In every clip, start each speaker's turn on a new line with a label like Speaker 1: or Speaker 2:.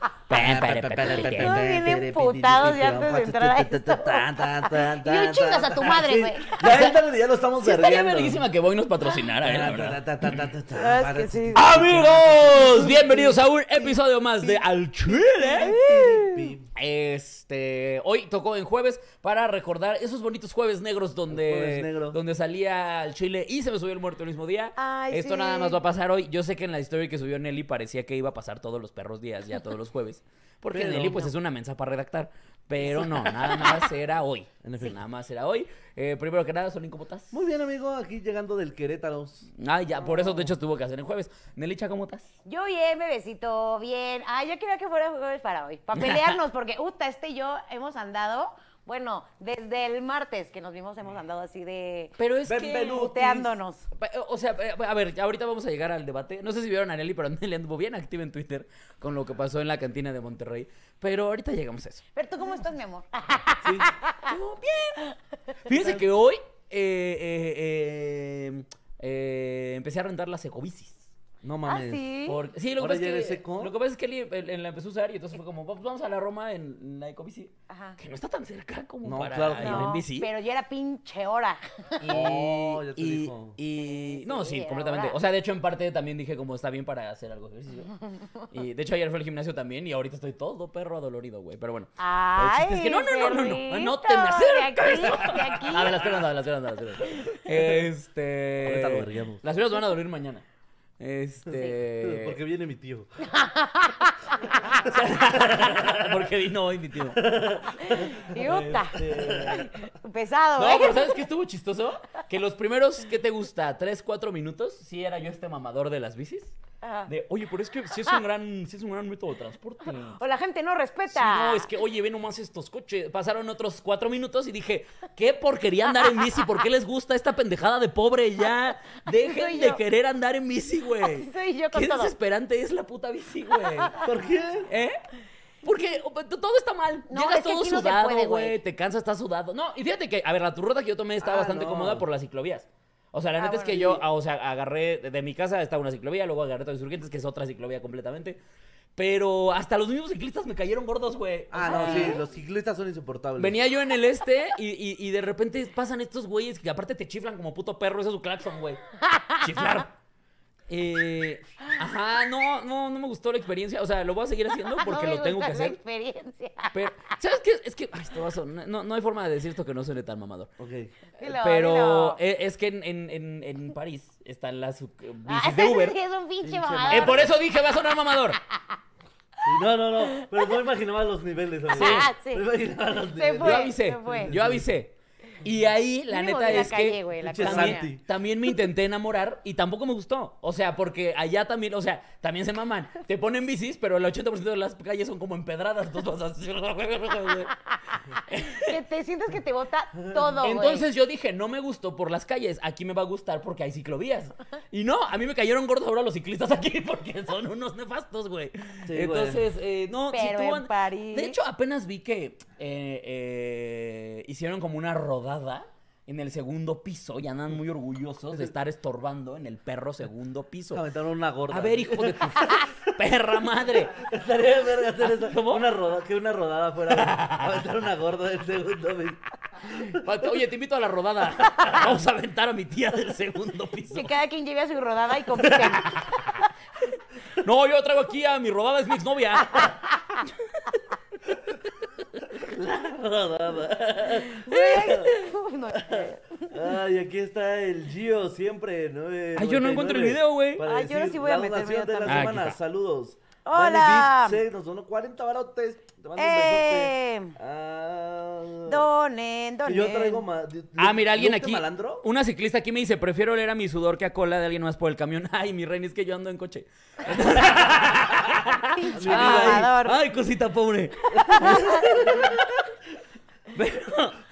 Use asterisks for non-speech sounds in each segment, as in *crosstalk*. Speaker 1: Ah,
Speaker 2: Todos bien emputados ya antes de entrar a esto. *laughs* Y un chingas a tu madre, güey.
Speaker 1: Ya entra- ya lo estamos
Speaker 3: Sí, estaría
Speaker 1: perdiendo.
Speaker 3: verguísima que Boy nos patrocinara, eh, la verdad.
Speaker 2: Ah, es que sí.
Speaker 3: Amigos, bienvenidos a un episodio más de Al Chile. Este, hoy tocó en jueves para recordar esos bonitos jueves negros donde,
Speaker 1: Jueves negro.
Speaker 3: donde salía al Chile y se me subió el muerto el mismo día.
Speaker 2: Ay,
Speaker 3: Esto
Speaker 2: sí.
Speaker 3: nada más va a pasar hoy. Yo sé que en la historia que subió Nelly parecía que iba a pasar todos los perros días, ya todos los jueves. Porque
Speaker 1: Pero
Speaker 3: Nelly pues es una mensa para redactar. Pero no, nada más era hoy. Nada más era hoy. Eh, primero que nada, Solín, ¿cómo estás?
Speaker 1: Muy bien, amigo, aquí llegando del Querétaro.
Speaker 3: Ay, ya, por eso de hecho tuvo que hacer el jueves. Nelicha, ¿cómo estás?
Speaker 2: Yo bien, bebecito, bien. Ay, yo quería que fuera jueves para hoy, para pelearnos, porque Uta, este y yo hemos andado, bueno, desde el martes que nos vimos hemos andado así de
Speaker 3: Pero es
Speaker 1: Benvenuti.
Speaker 2: puteándonos.
Speaker 3: Pa- eh, O sea, eh, a ver, ahorita vamos a llegar al debate. No sé si vieron a Nelly, pero *laughs* Nelly anduvo bien activa en Twitter con lo que pasó en la cantina de Monterrey. Pero ahorita llegamos a eso.
Speaker 2: Pero tú cómo estás, mi amor.
Speaker 1: Sí.
Speaker 3: No, bien. Fíjense que hoy eh, eh, eh, eh, empecé a rentar las ecobicis.
Speaker 1: No
Speaker 2: ¿Ah,
Speaker 1: mames.
Speaker 2: sí?
Speaker 3: Porque- sí, lo que,
Speaker 1: ¿Ahora
Speaker 3: pasa
Speaker 1: llega
Speaker 3: es que,
Speaker 1: ese co?
Speaker 3: lo que pasa es que Eli eh, eh, la empezó a usar y entonces fue como, "Vamos- vamos a la Roma en, la ecobici.
Speaker 2: Ajá.
Speaker 3: Que no está tan cerca como
Speaker 1: No,
Speaker 3: para
Speaker 1: claro que
Speaker 3: ir
Speaker 1: no.
Speaker 3: en bici.
Speaker 2: pero ya era pinche hora. *laughs*
Speaker 3: Y,
Speaker 1: Oh, ya te
Speaker 3: y-
Speaker 1: dijo.
Speaker 3: y- no, sí,
Speaker 2: ahora.
Speaker 3: completamente. O sea, de hecho, en parte también dije como está bien para hacer algo de ejercicio. Y de hecho, ayer fue al gimnasio también y ahorita estoy todo perro adolorido, güey. Pero bueno.
Speaker 2: Ay,
Speaker 3: el chiste es que no, no, no, no, no,
Speaker 2: perrito,
Speaker 3: no te me acerques.
Speaker 2: de aquí, de aquí.
Speaker 3: *laughs* Ah, de las piernas, de las piernas, de las piernas. Este.
Speaker 1: Ahorita lo verguemos.
Speaker 3: Las piernas van a doler mañana. Este.
Speaker 1: Porque viene mi tío.
Speaker 3: *laughs* Porque vino hoy mi
Speaker 2: *laughs*
Speaker 3: tío.
Speaker 2: Y Uta. *laughs* Pesado,
Speaker 3: Este. No, pues,
Speaker 2: ¿eh?
Speaker 3: pero ¿sabes qué estuvo chistoso? Que los primeros, ¿qué te gusta? ¿Tres, cuatro minutos? Sí era yo este mamador de las bicis.
Speaker 2: Ajá.
Speaker 3: De, oye, pero es que sí es un gran, sí es un gran método de transporte.
Speaker 2: O la gente no
Speaker 3: Sí,
Speaker 2: respeta.
Speaker 3: no, es que, oye, ve nomás estos coches. Pasaron otros cuatro minutos y dije, ¿qué porquería andar en bici? ¿Por qué les gusta esta pendejada de pobre
Speaker 2: *laughs*
Speaker 3: ya?
Speaker 2: Soy
Speaker 3: Dejen
Speaker 2: yo.
Speaker 3: de querer andar en bici, güey.
Speaker 2: Así soy yo con
Speaker 3: Qué
Speaker 2: todo.
Speaker 3: desesperante es la puta bici, güey.
Speaker 1: ¿Por qué?
Speaker 3: ¿Eh? Porque o- pues, t- todo está mal.
Speaker 2: No,
Speaker 3: Llegas
Speaker 2: es que
Speaker 3: todo
Speaker 2: aquí no se
Speaker 3: sudado,
Speaker 2: puede, güey.
Speaker 3: güey. Te cansas, estás sudado. No, y fíjate que, a ver, la turrota que yo tomé estaba
Speaker 1: Ah,
Speaker 3: bastante
Speaker 1: no.
Speaker 3: cómoda por las ciclovías. O sea, la
Speaker 2: Ah,
Speaker 3: neta es
Speaker 2: bueno,
Speaker 3: que
Speaker 2: sí.
Speaker 3: yo, ah, o sea, agarré de, de mi casa, estaba una ciclovía, luego agarré Torres Urgentes, que es otra ciclovía completamente. Pero hasta los mismos ciclistas me cayeron gordos, güey. O
Speaker 1: Ah,
Speaker 3: sea,
Speaker 1: no, sí, los ciclistas son insoportables.
Speaker 3: Venía yo en el este y, y- y de repente pasan estos güeyes que aparte te chiflan como puto perro, ese es su claxon,
Speaker 2: *laughs*
Speaker 3: güey. Chiflar. Eh, ajá, no, no, no me gustó la experiencia. O sea, lo voy a seguir haciendo
Speaker 2: Ah, No *laughs*
Speaker 3: porque
Speaker 2: me
Speaker 3: lo tengo que
Speaker 2: gusta la
Speaker 3: hacer.
Speaker 2: experiencia. *laughs*
Speaker 3: Pero, ¿sabes qué? Es que, ay, esto va a sonar- no, no hay forma de decir esto que no suene tan mamador.
Speaker 1: Ok.
Speaker 2: Dilo,
Speaker 3: Pero
Speaker 2: dilo.
Speaker 3: e- es que en, en- en- en París están las eh,
Speaker 2: Ah,
Speaker 3: bicis de
Speaker 2: ese
Speaker 3: Uber.
Speaker 2: *laughs* sí es un pinche
Speaker 1: Pinche
Speaker 2: mamador.
Speaker 1: mamador.
Speaker 3: Eh, por eso dije, va a sonar
Speaker 2: *laughs*
Speaker 3: mamador.
Speaker 1: Sí, No, no, no. Pero no imaginaba los niveles. amigo.
Speaker 2: Ah, sí.
Speaker 1: No imaginaba los
Speaker 2: Se
Speaker 1: niveles.
Speaker 2: fue.
Speaker 3: Yo avisé,
Speaker 2: se fue.
Speaker 3: yo avisé. Y ahí, la
Speaker 2: Mínimo
Speaker 3: neta
Speaker 2: de la
Speaker 3: es
Speaker 2: calle,
Speaker 3: que...
Speaker 2: güey, la
Speaker 1: Pinche
Speaker 2: colonia.
Speaker 1: Santi.
Speaker 3: También me intenté enamorar y tampoco me gustó. O sea, porque allá también, o sea, también se maman. Te ponen bicis, pero el 80% de las calles son como empedradas. *laughs* Tú vas así.
Speaker 2: Que te sientes que te bota todo, güey.
Speaker 3: Entonces yo dije, no me gustó por las calles, aquí me va a gustar porque hay ciclovías.
Speaker 2: *laughs*
Speaker 3: Y no, a mí me cayeron gordos ahora los ciclistas aquí *laughs* porque son unos nefastos, güey.
Speaker 1: Sí,
Speaker 3: Entonces, eh, no, si
Speaker 2: Pero
Speaker 3: tú
Speaker 2: en
Speaker 3: an-
Speaker 2: París.
Speaker 3: De hecho, apenas vi que eh, eh, hicieron como una rodada en el segundo piso y andan muy orgullosos de estar estorbando en el perro segundo piso.
Speaker 1: Aventaron una gorda.
Speaker 3: A ver, hijo de tu *laughs* perra madre.
Speaker 1: Estaría de verga hacer eso.
Speaker 3: Ah, ¿Cómo?
Speaker 1: Una roda, que una rodada
Speaker 3: *laughs*
Speaker 1: fuera. de- Aventar una gorda del segundo. piso.
Speaker 3: Oye, te invito a la
Speaker 2: *laughs*
Speaker 3: rodada. Vamos a aventar a mi tía del segundo piso.
Speaker 2: Que cada quien lleve a su rodada
Speaker 3: *laughs*
Speaker 2: y compita.
Speaker 3: No, yo traigo aquí a mi rodada, es mi
Speaker 1: *laughs*
Speaker 3: exnovia.
Speaker 2: Güey. No.
Speaker 1: Ay, aquí está el Gio siempre. ¿no? Eh,
Speaker 3: Ay, yo no encuentro el
Speaker 1: 99,
Speaker 3: video, güey.
Speaker 1: para
Speaker 2: Ay, yo ahora
Speaker 1: decir
Speaker 2: sí voy a
Speaker 1: la
Speaker 2: meterme
Speaker 1: donación
Speaker 2: yo
Speaker 1: de la
Speaker 3: también. Ah, aquí
Speaker 1: semana.
Speaker 3: está.
Speaker 1: Saludos.
Speaker 2: Hola.
Speaker 1: Dani Vic, se nos donó 40 barotes. Te mando
Speaker 2: Eh.
Speaker 1: un besote. Ah.
Speaker 2: Donen,
Speaker 1: Que
Speaker 2: donen.
Speaker 1: yo traigo ma-
Speaker 3: Ah, mira, alguien
Speaker 1: ¿Luke de
Speaker 3: aquí.
Speaker 1: malandro?
Speaker 3: Una ciclista aquí me dice: Prefiero oler a mi sudor que a cola de alguien más por el camión. *laughs* Ay, mi reina, es que yo ando en
Speaker 4: *laughs*
Speaker 3: coche.
Speaker 2: Pinche
Speaker 3: Ay,
Speaker 2: mamador.
Speaker 3: ay, cosita pobre. *laughs* Pero,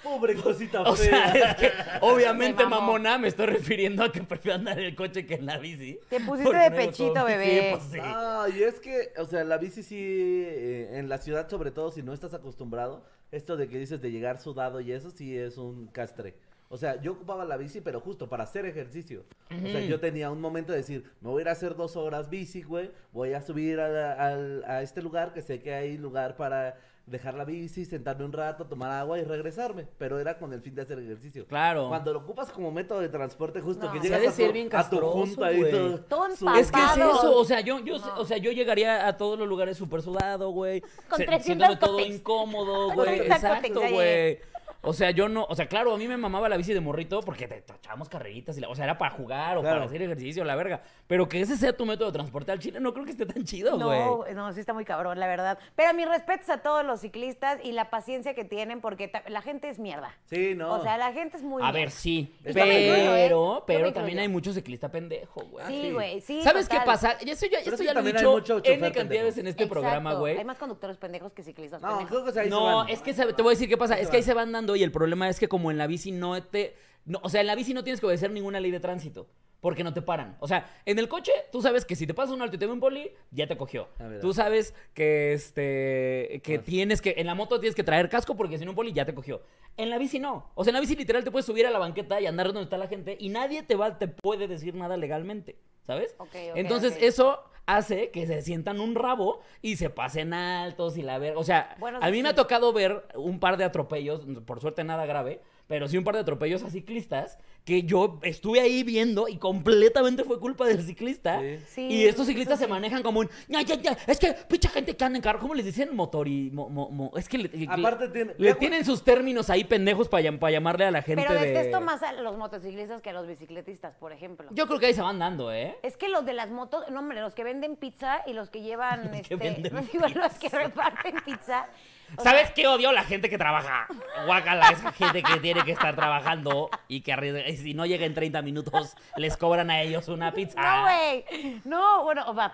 Speaker 1: Pobre cosita
Speaker 3: O sea,
Speaker 1: fea.
Speaker 3: es que obviamente
Speaker 4: Se mamó.
Speaker 3: mamona me estoy refiriendo a que prefiero andar en el coche que en la bici.
Speaker 4: Te pusiste
Speaker 3: Porque
Speaker 4: de
Speaker 3: luego
Speaker 4: pechito,
Speaker 3: son-
Speaker 4: bebé.
Speaker 3: Sí, pues sí.
Speaker 1: Ah, y es que, o sea, la bici sí, eh, en la ciudad sobre todo, si no estás acostumbrado, esto de que dices de llegar sudado y eso sí es un castre. O sea, yo ocupaba la bici, pero justo para hacer ejercicio. O sea, yo tenía un momento de decir, me voy a ir a hacer dos horas bici, güey, voy a subir a, la- al- a este lugar, que sé que hay lugar para dejar la bici, sentarme un rato, tomar agua y regresarme. Pero era con el fin de hacer ejercicio.
Speaker 3: Claro.
Speaker 1: Cuando lo ocupas como método de transporte, justo
Speaker 3: No,
Speaker 1: que
Speaker 3: se
Speaker 1: llegas
Speaker 3: ha de
Speaker 1: a tu,
Speaker 3: ser bien
Speaker 1: a tu
Speaker 3: castroso,
Speaker 1: junta ahí
Speaker 3: güey.
Speaker 1: todo
Speaker 4: Todo
Speaker 1: sudado.
Speaker 3: Es que es
Speaker 4: Tapado.
Speaker 3: eso, o sea, yo, yo,
Speaker 4: No.
Speaker 3: o sea, yo llegaría a todos los lugares súper sudado, güey.
Speaker 4: Con
Speaker 3: se-
Speaker 4: 300
Speaker 3: Sintiéndome todo
Speaker 4: cotex.
Speaker 3: incómodo,
Speaker 4: Con
Speaker 3: güey.
Speaker 4: 300 cotex,
Speaker 3: Exacto,
Speaker 4: ya
Speaker 3: güey.
Speaker 4: llegué.
Speaker 3: O sea, yo no, o sea, claro, a mí me mamaba la bici de morrito porque te echábamos carreritas y la, o sea, era para jugar o para
Speaker 1: Claro.
Speaker 3: hacer ejercicio, la verga. Pero que ese sea tu método de transporte al Chile, no creo que esté tan chido, güey.
Speaker 4: No, no, sí está muy cabrón, la verdad. Pero mis respetos a todos los ciclistas y la paciencia que tienen, porque ta- la gente es mierda.
Speaker 1: Sí, no.
Speaker 4: O sea, la gente es muy.
Speaker 3: A
Speaker 4: mierda.
Speaker 3: ver, sí.
Speaker 4: Yo me
Speaker 3: Pero,
Speaker 4: incluyo, ¿eh? Yo me
Speaker 3: pero
Speaker 4: incluyo.
Speaker 3: también hay mucho ciclista pendejo, güey.
Speaker 4: Sí, güey, sí,
Speaker 3: ¿Sabes
Speaker 4: total.
Speaker 3: qué pasa? Y Eso ya, esto
Speaker 1: es que
Speaker 3: ya lo he
Speaker 1: también hay
Speaker 3: dicho
Speaker 1: mucho chofer
Speaker 3: N cantidad de
Speaker 1: pendejo.
Speaker 3: veces en este
Speaker 4: Exacto.
Speaker 3: programa, güey.
Speaker 4: Hay más conductores pendejos que ciclistas.
Speaker 1: No,
Speaker 4: pendejos.
Speaker 1: creo que o sea, ahí se
Speaker 3: No,
Speaker 1: van.
Speaker 3: es que sabe- te voy a decir qué pasa. Es que ahí se van dando y el problema es que como en la bici no te... no, o sea, en la bici no tienes que obedecer ninguna ley de tránsito. Porque no te paran. O sea, en el coche tú sabes que si te pasas un alto y te ve un poli, ya te cogió.
Speaker 1: A ver, a
Speaker 3: Tú
Speaker 1: ver.
Speaker 3: sabes que este que
Speaker 1: Vas.
Speaker 3: tienes que en la moto tienes que traer casco porque si no un poli ya te cogió. En la bici no. O sea, en la bici literal te puedes subir a la banqueta y andar donde está la gente y nadie te va te puede decir nada legalmente, ¿sabes?
Speaker 4: Ok, ok,
Speaker 3: Entonces
Speaker 4: ok.
Speaker 3: eso hace que se sientan un rabo y se pasen altos y la ver, o sea,
Speaker 4: Bueno,
Speaker 3: a
Speaker 4: sí,
Speaker 3: mí me
Speaker 4: sí.
Speaker 3: ha tocado ver un par de atropellos, por suerte nada grave, pero sí un par de atropellos a ciclistas que yo estuve ahí viendo y completamente fue culpa del ciclista.
Speaker 1: Sí.
Speaker 4: Sí,
Speaker 3: y estos
Speaker 4: eso
Speaker 3: ciclistas se
Speaker 4: sí.
Speaker 3: manejan como un... "Ya, ya, ya, es que pinche gente que anda en carro, ¿cómo les dicen? Motor y... mo- mo- mo- es que le, le-
Speaker 1: Aparte tiene-
Speaker 3: le tienen sus términos ahí pendejos para llamarle a la gente
Speaker 4: Pero
Speaker 3: de...
Speaker 4: detesto más a los motociclistas que a los bicicletistas, por ejemplo.
Speaker 3: Yo creo que ahí se van dando, ¿eh?
Speaker 4: Es que los de las motos, no hombre, los que venden pizza y los
Speaker 1: *laughs*
Speaker 4: que llevan,
Speaker 3: Los que
Speaker 4: este,
Speaker 3: venden
Speaker 4: no digo, los que reparten pizza. o sea,
Speaker 3: ¿Sabes qué odio? La gente que trabaja. Guácala, esa gente que tiene que estar trabajando y que arriesga. Y si no llega en 30 minutos, les cobran a ellos una pizza.
Speaker 1: Ah.
Speaker 4: No, güey. No, bueno, o sea,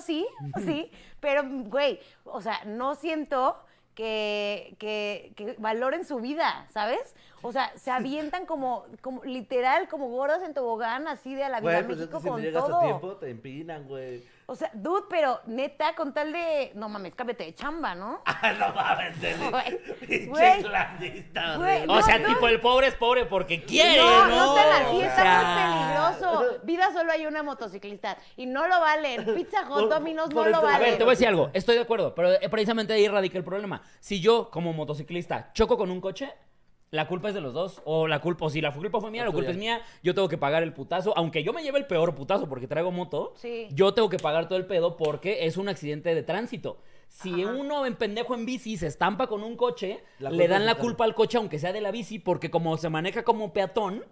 Speaker 1: *laughs*
Speaker 4: sí, sí, pero, güey, o sea, no siento que, que, que valoren su vida, ¿sabes? O sea,
Speaker 1: *laughs*
Speaker 4: se avientan como, como literal, como gordos en tobogán, así de a la vida
Speaker 1: Güey, pues es
Speaker 4: México
Speaker 1: que si no
Speaker 4: con
Speaker 1: llegas
Speaker 4: todo.
Speaker 1: a tiempo, te empinan,
Speaker 4: *laughs*
Speaker 1: güey.
Speaker 4: O sea, dude, pero neta, con tal de, no mames, cámbiate de chamba, ¿no?
Speaker 1: *laughs* Ah, no mames, Deli.
Speaker 4: *laughs* Güey,
Speaker 1: Pinche
Speaker 4: güey,
Speaker 1: clasista,
Speaker 4: güey,
Speaker 1: güey.
Speaker 3: o sea,
Speaker 4: no, no.
Speaker 3: tipo, el pobre es pobre porque quiere.
Speaker 4: No,
Speaker 3: No,
Speaker 4: no tan así,
Speaker 3: O
Speaker 4: está
Speaker 3: sea,
Speaker 4: muy peligroso. Vida solo hay una motociclista y no lo valen. Pizza Hot
Speaker 1: Por-
Speaker 4: Dominos
Speaker 1: por
Speaker 4: no lo
Speaker 1: eso-
Speaker 3: A
Speaker 4: valen.
Speaker 3: ver, te voy a decir algo, estoy de acuerdo, pero eh, precisamente ahí radica el problema. Si yo, como motociclista, choco con un coche, la culpa es de los dos. O la culpa, o si la culpa fue mía, la,
Speaker 1: La
Speaker 3: culpa
Speaker 1: tuya.
Speaker 3: es mía, yo tengo que pagar el putazo. Aunque yo me lleve el peor putazo porque traigo moto,
Speaker 4: Sí.
Speaker 3: yo tengo que pagar todo el pedo porque es un accidente de tránsito. Si
Speaker 4: Ajá.
Speaker 3: uno en pendejo en bici se estampa con un coche,
Speaker 1: La
Speaker 3: le
Speaker 1: culpa
Speaker 3: dan
Speaker 1: es
Speaker 3: la
Speaker 1: del carro.
Speaker 3: culpa al coche, aunque sea de la bici, porque como se maneja como peatón,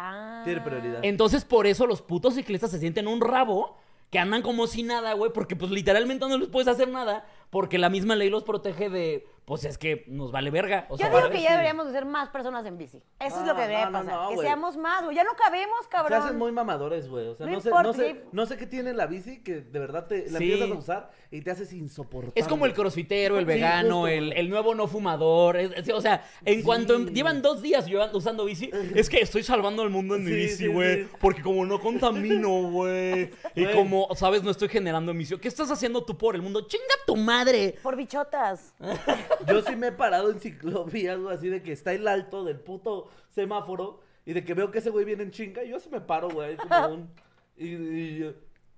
Speaker 4: Ah.
Speaker 1: Tiene prioridad.
Speaker 3: entonces, por eso los putos ciclistas se sienten un rabo que andan como si nada, güey, porque pues literalmente no les puedes hacer nada porque la misma ley los protege de, pues es que nos vale verga. O sea,
Speaker 4: Yo digo
Speaker 3: ¿sabes?
Speaker 4: que ya deberíamos de ser más personas en bici. Eso es lo que
Speaker 1: Ah,
Speaker 4: debería
Speaker 1: no, no,
Speaker 4: pasar.
Speaker 1: no,
Speaker 4: que
Speaker 1: güey.
Speaker 4: seamos más, güey. Ya no cabemos,
Speaker 1: Se
Speaker 4: cabrón.
Speaker 1: hacen muy mamadores, güey. O sea,
Speaker 4: No
Speaker 1: no, sé,
Speaker 4: importa,
Speaker 1: no, sé,
Speaker 4: sí.
Speaker 1: no sé qué tiene la bici que de verdad te la
Speaker 3: Sí.
Speaker 1: empiezas a usar y te haces insoportable.
Speaker 3: Es como el crossfitero, el
Speaker 1: Sí,
Speaker 3: vegano,
Speaker 1: justo.
Speaker 3: el, el nuevo no fumador. es- es- o sea, en
Speaker 1: Sí.
Speaker 3: cuanto em- llevan dos días yo usando bici, es que estoy salvando al mundo en mi
Speaker 1: Sí,
Speaker 3: bici,
Speaker 1: sí,
Speaker 3: güey.
Speaker 1: sí.
Speaker 3: Porque como no contamino, güey. Y
Speaker 1: Güey.
Speaker 3: como, sabes, no estoy generando emisión. ¿Qué estás haciendo tú por el mundo? ¡Chinga tu madre!
Speaker 4: Por bichotas. *laughs*
Speaker 1: Yo sí me he parado en ciclovías, güey, así de que está el alto del puto semáforo y de que veo que ese güey viene en chinga y yo sí me paro, güey, como
Speaker 4: *laughs*
Speaker 1: un... Y, y yo,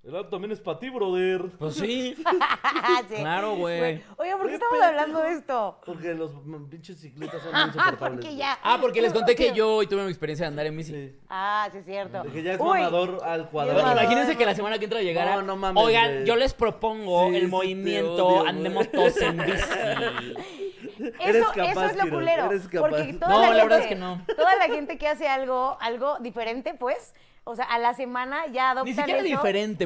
Speaker 1: el alto también es para ti, brother.
Speaker 3: Pues sí.
Speaker 4: Ah, Sí.
Speaker 3: Claro, güey.
Speaker 4: Oye, ¿por qué
Speaker 1: Qué
Speaker 4: estamos
Speaker 1: pendejo.
Speaker 4: hablando de esto?
Speaker 1: Porque los mm, pinches ciclistas son
Speaker 4: *laughs* Ah,
Speaker 1: insoportables.
Speaker 4: porque
Speaker 1: güey.
Speaker 4: ya.
Speaker 3: Ah, porque les conté que yo hoy tuve mi experiencia de andar en bici.
Speaker 1: Sí.
Speaker 4: Ah, sí, es cierto.
Speaker 1: De que ya es
Speaker 4: Uy,
Speaker 1: mamador al cuadrado.
Speaker 4: Mamador.
Speaker 3: Imagínense que la semana que entra llegara.
Speaker 1: No, no mames,
Speaker 3: Oigan,
Speaker 1: güey.
Speaker 3: yo les propongo el
Speaker 1: Sí, sí, te
Speaker 3: movimiento
Speaker 1: odio, güey".
Speaker 3: andemos todos en bici.
Speaker 1: Eres
Speaker 4: Eso, eso
Speaker 1: capaz,
Speaker 4: es lo
Speaker 1: Quiroz,
Speaker 4: culero.
Speaker 1: eres capaz.
Speaker 4: Porque toda
Speaker 3: No,
Speaker 4: la,
Speaker 3: la
Speaker 4: gente,
Speaker 3: verdad es que no.
Speaker 4: Toda la gente que hace algo, algo diferente, pues, o sea, a la semana ya adoptan
Speaker 3: Ni siquiera
Speaker 4: eso.
Speaker 3: diferente.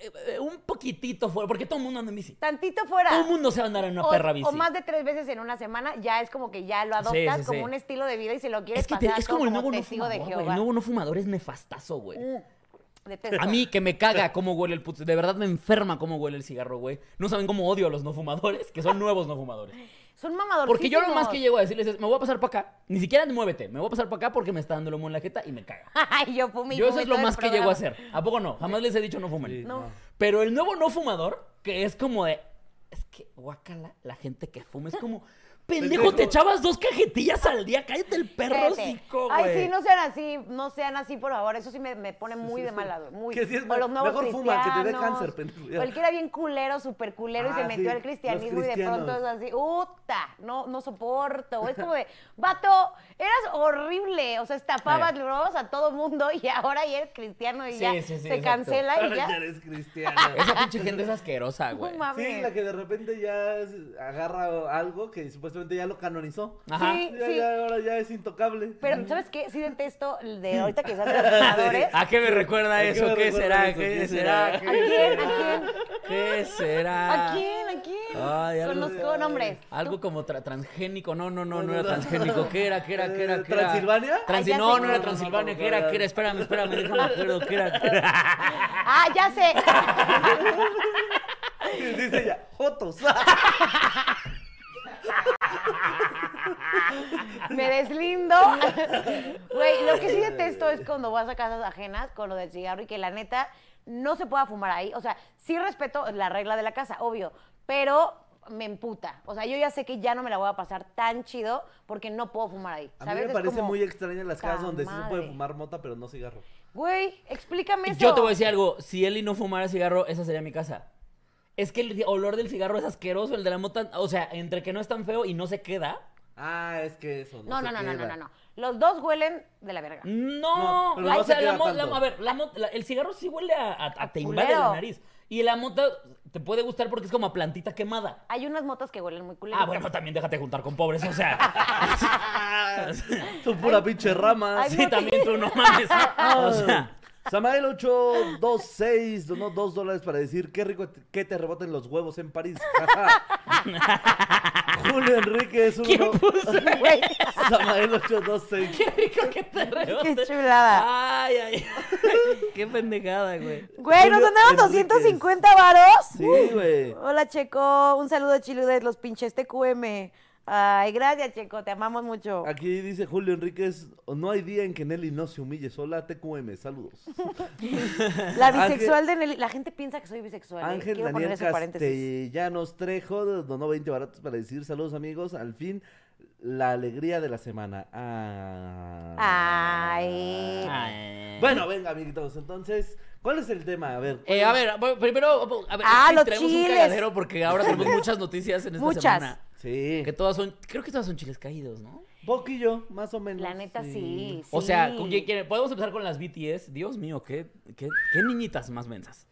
Speaker 3: eh, eh, Un poquitito fuera, porque todo el mundo anda en bici.
Speaker 4: Tantito fuera.
Speaker 3: Todo el mundo se va a andar en una
Speaker 4: o,
Speaker 3: perra bici.
Speaker 4: o más de tres veces en una semana, ya es como que ya lo adoptas
Speaker 3: Sí, sí,
Speaker 4: como
Speaker 3: sí.
Speaker 4: un estilo de vida y se lo quieres
Speaker 3: es que te-
Speaker 4: pasar
Speaker 3: es como el nuevo no
Speaker 4: testigo de
Speaker 3: fumador, güey.
Speaker 4: Jehová.
Speaker 3: El nuevo no fumador es nefastazo, güey.
Speaker 4: Mm, detesto.
Speaker 3: A mí que me caga cómo huele el puto. De verdad me enferma cómo huele el cigarro, güey. No saben cómo odio a los no fumadores, que son nuevos no fumadores.
Speaker 4: Son mamadores.
Speaker 3: Porque yo lo más que llego a decirles es, me voy a pasar para acá. Ni siquiera muévete, me voy a pasar para acá porque me está dando lomo en la jeta y me caga.
Speaker 4: *laughs* Ay, yo fumé.
Speaker 3: Yo eso es lo más que llego a hacer. ¿A poco no? Jamás les he dicho no fumen.
Speaker 1: Sí,
Speaker 4: No.
Speaker 3: Pero el nuevo no fumador, que es como de. Es que guácala la gente que fuma. Es
Speaker 1: *laughs*
Speaker 3: como. Pendejo, te echabas dos cajetillas al día. Cállate el perro,
Speaker 4: Cállate.
Speaker 3: hocico, güey.
Speaker 4: Ay, sí, no sean así, no sean así, por favor. Eso sí me, me pone muy de mal lado. Muy.
Speaker 1: Que sí es
Speaker 4: O
Speaker 1: mal-
Speaker 4: los nuevos
Speaker 1: mejor fuma, que te dé
Speaker 4: cristianos,
Speaker 1: cáncer, pendejo. Ya.
Speaker 4: O el que era bien culero, súper culero, y
Speaker 1: Ah,
Speaker 4: se metió
Speaker 1: sí,
Speaker 4: al
Speaker 1: los
Speaker 4: cristianismo y de pronto es
Speaker 1: cristianos.
Speaker 4: así, ¡uta! No, no soporto. Es como de, *laughs* vato, eras horrible. O sea, estafabas,
Speaker 3: Eh.
Speaker 4: le robabas a todo mundo y ahora ya eres cristiano y
Speaker 3: Sí,
Speaker 4: ya
Speaker 3: sí, sí,
Speaker 4: se
Speaker 3: exacto.
Speaker 4: cancela y
Speaker 1: Ahora
Speaker 4: ya.
Speaker 1: ya eres cristiano.
Speaker 3: Esa pinche gente es asquerosa,
Speaker 4: *laughs* No
Speaker 3: güey.
Speaker 4: mames.
Speaker 1: Sí, la que de repente ya es- agarra algo que supuestamente ya lo canonizó.
Speaker 3: Ajá.
Speaker 4: Sí,
Speaker 1: Ya,
Speaker 4: sí.
Speaker 1: ya, ahora ya es intocable. *laughs*
Speaker 4: Pero, ¿sabes qué? Sí detesto el de ahorita que salen los fumadores.
Speaker 1: Ah,
Speaker 3: ¿A qué me recuerda
Speaker 1: ¿A qué
Speaker 3: eso?
Speaker 1: me
Speaker 3: ¿Qué
Speaker 1: recuerda
Speaker 3: será?
Speaker 1: eso?
Speaker 3: ¿Qué
Speaker 1: ¿Qué
Speaker 3: será?
Speaker 1: será?
Speaker 4: ¿A quién? ¿A quién?
Speaker 3: ¿Qué será?
Speaker 4: ¿A quién? ¿A quién?
Speaker 3: Ah. Ay, algo- Ah.
Speaker 4: Conozco nombres.
Speaker 3: Algo como tra- transgénico, no, no, no, no era
Speaker 1: No, no,
Speaker 3: transgénico.
Speaker 1: no.
Speaker 3: ¿Qué era? ¿Qué era? ¿Qué era? ¿Qué era?
Speaker 1: ¿Transilvania?
Speaker 3: Transi-
Speaker 4: Ay, Ah, ya
Speaker 3: no,
Speaker 4: sé.
Speaker 3: no era Transilvania. ¿Qué era? ¿Qué era? Espérame, espérame, déjame acuerdo. ¿Qué era? ¿Qué era?
Speaker 4: *laughs* Ah, ya
Speaker 3: *laughs*
Speaker 4: sé.
Speaker 1: Dice ya, Jotos. *laughs*
Speaker 4: Me deslindo. Güey, lo que sí detesto es cuando vas a casas ajenas con lo del cigarro y que la neta no se pueda fumar ahí. O sea, sí respeto la regla de la casa, obvio, pero me emputa. O sea, yo ya sé que ya no me la voy a pasar tan chido porque no puedo fumar ahí.
Speaker 1: A
Speaker 4: ¿Sabes?
Speaker 1: mí me
Speaker 4: Es
Speaker 1: parece
Speaker 4: como,
Speaker 1: muy extraña las casas
Speaker 4: "Ta
Speaker 1: donde sí se puede
Speaker 4: madre".
Speaker 1: fumar mota, pero no cigarro.
Speaker 4: Güey, explícame eso.
Speaker 3: Yo te voy a decir algo. Si Eli no fumara cigarro, esa sería mi casa. Es que el olor del cigarro es asqueroso, el de la mota, o sea, entre que no es tan feo y no se queda.
Speaker 1: Ah, es que eso.
Speaker 4: No,
Speaker 1: se
Speaker 4: no, no, no, no,
Speaker 1: queda.
Speaker 4: no, no. Los dos huelen de la verga.
Speaker 3: No,
Speaker 1: No, pero
Speaker 3: Ay,
Speaker 1: no
Speaker 3: o sea,
Speaker 1: se
Speaker 3: la
Speaker 1: queda
Speaker 3: mo- la-
Speaker 1: tanto.
Speaker 3: a ver, la mo- la- el cigarro sí huele a, a, a- te invade
Speaker 4: culero.
Speaker 3: la nariz y la mota te puede gustar porque es como a plantita quemada.
Speaker 4: Hay unas motas que huelen muy culeras.
Speaker 3: Ah,
Speaker 4: *laughs*
Speaker 3: bueno, también déjate juntar con pobres, o sea,
Speaker 1: Ah,
Speaker 4: *laughs*
Speaker 1: Son pura pinche rama.
Speaker 4: Ay,
Speaker 3: sí,
Speaker 4: no.
Speaker 3: también tú
Speaker 4: *laughs*
Speaker 3: no mames. O sea,
Speaker 1: Samael 826 donó 2 dólares para decir qué rico te- que te reboten los huevos en París. *laughs* Julio Enrique es uno.
Speaker 3: ¿quién
Speaker 4: *laughs*
Speaker 3: puso?
Speaker 1: *laughs*
Speaker 4: Güey,
Speaker 1: Samael 826.
Speaker 3: Qué rico que te rebote.
Speaker 4: *laughs* Qué
Speaker 3: Ah,
Speaker 4: chulada.
Speaker 3: Ay, ay. Qué pendejada, güey.
Speaker 4: Güey,
Speaker 1: Julio
Speaker 4: nos donaron
Speaker 1: Enríquez.
Speaker 4: 250 varos.
Speaker 1: Sí, güey.
Speaker 4: Hola, Checo. Un saludo, Chiludes, los pinches TQM. Ay, gracias, Checo. Te amamos mucho.
Speaker 1: Aquí dice Julio Enríquez, no hay día en que Nelly no se humille sola, TQM, saludos.
Speaker 4: La bisexual de Nelly. La gente piensa que soy bisexual. ¿eh?
Speaker 1: Ángel
Speaker 4: Quiero poner
Speaker 1: Daniel
Speaker 4: eso en paréntesis.
Speaker 1: Castellanos Trejo donó 20 baratos para decir saludos amigos, al fin la alegría de la semana. Ah.
Speaker 4: Ay.
Speaker 3: Ay.
Speaker 1: Bueno, venga amiguitos, entonces, ¿cuál es el tema? A ver.
Speaker 3: Eh, a ver, bu- primero, a ver,
Speaker 4: Ah,
Speaker 3: es que
Speaker 4: los
Speaker 3: traemos un
Speaker 4: chiles.
Speaker 3: cagadero porque ahora tenemos muchas noticias en esta
Speaker 4: Muchas.
Speaker 3: semana.
Speaker 1: Sí.
Speaker 3: Que todas son, creo que todas son chiles caídos, ¿no?
Speaker 1: Poquillo, más o menos.
Speaker 4: La neta, sí.
Speaker 3: O sea,
Speaker 4: sí.
Speaker 3: ¿con quién quiere? Podemos empezar con las BTS. Dios mío, qué, qué, qué niñitas más mensas.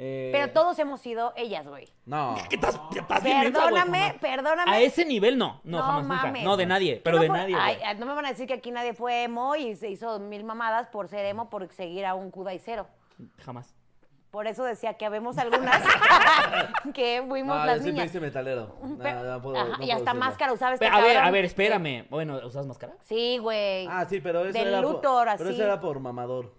Speaker 3: Eh,
Speaker 4: Pero todos hemos sido ellas, güey.
Speaker 1: No.
Speaker 3: ¿Qué estás, qué estás bien mensa, güey,
Speaker 4: Perdóname,
Speaker 3: jamás.
Speaker 4: perdóname.
Speaker 3: A ese nivel no, no,
Speaker 4: No
Speaker 3: jamás nunca.
Speaker 4: mames.
Speaker 3: No, de nadie, pero
Speaker 4: No,
Speaker 3: de
Speaker 4: por-
Speaker 3: nadie.
Speaker 4: ay,
Speaker 3: güey.
Speaker 4: ay, no me van a decir que aquí nadie fue emo y se hizo mil mamadas por ser emo, por seguir a un cudaicero.
Speaker 3: Jamás.
Speaker 4: Por eso decía que habemos
Speaker 1: *laughs*
Speaker 4: algunas que fuimos
Speaker 1: No,
Speaker 4: las
Speaker 1: yo siempre
Speaker 4: niñas.
Speaker 1: hice metalero. No,
Speaker 4: Pero-
Speaker 1: no puedo,
Speaker 4: ajá,
Speaker 1: no
Speaker 4: y
Speaker 1: puedo
Speaker 4: hasta
Speaker 1: decirlo.
Speaker 4: máscara usaba este
Speaker 3: Pero, a ver,
Speaker 4: cabrón.
Speaker 3: a ver, espérame. Bueno, ¿usas máscara?
Speaker 4: Sí, güey.
Speaker 1: Ah, sí, pero eso
Speaker 4: Del
Speaker 1: era por-
Speaker 4: Luthor,
Speaker 1: Pero
Speaker 4: así.
Speaker 1: eso era por mamador.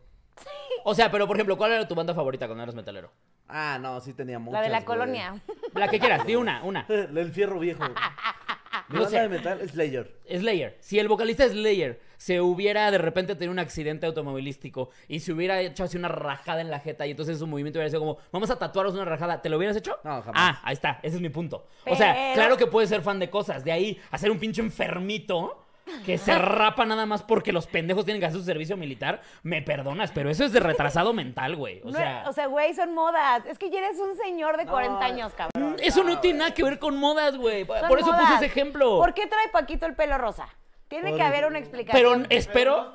Speaker 3: O sea, pero por ejemplo, ¿cuál era tu banda favorita cuando eras metalero?
Speaker 1: Ah, no, sí tenía muchas.
Speaker 4: la de la
Speaker 1: güey.
Speaker 4: colonia.
Speaker 3: La que quieras, di una, una.
Speaker 1: *laughs* El fierro
Speaker 4: *laughs*
Speaker 1: viejo. Mi
Speaker 3: No
Speaker 1: banda
Speaker 3: sé.
Speaker 1: de metal es Slayer.
Speaker 3: Slayer. Si el vocalista de Slayer se hubiera de repente tenido un accidente automovilístico y se hubiera hecho así una rajada en la jeta y entonces su movimiento hubiera sido como, vamos a tatuaros una rajada, ¿te lo hubieras hecho?
Speaker 1: No, jamás.
Speaker 3: Ah, ahí está, ese es mi punto. O sea,
Speaker 4: Pero-
Speaker 3: claro que puedes ser fan de cosas, de ahí hacer un pinche enfermito que se rapa nada más porque los pendejos tienen que hacer su servicio militar, me perdonas, pero eso es de retrasado mental, güey. O
Speaker 4: No,
Speaker 3: sea...
Speaker 4: O sea, güey, son modas. Es que ya eres un señor de
Speaker 1: No,
Speaker 4: 40 años, cabrón.
Speaker 3: eso no tiene nada que ver con modas, güey.
Speaker 4: Son
Speaker 3: Por eso puse
Speaker 4: modas.
Speaker 3: ese ejemplo.
Speaker 4: ¿Por qué trae Paquito el pelo rosa? Tiene
Speaker 1: Por
Speaker 4: que
Speaker 1: eso.
Speaker 4: haber una
Speaker 3: Pero
Speaker 4: explicación.
Speaker 3: espero,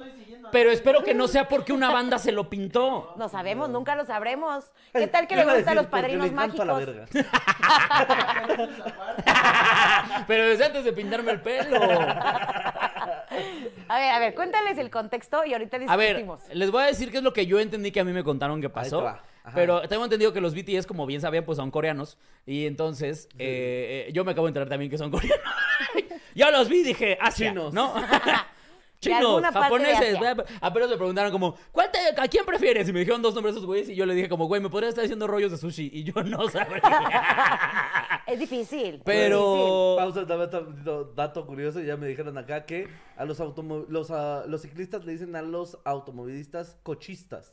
Speaker 3: pero espero que no sea porque una banda se lo
Speaker 4: *laughs*
Speaker 3: pintó. *laughs*
Speaker 4: No sabemos, nunca
Speaker 1: *laughs*
Speaker 4: lo sabremos. ¿Qué tal que
Speaker 1: Yo
Speaker 4: le
Speaker 1: iba a
Speaker 4: gustan
Speaker 1: decir,
Speaker 4: los
Speaker 1: porque
Speaker 4: padrinos
Speaker 1: le canto a
Speaker 4: mágicos?
Speaker 1: la verga.
Speaker 3: Pero desde antes de pintarme el pelo.
Speaker 4: A ver, a ver, cuéntales el contexto y ahorita
Speaker 3: A ver,
Speaker 4: discutimos.
Speaker 3: les voy a decir qué es lo que yo entendí que a mí me contaron que
Speaker 1: Ahí
Speaker 3: pasó.
Speaker 1: te va. Ajá.
Speaker 3: Pero tengo entendido que los BTS, como bien sabían, pues son coreanos. Y entonces, eh, eh, yo me acabo de enterar también que son coreanos. *laughs* yo los vi y dije, Asia,
Speaker 4: *laughs*
Speaker 1: Chinos.
Speaker 3: ¿no?
Speaker 4: De
Speaker 3: Chinos,
Speaker 4: alguna parte de
Speaker 3: japoneses.
Speaker 4: Asia.
Speaker 3: bla, bla. Apenas me preguntaron como, ¿cuál te- ¿a quién prefieres? Y me
Speaker 1: ah.
Speaker 4: *laughs*
Speaker 3: dijeron dos nombres de esos güeyes. Y yo le dije como, güey, ¿me podrías estar haciendo rollos de sushi? Y yo no sabría.
Speaker 4: Es difícil. es
Speaker 3: Pero.
Speaker 1: Pausa, dame tantito dato curioso, ya me dijeron acá que a los automo- los, ah, los ciclistas le dicen a los automovilistas cochistas.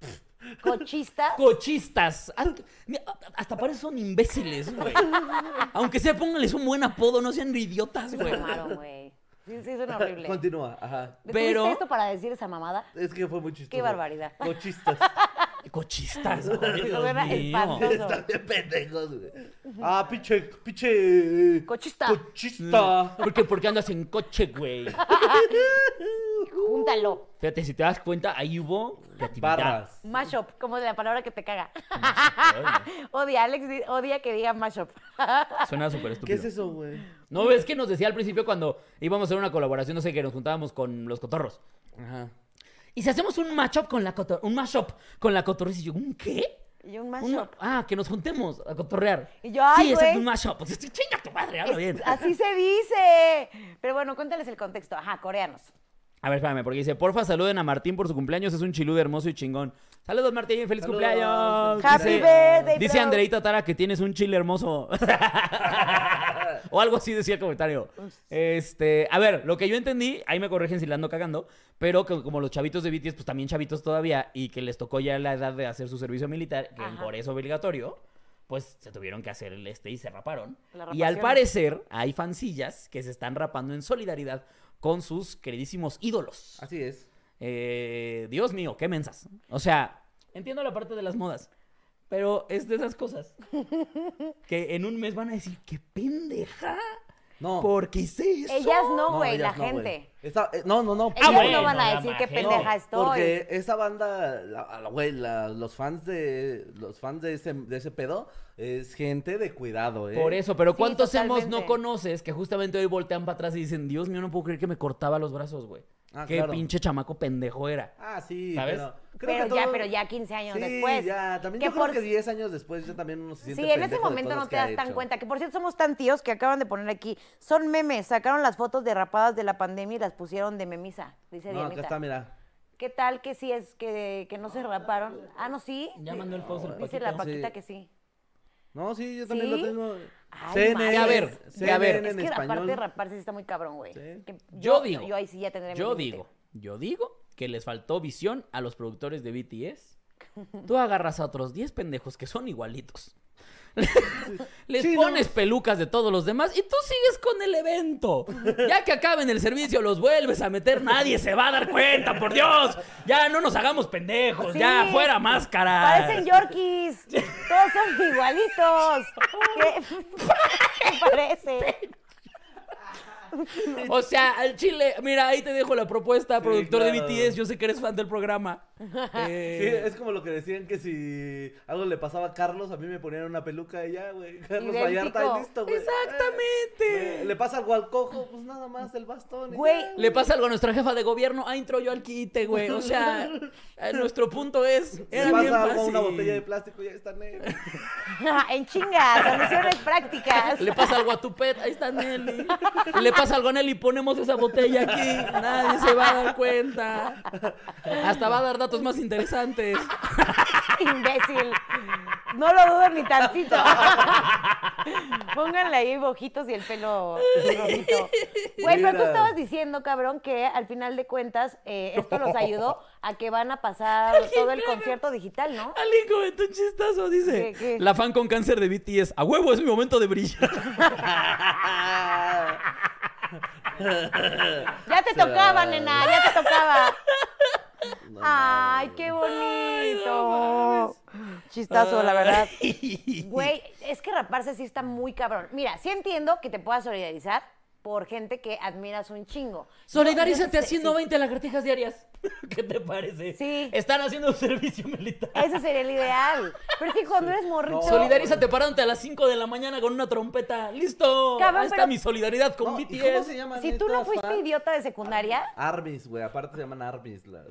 Speaker 4: difícil. Cochista.
Speaker 3: Cochistas. Haz- mira, Hasta parece son imbéciles,
Speaker 4: *laughs*
Speaker 3: güey. Aunque sea, pónganles un buen apodo, no sean iidiotas, güey.
Speaker 4: Tomaron, güey. Sí, sí, suena horrible.
Speaker 1: Continúa, ajá.
Speaker 4: Pero...
Speaker 3: Pero-
Speaker 4: esto para decir esa mamada?
Speaker 1: Es que fue muy chistoso.
Speaker 4: Qué barbaridad. *laughs*
Speaker 1: Cochistas.
Speaker 3: Cochistas, güey. Dios
Speaker 4: Suena
Speaker 3: mío.
Speaker 1: *laughs*
Speaker 4: espantoso.
Speaker 1: Están bien pendejos, güey. Ah, pinche, pinche.
Speaker 4: Cochista.
Speaker 1: Cochista. *laughs*
Speaker 3: ¿Por qué? Porque andas en coche, güey.
Speaker 4: Júntalo.
Speaker 3: Fíjate, si te das cuenta, ahí hubo creatividad.
Speaker 4: Uh.
Speaker 1: Barras.
Speaker 4: Mashup, como de la palabra que te caga.
Speaker 3: Ay,
Speaker 4: *laughs* odia, Alex, di- odia que diga mashup.
Speaker 3: Suena súper
Speaker 1: ¿Qué
Speaker 3: estúpido.
Speaker 1: es eso, güey?
Speaker 3: No, es que nos decía al principio cuando íbamos a hacer una colaboración, no sé, que nos juntábamos con los cotorros.
Speaker 1: Ajá.
Speaker 3: Y si hacemos un matchup con la cotor un mashup con la cotorriza, y yo, ¿un qué?
Speaker 4: *laughs* Y un
Speaker 3: Un-
Speaker 4: mashup.
Speaker 3: ah, que nos juntemos a cotorrear.
Speaker 4: Y yo, ay,
Speaker 3: sí, exacto,
Speaker 4: güey.
Speaker 3: un mashup. Pues, sí, chinga tu madre,
Speaker 4: Ah,
Speaker 3: habla bien.
Speaker 4: Es- así se dice. Pero bueno, cuéntales el contexto. Ajá, coreanos.
Speaker 3: A ver, espérame, porque dice, porfa, saluden a Martín por su cumpleaños, es un chiludo hermoso y chingón. Saludos, Martín, feliz
Speaker 1: Saludos.
Speaker 3: cumpleaños.
Speaker 4: Happy
Speaker 3: Dice-
Speaker 4: birthday,
Speaker 3: Dice
Speaker 4: bro.
Speaker 3: Andreita Tara que tienes un chile
Speaker 4: *laughs*
Speaker 3: hermoso. o algo así decía el comentario.
Speaker 4: Pues
Speaker 3: Este, a ver, lo que yo entendí, ahí me corrigen si la ando cagando, pero que como los chavitos de BTS, pues también chavitos todavía, y que les tocó ya la edad de hacer su servicio militar, que en
Speaker 4: Ajá.
Speaker 3: Corea es obligatorio, pues se tuvieron que hacer el este y se raparon.
Speaker 4: La
Speaker 3: Y al
Speaker 4: rapación.
Speaker 3: parecer hay fancillas que se están rapando en solidaridad con sus queridísimos ídolos.
Speaker 1: Así es.
Speaker 3: Eh, Dios mío, qué mensas. O sea, entiendo la parte de las modas, pero es de esas cosas que en un mes van a decir, qué pendeja,
Speaker 1: No.
Speaker 3: ¿por qué hice eso?
Speaker 4: Ellas no, güey,
Speaker 1: ellas
Speaker 4: la
Speaker 1: no, güey.
Speaker 4: gente.
Speaker 1: Esta- eh, no, no, no.
Speaker 4: Ellas
Speaker 3: Ah, bueno,
Speaker 4: no van a
Speaker 3: la
Speaker 4: decir qué
Speaker 3: magia.
Speaker 4: pendeja
Speaker 1: No,
Speaker 4: estoy.
Speaker 1: Porque esa banda, la- la- güey, la- los fans de los fans de ese, de ese pedo es gente de cuidado, ¿eh?
Speaker 3: Por eso, pero
Speaker 4: Sí,
Speaker 3: ¿cuántos hemos no
Speaker 4: totalmente.
Speaker 3: conoces que justamente hoy voltean para atrás y dicen, Dios mío, no puedo creer que me cortaba los brazos, güey?
Speaker 1: Ah,
Speaker 3: qué
Speaker 1: claro.
Speaker 3: pinche chamaco pendejo era.
Speaker 1: Ah, sí,
Speaker 3: ¿Sabes?
Speaker 1: pero...
Speaker 4: Pero
Speaker 1: que
Speaker 4: ya,
Speaker 1: todo-
Speaker 4: pero ya 15 años
Speaker 1: sí,
Speaker 4: después.
Speaker 1: ya. También
Speaker 4: Que
Speaker 1: yo creo
Speaker 4: por-
Speaker 1: que 10 años después ya también uno se
Speaker 4: Sí,
Speaker 1: siente
Speaker 4: en ese
Speaker 1: pendejo de
Speaker 4: momento
Speaker 1: cosas
Speaker 4: no
Speaker 1: que
Speaker 4: te
Speaker 1: ha
Speaker 4: das tan
Speaker 1: hecho.
Speaker 4: cuenta. Que por cierto, somos tan tíos que acaban de poner aquí. Son memes. Sacaron las fotos derrapadas de la pandemia y las pusieron de memisa, dice
Speaker 1: No, acá
Speaker 4: Dianita.
Speaker 1: está, mira.
Speaker 4: ¿Qué tal que sí es que, que no se raparon? Ah, no, sí.
Speaker 3: Ya mandó el post el
Speaker 4: Dice
Speaker 3: Paquito.
Speaker 4: la Paquita
Speaker 1: Sí.
Speaker 4: que sí.
Speaker 1: No, sí, yo también
Speaker 4: ¿Sí?
Speaker 1: lo tengo.
Speaker 4: Ay,
Speaker 1: CNN,
Speaker 4: madre.
Speaker 3: Ya, a ver, ya, a ver.
Speaker 1: CNN
Speaker 4: Es
Speaker 1: en
Speaker 4: que
Speaker 1: español.
Speaker 4: aparte raparse sí está muy cabrón, güey.
Speaker 1: Sí.
Speaker 4: Que
Speaker 3: Yo digo,
Speaker 4: Yo ahí sí ya tendré mi
Speaker 3: Yo
Speaker 4: límite.
Speaker 3: digo, yo digo que les faltó visión a los productores de BTS. *laughs* Tú agarras a otros 10 pendejos que son
Speaker 1: *laughs*
Speaker 3: igualitos. Les
Speaker 1: Sí, no.
Speaker 3: pones pelucas de todos los demás y tú sigues con el evento. Ya que acaben el servicio, los vuelves a meter. Nadie se va a dar cuenta, por Dios. Ya no nos hagamos pendejos.
Speaker 4: Sí.
Speaker 3: Ya fuera máscara.
Speaker 4: Parecen Yorkies. Todos son
Speaker 3: *laughs*
Speaker 4: igualitos. *laughs* ¿Qué? Parece.
Speaker 3: O sea, al chile. Mira, ahí te dejo la propuesta,
Speaker 1: Sí,
Speaker 3: productor
Speaker 1: claro.
Speaker 3: de BTS. Yo sé que eres fan del programa. Eh,
Speaker 1: Sí, es como lo que decían que si algo le pasaba a Carlos, a mí me ponían una peluca y ya, güey. *laughs* Carlos
Speaker 4: Idéntico.
Speaker 1: Vallarta y listo, güey.
Speaker 3: Exactamente.
Speaker 1: Eh, le pasa algo al cojo, pues nada más el bastón. y
Speaker 4: Güey,
Speaker 1: ya,
Speaker 3: Le pasa algo a nuestra jefa de gobierno, ah, entró yo al quite, güey. O sea, eh, nuestro punto es,
Speaker 1: Le
Speaker 3: era
Speaker 1: pasa
Speaker 3: bien
Speaker 1: algo a una
Speaker 3: fácil.
Speaker 1: botella de plástico y ya
Speaker 3: *laughs*
Speaker 1: está negro.
Speaker 4: *laughs* En chinga, soluciones prácticas.
Speaker 3: Le pasa algo a tu pet, ahí está Nelly. Le pasa algo a Nelly, ponemos esa botella aquí, nadie se va a dar cuenta. Hasta va a dar datos más interesantes.
Speaker 4: *laughs* Imbécil. No lo dudo ni tantito. *laughs* Pónganle ahí bojitos y el pelo rojito. Güey, pero tú
Speaker 1: Mira.
Speaker 4: estabas diciendo, cabrón, que al final de cuentas eh, esto los ayudó a que van a pasar todo el concierto digital, ¿no?
Speaker 3: Alguien comentó un chistazo, dice,
Speaker 4: ¿Qué, qué?
Speaker 3: la fan con cáncer de BTS, a huevo es mi momento de brillar.
Speaker 4: Ya te tocaba,
Speaker 1: Ay.
Speaker 4: nena, ya te tocaba.
Speaker 1: No
Speaker 3: Ah,
Speaker 4: Ay, qué bonito. Chistazo, la verdad.
Speaker 3: *laughs*
Speaker 4: Güey, es que raparse sí está muy cabrón. Mira, sí entiendo que te puedas solidarizar por gente que admiras un chingo.
Speaker 3: Solidarízate a
Speaker 4: Sí.
Speaker 3: 120 lagartijas diarias. *laughs* ¿Qué te parece?
Speaker 4: Sí.
Speaker 3: Están haciendo un servicio militar.
Speaker 4: Eso sería el ideal. Pero es que cuando eres morrito.
Speaker 1: Oh.
Speaker 3: Solidarízate parándote a las 5 de la mañana con una trompeta. ¡Listo!
Speaker 4: Cabrón,
Speaker 3: Ahí está
Speaker 4: pero-
Speaker 3: mi solidaridad con
Speaker 1: No, ¿y
Speaker 3: BTS.
Speaker 1: ¿Cómo se llaman
Speaker 4: Si tú no
Speaker 1: estas
Speaker 4: fuiste
Speaker 1: fans?
Speaker 4: idiota de secundaria,
Speaker 1: Armies, güey. Aparte se llaman armies las.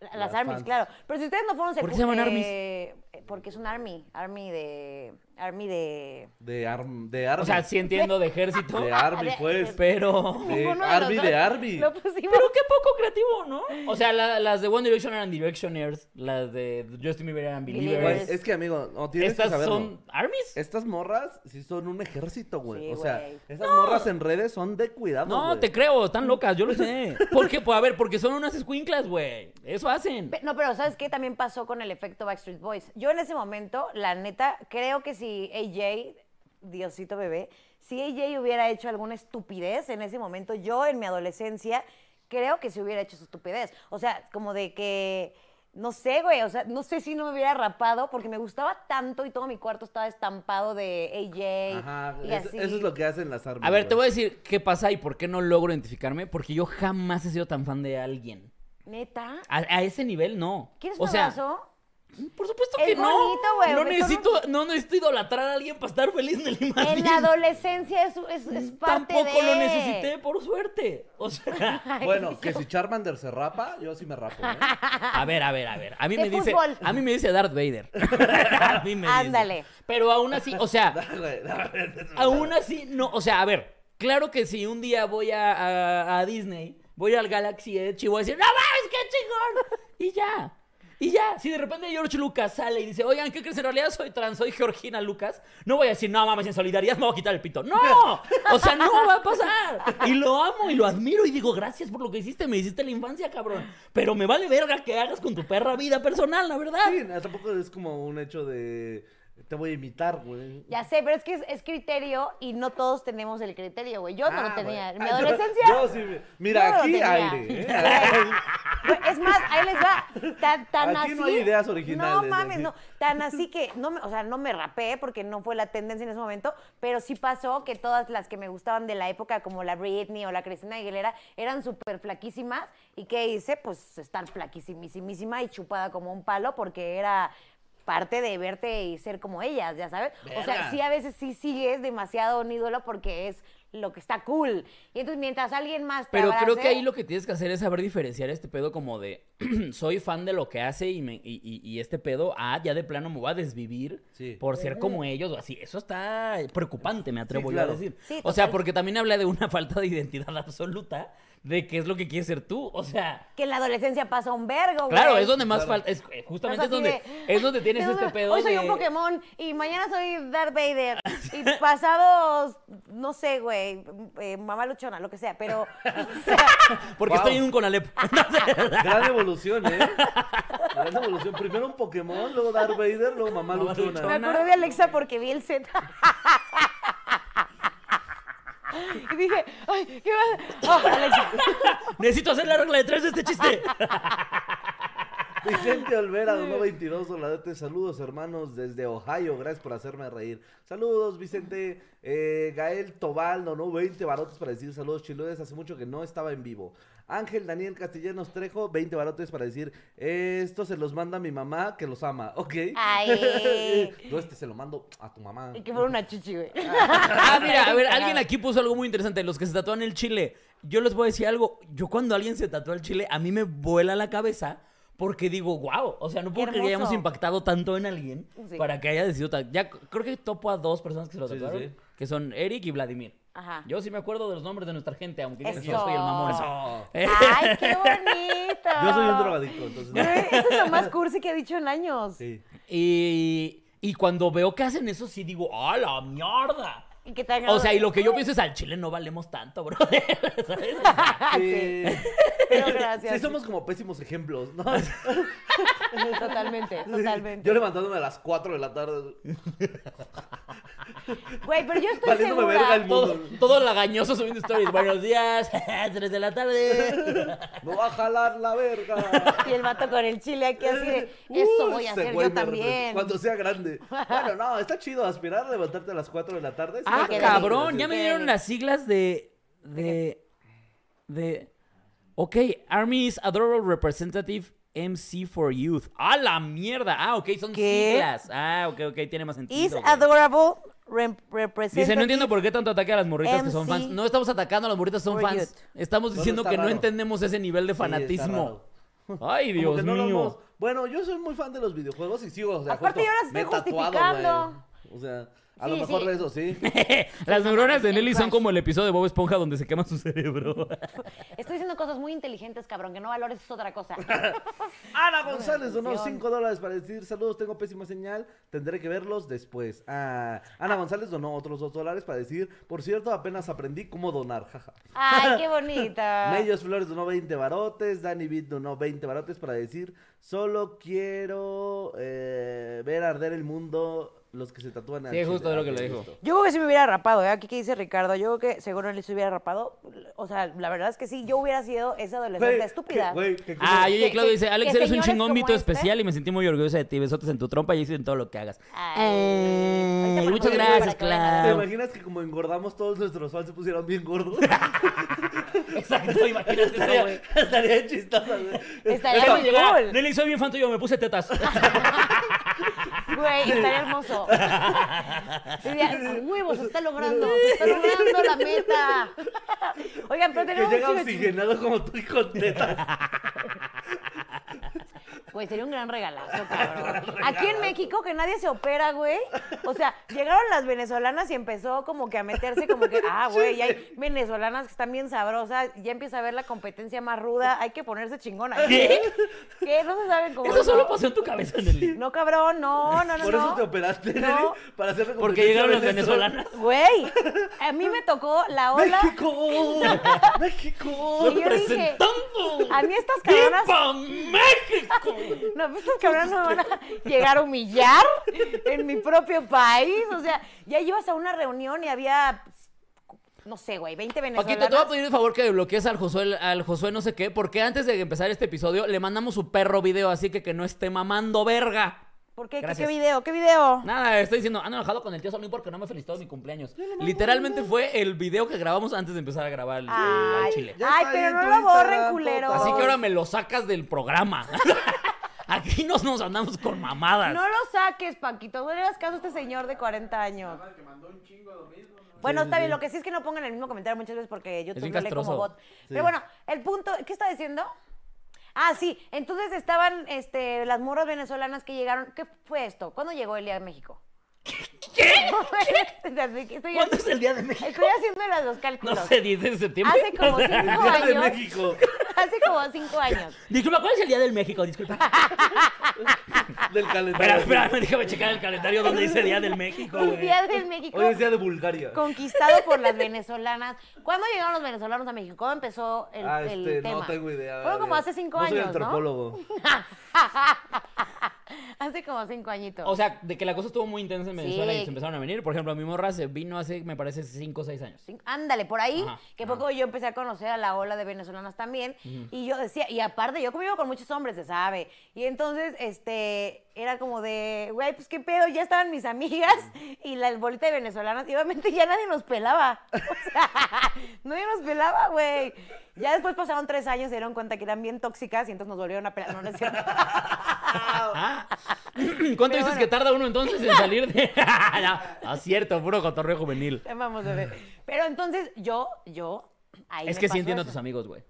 Speaker 4: Las,
Speaker 1: Las
Speaker 4: armies,
Speaker 1: fans.
Speaker 4: claro. Pero si ustedes no fueron
Speaker 3: ¿Por qué
Speaker 4: secu-
Speaker 3: se llaman armies?
Speaker 4: eh, porque es un army. Army de. Army de.
Speaker 1: De, arm, de Army.
Speaker 3: O sea, sí entiendo de
Speaker 1: *laughs*
Speaker 3: ejército,
Speaker 1: De
Speaker 3: *laughs*
Speaker 1: Army,
Speaker 4: de-
Speaker 1: pues.
Speaker 3: pero...
Speaker 1: De
Speaker 4: Ninguno los
Speaker 1: Army,
Speaker 4: dos
Speaker 1: de Army.
Speaker 4: Lo pusimos.
Speaker 3: Pero qué poco creativo, ¿no? O sea, la- las de One Direction eran Directioners, las de Justin Bieber eran
Speaker 4: Believers.
Speaker 3: Believers.
Speaker 1: Güey, es que, amigo, no tienes que
Speaker 3: Estas
Speaker 1: saberlo.
Speaker 3: son armies.
Speaker 1: Estas morras sí son un ejército, güey.
Speaker 4: Sí,
Speaker 1: o sea,
Speaker 4: güey.
Speaker 1: esas morras en redes son de cuidado,
Speaker 3: No,
Speaker 1: güey.
Speaker 3: te creo, están locas, yo lo
Speaker 1: *laughs*
Speaker 3: sé. ¿Por qué? Pues a ver, porque son unas escuinclas, güey. Eso hacen.
Speaker 4: Pe- No, pero ¿sabes qué? También pasó con el efecto Backstreet Boys. Yo en ese momento, la neta, creo que si AJ, Diosito bebé, si AJ hubiera hecho alguna estupidez en ese momento, yo en mi adolescencia, creo que si hubiera hecho su estupidez. O sea, como de que. No sé, güey, o sea, no sé si no me hubiera rapado porque me gustaba tanto y todo mi cuarto estaba estampado de AJ.
Speaker 1: Ajá,
Speaker 4: y
Speaker 1: es-
Speaker 4: así.
Speaker 1: eso es lo que hacen las armas.
Speaker 3: A ver, te voy a decir qué pasa y por qué no logro identificarme, porque yo jamás he sido tan fan de alguien.
Speaker 4: Neta.
Speaker 3: A, a ese nivel, no.
Speaker 4: ¿Quieres
Speaker 3: o
Speaker 4: un
Speaker 3: sea,
Speaker 4: abrazo?
Speaker 3: Por supuesto
Speaker 4: Es
Speaker 3: que no.
Speaker 4: bonito, güey,
Speaker 3: no
Speaker 4: me
Speaker 3: necesito,
Speaker 4: son
Speaker 3: no necesito idolatrar a alguien para estar feliz en el *laughs* más
Speaker 4: En
Speaker 3: bien. mm,
Speaker 4: la adolescencia es, es, es parte
Speaker 3: Tampoco
Speaker 4: de...
Speaker 3: lo necesité, por suerte. O sea,
Speaker 4: Ay,
Speaker 1: Bueno, que si Charmander se rapa, yo sí me rapo, ¿eh?
Speaker 4: *laughs*
Speaker 3: a ver, a ver, a ver. A mí
Speaker 4: De
Speaker 3: me dice,
Speaker 4: fútbol.
Speaker 3: a mí me dice Darth Vader. *laughs* a mí me dice.
Speaker 4: Ándale.
Speaker 3: Pero aún así, o sea,
Speaker 1: Dale, dale.
Speaker 3: Aún así, no, o sea, a ver, claro que si un día voy a, a- a Disney, voy al Galaxy Edge y voy a decir, ¡No mames, qué chingón! Y ya, y ya. Si de repente George Lucas sale y dice, Oigan, ¿qué crees? En realidad soy trans, soy Georgina Lucas, no voy a decir, No mames, en solidaridad me voy a quitar el pito. ¡No! O sea, no va a pasar. Y lo amo y lo admiro y digo, Gracias por lo que hiciste, me hiciste la infancia, cabrón. Pero me vale verga que hagas con tu perra vida personal, la verdad.
Speaker 1: Sí, no, tampoco es como un hecho de. Te voy a imitar, güey.
Speaker 4: Ya sé, pero es que es, es criterio y no todos tenemos el criterio, güey. Yo no
Speaker 1: Ah,
Speaker 4: lo tenía.
Speaker 1: güey.
Speaker 4: En mi
Speaker 1: Ah, yo-
Speaker 4: adolescencia.
Speaker 1: Yo, sí, me- mira,
Speaker 4: yo no lo
Speaker 1: aquí
Speaker 4: tenía.
Speaker 1: aire.
Speaker 4: *laughs*
Speaker 1: ¿eh?
Speaker 4: Güey, Es más, ahí les va. Tan, tan
Speaker 1: Aquí
Speaker 4: así.
Speaker 1: no hay ideas
Speaker 4: No
Speaker 1: originales,
Speaker 4: mames,
Speaker 1: así.
Speaker 4: no. Tan así que no me, o sea, no me rapé porque no fue la tendencia en ese momento, pero sí pasó que todas las que me gustaban de la época, como la Britney o la Cristina Aguilera, eran súper flaquísimas. ¿Y qué hice? Pues estar flaquísimísima y chupada como un palo porque era parte de verte y ser como ellas, ya sabes. O sea,
Speaker 1: Verga.
Speaker 4: sí a veces sí sigues demasiado a un ídolo porque es lo que está cool. Y entonces mientras alguien más te
Speaker 3: Pero creo que
Speaker 4: abrace-
Speaker 3: ahí lo que tienes que hacer es saber diferenciar este pedo como de *clears throat* soy fan de lo que hace y, me, y, y- y este pedo, ah, ya de plano me voy a desvivir
Speaker 1: Sí.
Speaker 3: por ser como ellos o así. Eso está preocupante, me atrevo
Speaker 1: claro.
Speaker 3: yo a decir.
Speaker 4: Sí,
Speaker 3: o sea,
Speaker 4: total.
Speaker 3: porque también habla de una *laughs* falta de identidad absoluta de qué es lo que quieres ser tú. O sea,
Speaker 4: Que en la adolescencia pasa un vergo, güey.
Speaker 3: claro, es donde más
Speaker 1: Claro.
Speaker 3: falta. Es, eh,
Speaker 4: Estás
Speaker 3: justamente es
Speaker 4: así
Speaker 3: donde,
Speaker 4: de,
Speaker 3: es donde tienes
Speaker 4: "Tengo-
Speaker 3: este pedo.
Speaker 4: Hoy soy
Speaker 3: de-
Speaker 4: un Pokémon y mañana soy
Speaker 3: *laughs*
Speaker 4: Darth Vader. Y pasados, no sé, güey, eh, mamá luchona, lo que sea, pero... o sea,
Speaker 3: Porque
Speaker 1: Wow.
Speaker 3: estoy en un Conalep. *laughs*
Speaker 1: Gran evolución, ¿eh? Gran evolución. Primero un Pokémon, luego Darth Vader, luego Mamá
Speaker 3: Mamá
Speaker 4: me
Speaker 1: Luchona.
Speaker 3: Luchona.
Speaker 4: acordé de Alexa porque vi el Z. *laughs* Y dije, ay, ¿qué va? Oh, Alexa.
Speaker 3: Necesito hacer la regla de tres de este
Speaker 4: *laughs*
Speaker 3: chiste.
Speaker 1: Vicente Olvera, donó 22 dólares. Saludos, hermanos, desde Ohio. Gracias por hacerme reír. Saludos, Vicente. Eh, Gael Tobal donó 20 barotes para decir saludos, chiludes. Hace mucho que no estaba en vivo. Ángel Daniel Castellanos Trejo, 20 barotes para decir, esto se los manda mi mamá, que los ama, *laughs* ¿ok?
Speaker 4: Ay.
Speaker 1: Yo este se lo mando a tu mamá.
Speaker 4: Y que fuera una chichi, güey.
Speaker 3: Ah, mira, a ver, alguien aquí puso algo muy interesante. Los que se tatúan el chile. Yo les voy a decir algo. Yo cuando alguien se tatúa el chile, a mí me vuela la cabeza porque digo, wow. O sea, no puedo
Speaker 4: Qué
Speaker 3: creer que hayamos
Speaker 4: hermoso.
Speaker 3: impactado tanto en alguien
Speaker 4: Sí.
Speaker 3: para que haya decidido. ta- Ya c- creo que topo a dos personas que se lo
Speaker 1: Sí, sí,
Speaker 3: tatuaron,
Speaker 1: sí.
Speaker 3: que son Eric y Vladimir.
Speaker 4: Ajá.
Speaker 3: Yo sí me acuerdo de los nombres de nuestra gente, aunque digan que yo
Speaker 4: Eso.
Speaker 3: soy el mamón.
Speaker 1: Eso.
Speaker 3: Eh,
Speaker 4: Ay, qué bonito.
Speaker 1: Yo soy un drogadicto, entonces... no.
Speaker 4: Güey, Eso es lo más cursi que he dicho en años.
Speaker 1: Sí.
Speaker 3: *laughs*
Speaker 4: *laughs*
Speaker 3: Y, y cuando veo que hacen eso, sí digo, ¡ah, la mierda!
Speaker 4: Y que tengan-
Speaker 3: O sea, y lo que yo pienso es, al chile no valemos tanto, bro. *laughs* ¿Sabes?
Speaker 4: Ah, Sí,
Speaker 1: Sí.
Speaker 4: pero gracias.
Speaker 1: *laughs* Sí, somos como pésimos ejemplos, ¿no?
Speaker 4: Totalmente,
Speaker 1: *laughs*
Speaker 4: totalmente.
Speaker 1: Yo levantándome a las 4 de la tarde.
Speaker 4: Güey, pero yo estoy
Speaker 1: Valiéndome verga el
Speaker 4: segura.
Speaker 1: mundo.
Speaker 3: Todo, todo lagañoso subiendo stories. Buenos días, *laughs* 3 de la
Speaker 4: *laughs*
Speaker 3: tarde.
Speaker 1: No va a jalar la verga.
Speaker 4: Y el vato con el chile aquí
Speaker 1: *laughs*
Speaker 4: así de,
Speaker 1: Uh,
Speaker 4: eso voy a
Speaker 1: se
Speaker 4: hacer
Speaker 1: vuelve
Speaker 4: yo
Speaker 1: de repente,
Speaker 4: también.
Speaker 1: Cuando sea grande. Bueno, no, está chido aspirar a levantarte a las 4 de la tarde. sí,
Speaker 3: Ah,
Speaker 1: no te
Speaker 3: cabrón,
Speaker 1: preocupes,
Speaker 3: ya me
Speaker 1: sí.
Speaker 3: dieron las siglas de. de. de. Ok, Army is Adorable Representative MC for Youth. ¡Ah, la mierda! Ah, ok, son
Speaker 4: ¿Qué?
Speaker 3: siglas. Ah, ok, ok, tiene más sentido.
Speaker 4: Is
Speaker 3: güey.
Speaker 4: adorable rem- representative.
Speaker 3: Dice, no entiendo por qué tanto ataque a las morritas que son
Speaker 4: MC
Speaker 3: fans. No estamos atacando a las morritas que son
Speaker 4: for
Speaker 3: fans.
Speaker 4: youth.
Speaker 3: Estamos
Speaker 1: Solo
Speaker 3: diciendo
Speaker 1: está
Speaker 3: que no
Speaker 1: raro.
Speaker 3: entendemos ese nivel de
Speaker 1: Sí, está
Speaker 3: fanatismo.
Speaker 1: raro.
Speaker 3: Ay,
Speaker 1: Como
Speaker 3: Dios
Speaker 1: que no lo
Speaker 3: mío.
Speaker 1: hemos- Bueno, yo soy muy fan de los videojuegos y sigo, o sea,
Speaker 2: Aparte,
Speaker 1: justo,
Speaker 2: yo las estoy
Speaker 1: me he tatuado,
Speaker 2: justificando.
Speaker 1: güey. O sea, a
Speaker 2: Sí,
Speaker 1: lo mejor
Speaker 2: sí.
Speaker 1: de eso, sí.
Speaker 3: *laughs* Las neuronas de
Speaker 2: el
Speaker 3: Nelly son
Speaker 2: crush.
Speaker 3: como el episodio de Bob Esponja donde se quema su cerebro.
Speaker 2: Estoy diciendo cosas muy inteligentes, cabrón, que no valores es otra
Speaker 1: *laughs*
Speaker 2: cosa.
Speaker 1: Ana González donó
Speaker 2: atención.
Speaker 1: 5 dólares para decir saludos, tengo pésima señal, tendré que verlos después. Ah, Ana González donó otros 2 dólares para decir, por cierto, apenas aprendí cómo donar, jaja.
Speaker 2: Ay, qué bonita.
Speaker 1: Mellos Flores donó 20 barotes, Dani Bit donó 20 barotes para decir, solo quiero eh, ver arder el mundo los que se tatúan. al
Speaker 3: Sí, justo
Speaker 1: chile".
Speaker 3: de lo que
Speaker 1: Ah,
Speaker 3: le
Speaker 1: qué
Speaker 3: dijo.
Speaker 1: gusto.
Speaker 2: Yo creo que si me hubiera rapado, ¿eh? Aquí que dice Ricardo, yo creo que seguro él se hubiera rapado. O sea, la verdad es que sí, yo hubiera sido esa adolescente
Speaker 1: Güey, qué-
Speaker 2: estúpida.
Speaker 1: güey, qué cosa.
Speaker 3: Ah, y
Speaker 2: Que-
Speaker 3: Claudio
Speaker 2: que-
Speaker 3: dice, Alex,
Speaker 2: que
Speaker 3: eres un
Speaker 2: señores
Speaker 3: chingón
Speaker 2: como
Speaker 3: mito
Speaker 2: este-
Speaker 3: especial y me sentí muy orgullosa de ti. Besotes en tu trompa y éxito en todo lo que hagas.
Speaker 1: Eh,
Speaker 2: Ay,
Speaker 3: Ay,
Speaker 2: ahorita
Speaker 3: muchas
Speaker 2: ponemos
Speaker 3: gracias,
Speaker 2: para que vean.
Speaker 1: ¿Te
Speaker 3: Clau.
Speaker 1: imaginas que como engordamos todos nuestros fans se pusieron bien
Speaker 3: *laughs*
Speaker 1: gordos?
Speaker 3: Exacto, imagínate eso, güey.
Speaker 1: Estaría chistoso, güey.
Speaker 2: Estaría
Speaker 3: Eso
Speaker 2: muy
Speaker 3: llega,
Speaker 2: cool. Ah,
Speaker 3: Nelly, soy bien fan tuyo, me puse tetas.
Speaker 2: Güey,
Speaker 1: *laughs*
Speaker 2: estaría hermoso. Diría, huevos, se está logrando,
Speaker 1: *laughs*
Speaker 2: se está logrando la meta. Oigan, pero
Speaker 1: Que
Speaker 2: tenemos un
Speaker 1: llega
Speaker 2: chingo de chismes.
Speaker 1: oxigenado como tú y
Speaker 3: *laughs*
Speaker 1: con tetas.
Speaker 2: Güey, sería un gran regalazo, *laughs* cabrón. Aquí en México que nadie se opera, güey. O sea, llegaron las venezolanas y empezó como que a meterse como que, ah, güey, ya hay venezolanas que están bien sabrosas, ya empieza a ver la competencia más ruda, hay que ponerse chingona. ¿Qué? ¿Qué? No se saben
Speaker 3: *laughs*
Speaker 2: cómo.
Speaker 3: Eso solo pasó en tu cabeza, Nelly.
Speaker 2: No, cabrón, no, no, no.
Speaker 1: Por
Speaker 2: no.
Speaker 1: eso te operaste,
Speaker 2: No.
Speaker 1: Nelly, para hacer la
Speaker 3: Porque
Speaker 1: competencia
Speaker 3: llegaron las
Speaker 1: venezolana.
Speaker 3: venezolanas.
Speaker 2: Güey, a mí me tocó la ola. *laughs*
Speaker 1: ¡México! ¡México!
Speaker 2: Y yo dije,
Speaker 3: ¡Presentando!
Speaker 2: a mí estas cabronas
Speaker 3: ¡Viva México!
Speaker 2: *laughs* No, pues estos cabrones no me van a llegar a humillar en mi propio país. O sea, ya ibas a una reunión y había, pues, no sé, güey, 20 venezolanos.
Speaker 3: Paquito, te voy a pedir el favor que bloquees al Josué, al Josué no sé qué, porque antes de empezar este episodio le mandamos su perro video, así que que no esté mamando verga.
Speaker 2: ¿Por qué? ¿Qué- ¿Qué,
Speaker 3: Gracias.
Speaker 2: video? ¿Qué video?
Speaker 3: Nada, estoy diciendo, han enojado con el tío Solín porque no me felicitó en mi cumpleaños. Literalmente fue el video que grabamos antes de empezar a grabar el, el- al
Speaker 2: Ay,
Speaker 3: chile.
Speaker 1: Ya
Speaker 2: ay
Speaker 1: está ahí
Speaker 2: pero
Speaker 1: en
Speaker 2: no
Speaker 1: tu
Speaker 2: lo borren,
Speaker 1: Instagram,
Speaker 2: culero.
Speaker 1: puta.
Speaker 3: Así que ahora me lo sacas del programa. *laughs* Aquí nos, nos andamos con mamadas.
Speaker 2: No lo saques, Paquito. No le hagas caso a este señor de 40 años. Bueno,
Speaker 1: Sí,
Speaker 2: está
Speaker 1: sí,
Speaker 2: bien.
Speaker 1: sí.
Speaker 2: Lo que sí es que no pongan el mismo comentario muchas veces porque YouTube
Speaker 3: bien
Speaker 2: lo lee como
Speaker 3: castroso.
Speaker 2: bot.
Speaker 1: Sí.
Speaker 2: Pero bueno, el punto... ¿Qué está diciendo? Ah, sí. Entonces estaban este, las morras venezolanas que llegaron. ¿Qué fue esto? ¿Cuándo llegó el día de México? *laughs* ¿Qué? estoy,
Speaker 3: ¿Cuándo es el Día de México?
Speaker 2: *laughs* estoy haciendo las dos cálculos.
Speaker 3: No sé, 10 de septiembre.
Speaker 2: Hace como
Speaker 3: *laughs*
Speaker 2: cinco
Speaker 1: El Día de
Speaker 2: años.
Speaker 1: México.
Speaker 2: Hace como cinco años.
Speaker 3: Disculpa, ¿cuál es el Día del México?
Speaker 2: *laughs*
Speaker 3: Disculpa.
Speaker 1: Del
Speaker 3: Ah, Espera,
Speaker 1: calendario.
Speaker 3: espera, déjame checar el calendario donde dice Día del México,
Speaker 2: El
Speaker 3: güey.
Speaker 2: día del México.
Speaker 1: Hoy es día de Bulgaria.
Speaker 2: conquistado por las venezolanas. ¿Cuándo llegaron los venezolanos a México? ¿Cuándo empezó el,
Speaker 1: ah,
Speaker 2: el
Speaker 1: este,
Speaker 2: tema?
Speaker 1: no tengo idea.
Speaker 2: Fue como
Speaker 1: Adrián.
Speaker 2: hace cinco
Speaker 1: no
Speaker 2: años,
Speaker 1: soy
Speaker 2: *laughs*
Speaker 1: antropólogo.
Speaker 2: ¿no? Hace como cinco añitos.
Speaker 3: O sea, de que la cosa estuvo muy intensa en Venezuela
Speaker 2: Sí.
Speaker 3: y se empezaron a venir. Por ejemplo, mi morra se vino hace, me parece, 5 o 6 años.
Speaker 2: Cinco- Ándale, por ahí,
Speaker 3: Ajá,
Speaker 2: que poco yo empecé a conocer a la ola de venezolanas también. Y yo decía, y aparte, yo convivo con muchos hombres, se sabe. Y entonces, este, era como de, güey, pues qué pedo, ya estaban mis amigas y la bolita de venezolanas. Y obviamente ya nadie nos pelaba. *laughs* O sea, nadie nos pelaba, güey. Ya después pasaron tres años, se dieron cuenta que eran bien tóxicas y entonces nos volvieron a pelar. No, no es cierto. *laughs*
Speaker 3: Ah. *clears throat* ¿Cuánto dices
Speaker 2: bueno.
Speaker 3: que tarda uno entonces en salir de.? *laughs* Ya, Acierto, puro cotorreo juvenil.
Speaker 2: Te amamos, bebé. Pero entonces, yo, yo, ahí
Speaker 3: Es
Speaker 2: me
Speaker 3: que sí
Speaker 2: pasó
Speaker 3: entiendo a
Speaker 2: eso.
Speaker 3: tus amigos, güey.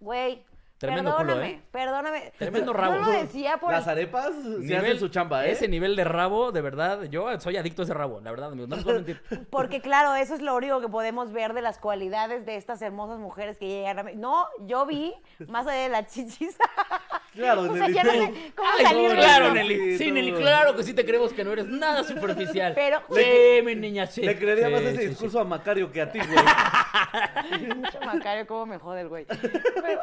Speaker 2: Güey,
Speaker 3: Tremendo culo,
Speaker 2: perdóname,
Speaker 3: ¿eh?
Speaker 2: perdóname.
Speaker 3: Tremendo rabo.
Speaker 2: No lo decía por
Speaker 1: Las arepas se hacen su chamba, ¿eh?
Speaker 3: Ese nivel de rabo, de verdad, yo soy adicto a ese rabo, la verdad, amigos. No les voy a
Speaker 2: *laughs*
Speaker 3: mentir.
Speaker 2: Porque claro, eso es lo único que podemos ver de las cualidades de estas hermosas mujeres que llegan a... México. No, yo vi más allá de las chichis. *laughs*
Speaker 1: Claro,
Speaker 2: o sea,
Speaker 1: Nelly,
Speaker 2: ya no
Speaker 1: tú.
Speaker 2: sé cómo
Speaker 3: Ay,
Speaker 2: salir de
Speaker 3: claro,
Speaker 2: eso.
Speaker 3: Nelly. Sí,
Speaker 1: Sí,
Speaker 3: Nelly,
Speaker 1: no.
Speaker 3: claro que sí te creemos que no eres nada superficial.
Speaker 2: Pero-
Speaker 3: Sí, mi niña, sí.
Speaker 1: Le creería
Speaker 3: Sí,
Speaker 1: más
Speaker 3: sí,
Speaker 1: ese
Speaker 3: sí.
Speaker 1: discurso a Macario que a ti, güey.
Speaker 2: Mucho Macario, cómo me jode el güey. Pero,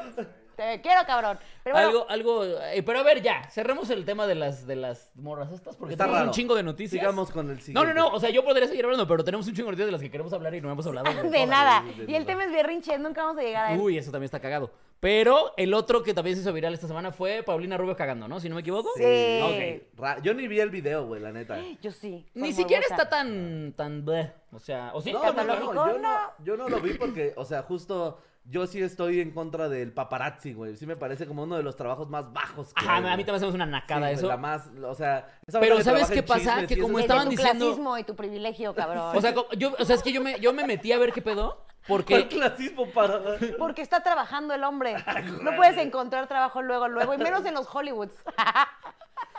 Speaker 2: te quiero, cabrón. Pero bueno,
Speaker 3: Algo, algo. eh, pero a ver, ya, cerremos el tema de las, de las morras estas, porque
Speaker 1: Está
Speaker 3: tenemos
Speaker 1: raro.
Speaker 3: un chingo de noticias.
Speaker 1: Sigamos con el
Speaker 3: No, no,
Speaker 1: siguiente.
Speaker 3: no, o sea, yo podría seguir hablando, pero tenemos un chingo de noticias de las que queremos hablar y no hemos hablado. güey,
Speaker 2: *laughs* de
Speaker 3: todas.
Speaker 2: nada.
Speaker 1: sí, sí,
Speaker 2: Y el
Speaker 1: no.
Speaker 2: tema es berrinche, nunca vamos a llegar a él.
Speaker 3: Uy, eso también está cagado. Pero el otro que también se hizo viral esta semana fue Paulina Rubio cagando, ¿no? Si no me equivoco.
Speaker 2: Sí.
Speaker 1: Ok. Ra- Yo ni vi el video, güey, la
Speaker 2: *gasps*
Speaker 1: neta.
Speaker 2: Yo sí.
Speaker 3: Ni
Speaker 2: soy
Speaker 3: siquiera
Speaker 2: morbosa.
Speaker 3: está tan, tan, bleh. o sea, o sí,
Speaker 1: No, no, no,
Speaker 2: escatológico,
Speaker 1: no, yo
Speaker 2: no.
Speaker 1: no, yo no lo vi porque, o sea, justo yo sí estoy en contra del paparazzi, güey. Sí me parece como uno de los trabajos más bajos que
Speaker 3: Ajá,
Speaker 1: hay,
Speaker 3: a mí
Speaker 1: güey.
Speaker 3: también hacemos una nacada
Speaker 1: Sí, güey,
Speaker 3: eso.
Speaker 1: La más, o sea, esa
Speaker 3: Pero
Speaker 1: banda
Speaker 3: ¿sabes
Speaker 1: que trabaja
Speaker 3: qué
Speaker 1: en
Speaker 3: pasa?
Speaker 1: chismes
Speaker 3: Que
Speaker 1: y
Speaker 3: como
Speaker 1: esas
Speaker 2: Desde
Speaker 3: estaban
Speaker 2: tu
Speaker 3: diciendo-
Speaker 2: clasismo y tu privilegio, cabrón.
Speaker 3: O sea, como- yo, o sea, es que yo me, yo me metí a ver qué pedo.
Speaker 1: ¿Cuál *laughs*
Speaker 3: Porque
Speaker 1: clasismo para.?
Speaker 2: Porque está trabajando
Speaker 3: *laughs*
Speaker 2: el hombre. No puedes encontrar trabajo luego, luego, y menos en los Hollywoods.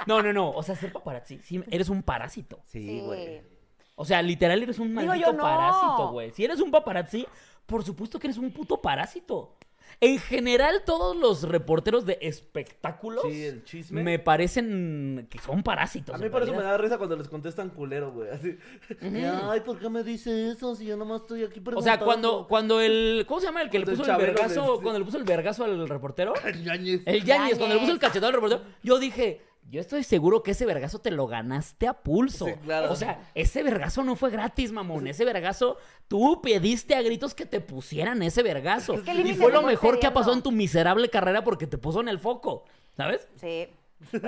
Speaker 3: No, no, no. O sea, ser paparazzi, sí, eres un parásito.
Speaker 1: Sí, güey.
Speaker 3: O sea, literal eres un
Speaker 2: Digo
Speaker 3: maldito
Speaker 2: yo, no.
Speaker 3: parásito, güey. Si eres un paparazzi, por supuesto que eres un puto parásito. En general, todos los reporteros de espectáculos
Speaker 1: Sí, el chisme.
Speaker 3: me parecen que son parásitos.
Speaker 1: A mí
Speaker 3: en
Speaker 1: por eso me
Speaker 3: realidad.
Speaker 1: da risa cuando les contestan culero, güey. Así. Ay, ¿por qué me dice eso si yo nomás estoy aquí
Speaker 3: O sea,
Speaker 1: preguntando?
Speaker 3: cuando, cuando el. ¿Cómo se llama el que le
Speaker 1: Cuando
Speaker 3: puso
Speaker 1: el
Speaker 3: el
Speaker 1: Chabelo
Speaker 3: vergazo?
Speaker 1: les-
Speaker 3: Cuando le puso el vergazo al reportero.
Speaker 1: Ñañez.
Speaker 3: El Yañez, cuando le puso
Speaker 2: Yáñez.
Speaker 3: el cachetón al reportero, yo dije, yo estoy seguro que ese vergazo te lo ganaste a pulso.
Speaker 1: Sí, claro.
Speaker 3: O sea, ese vergazo no fue gratis, mamón. Ese vergazo, tú pediste a gritos que te pusieran ese vergazo.
Speaker 2: Es que el
Speaker 3: y
Speaker 2: límite
Speaker 3: fue
Speaker 2: se
Speaker 3: lo
Speaker 2: fue
Speaker 3: mejor que ha pasado en
Speaker 2: perdiendo.
Speaker 3: tu miserable carrera porque te puso en el foco, ¿sabes?
Speaker 2: Sí.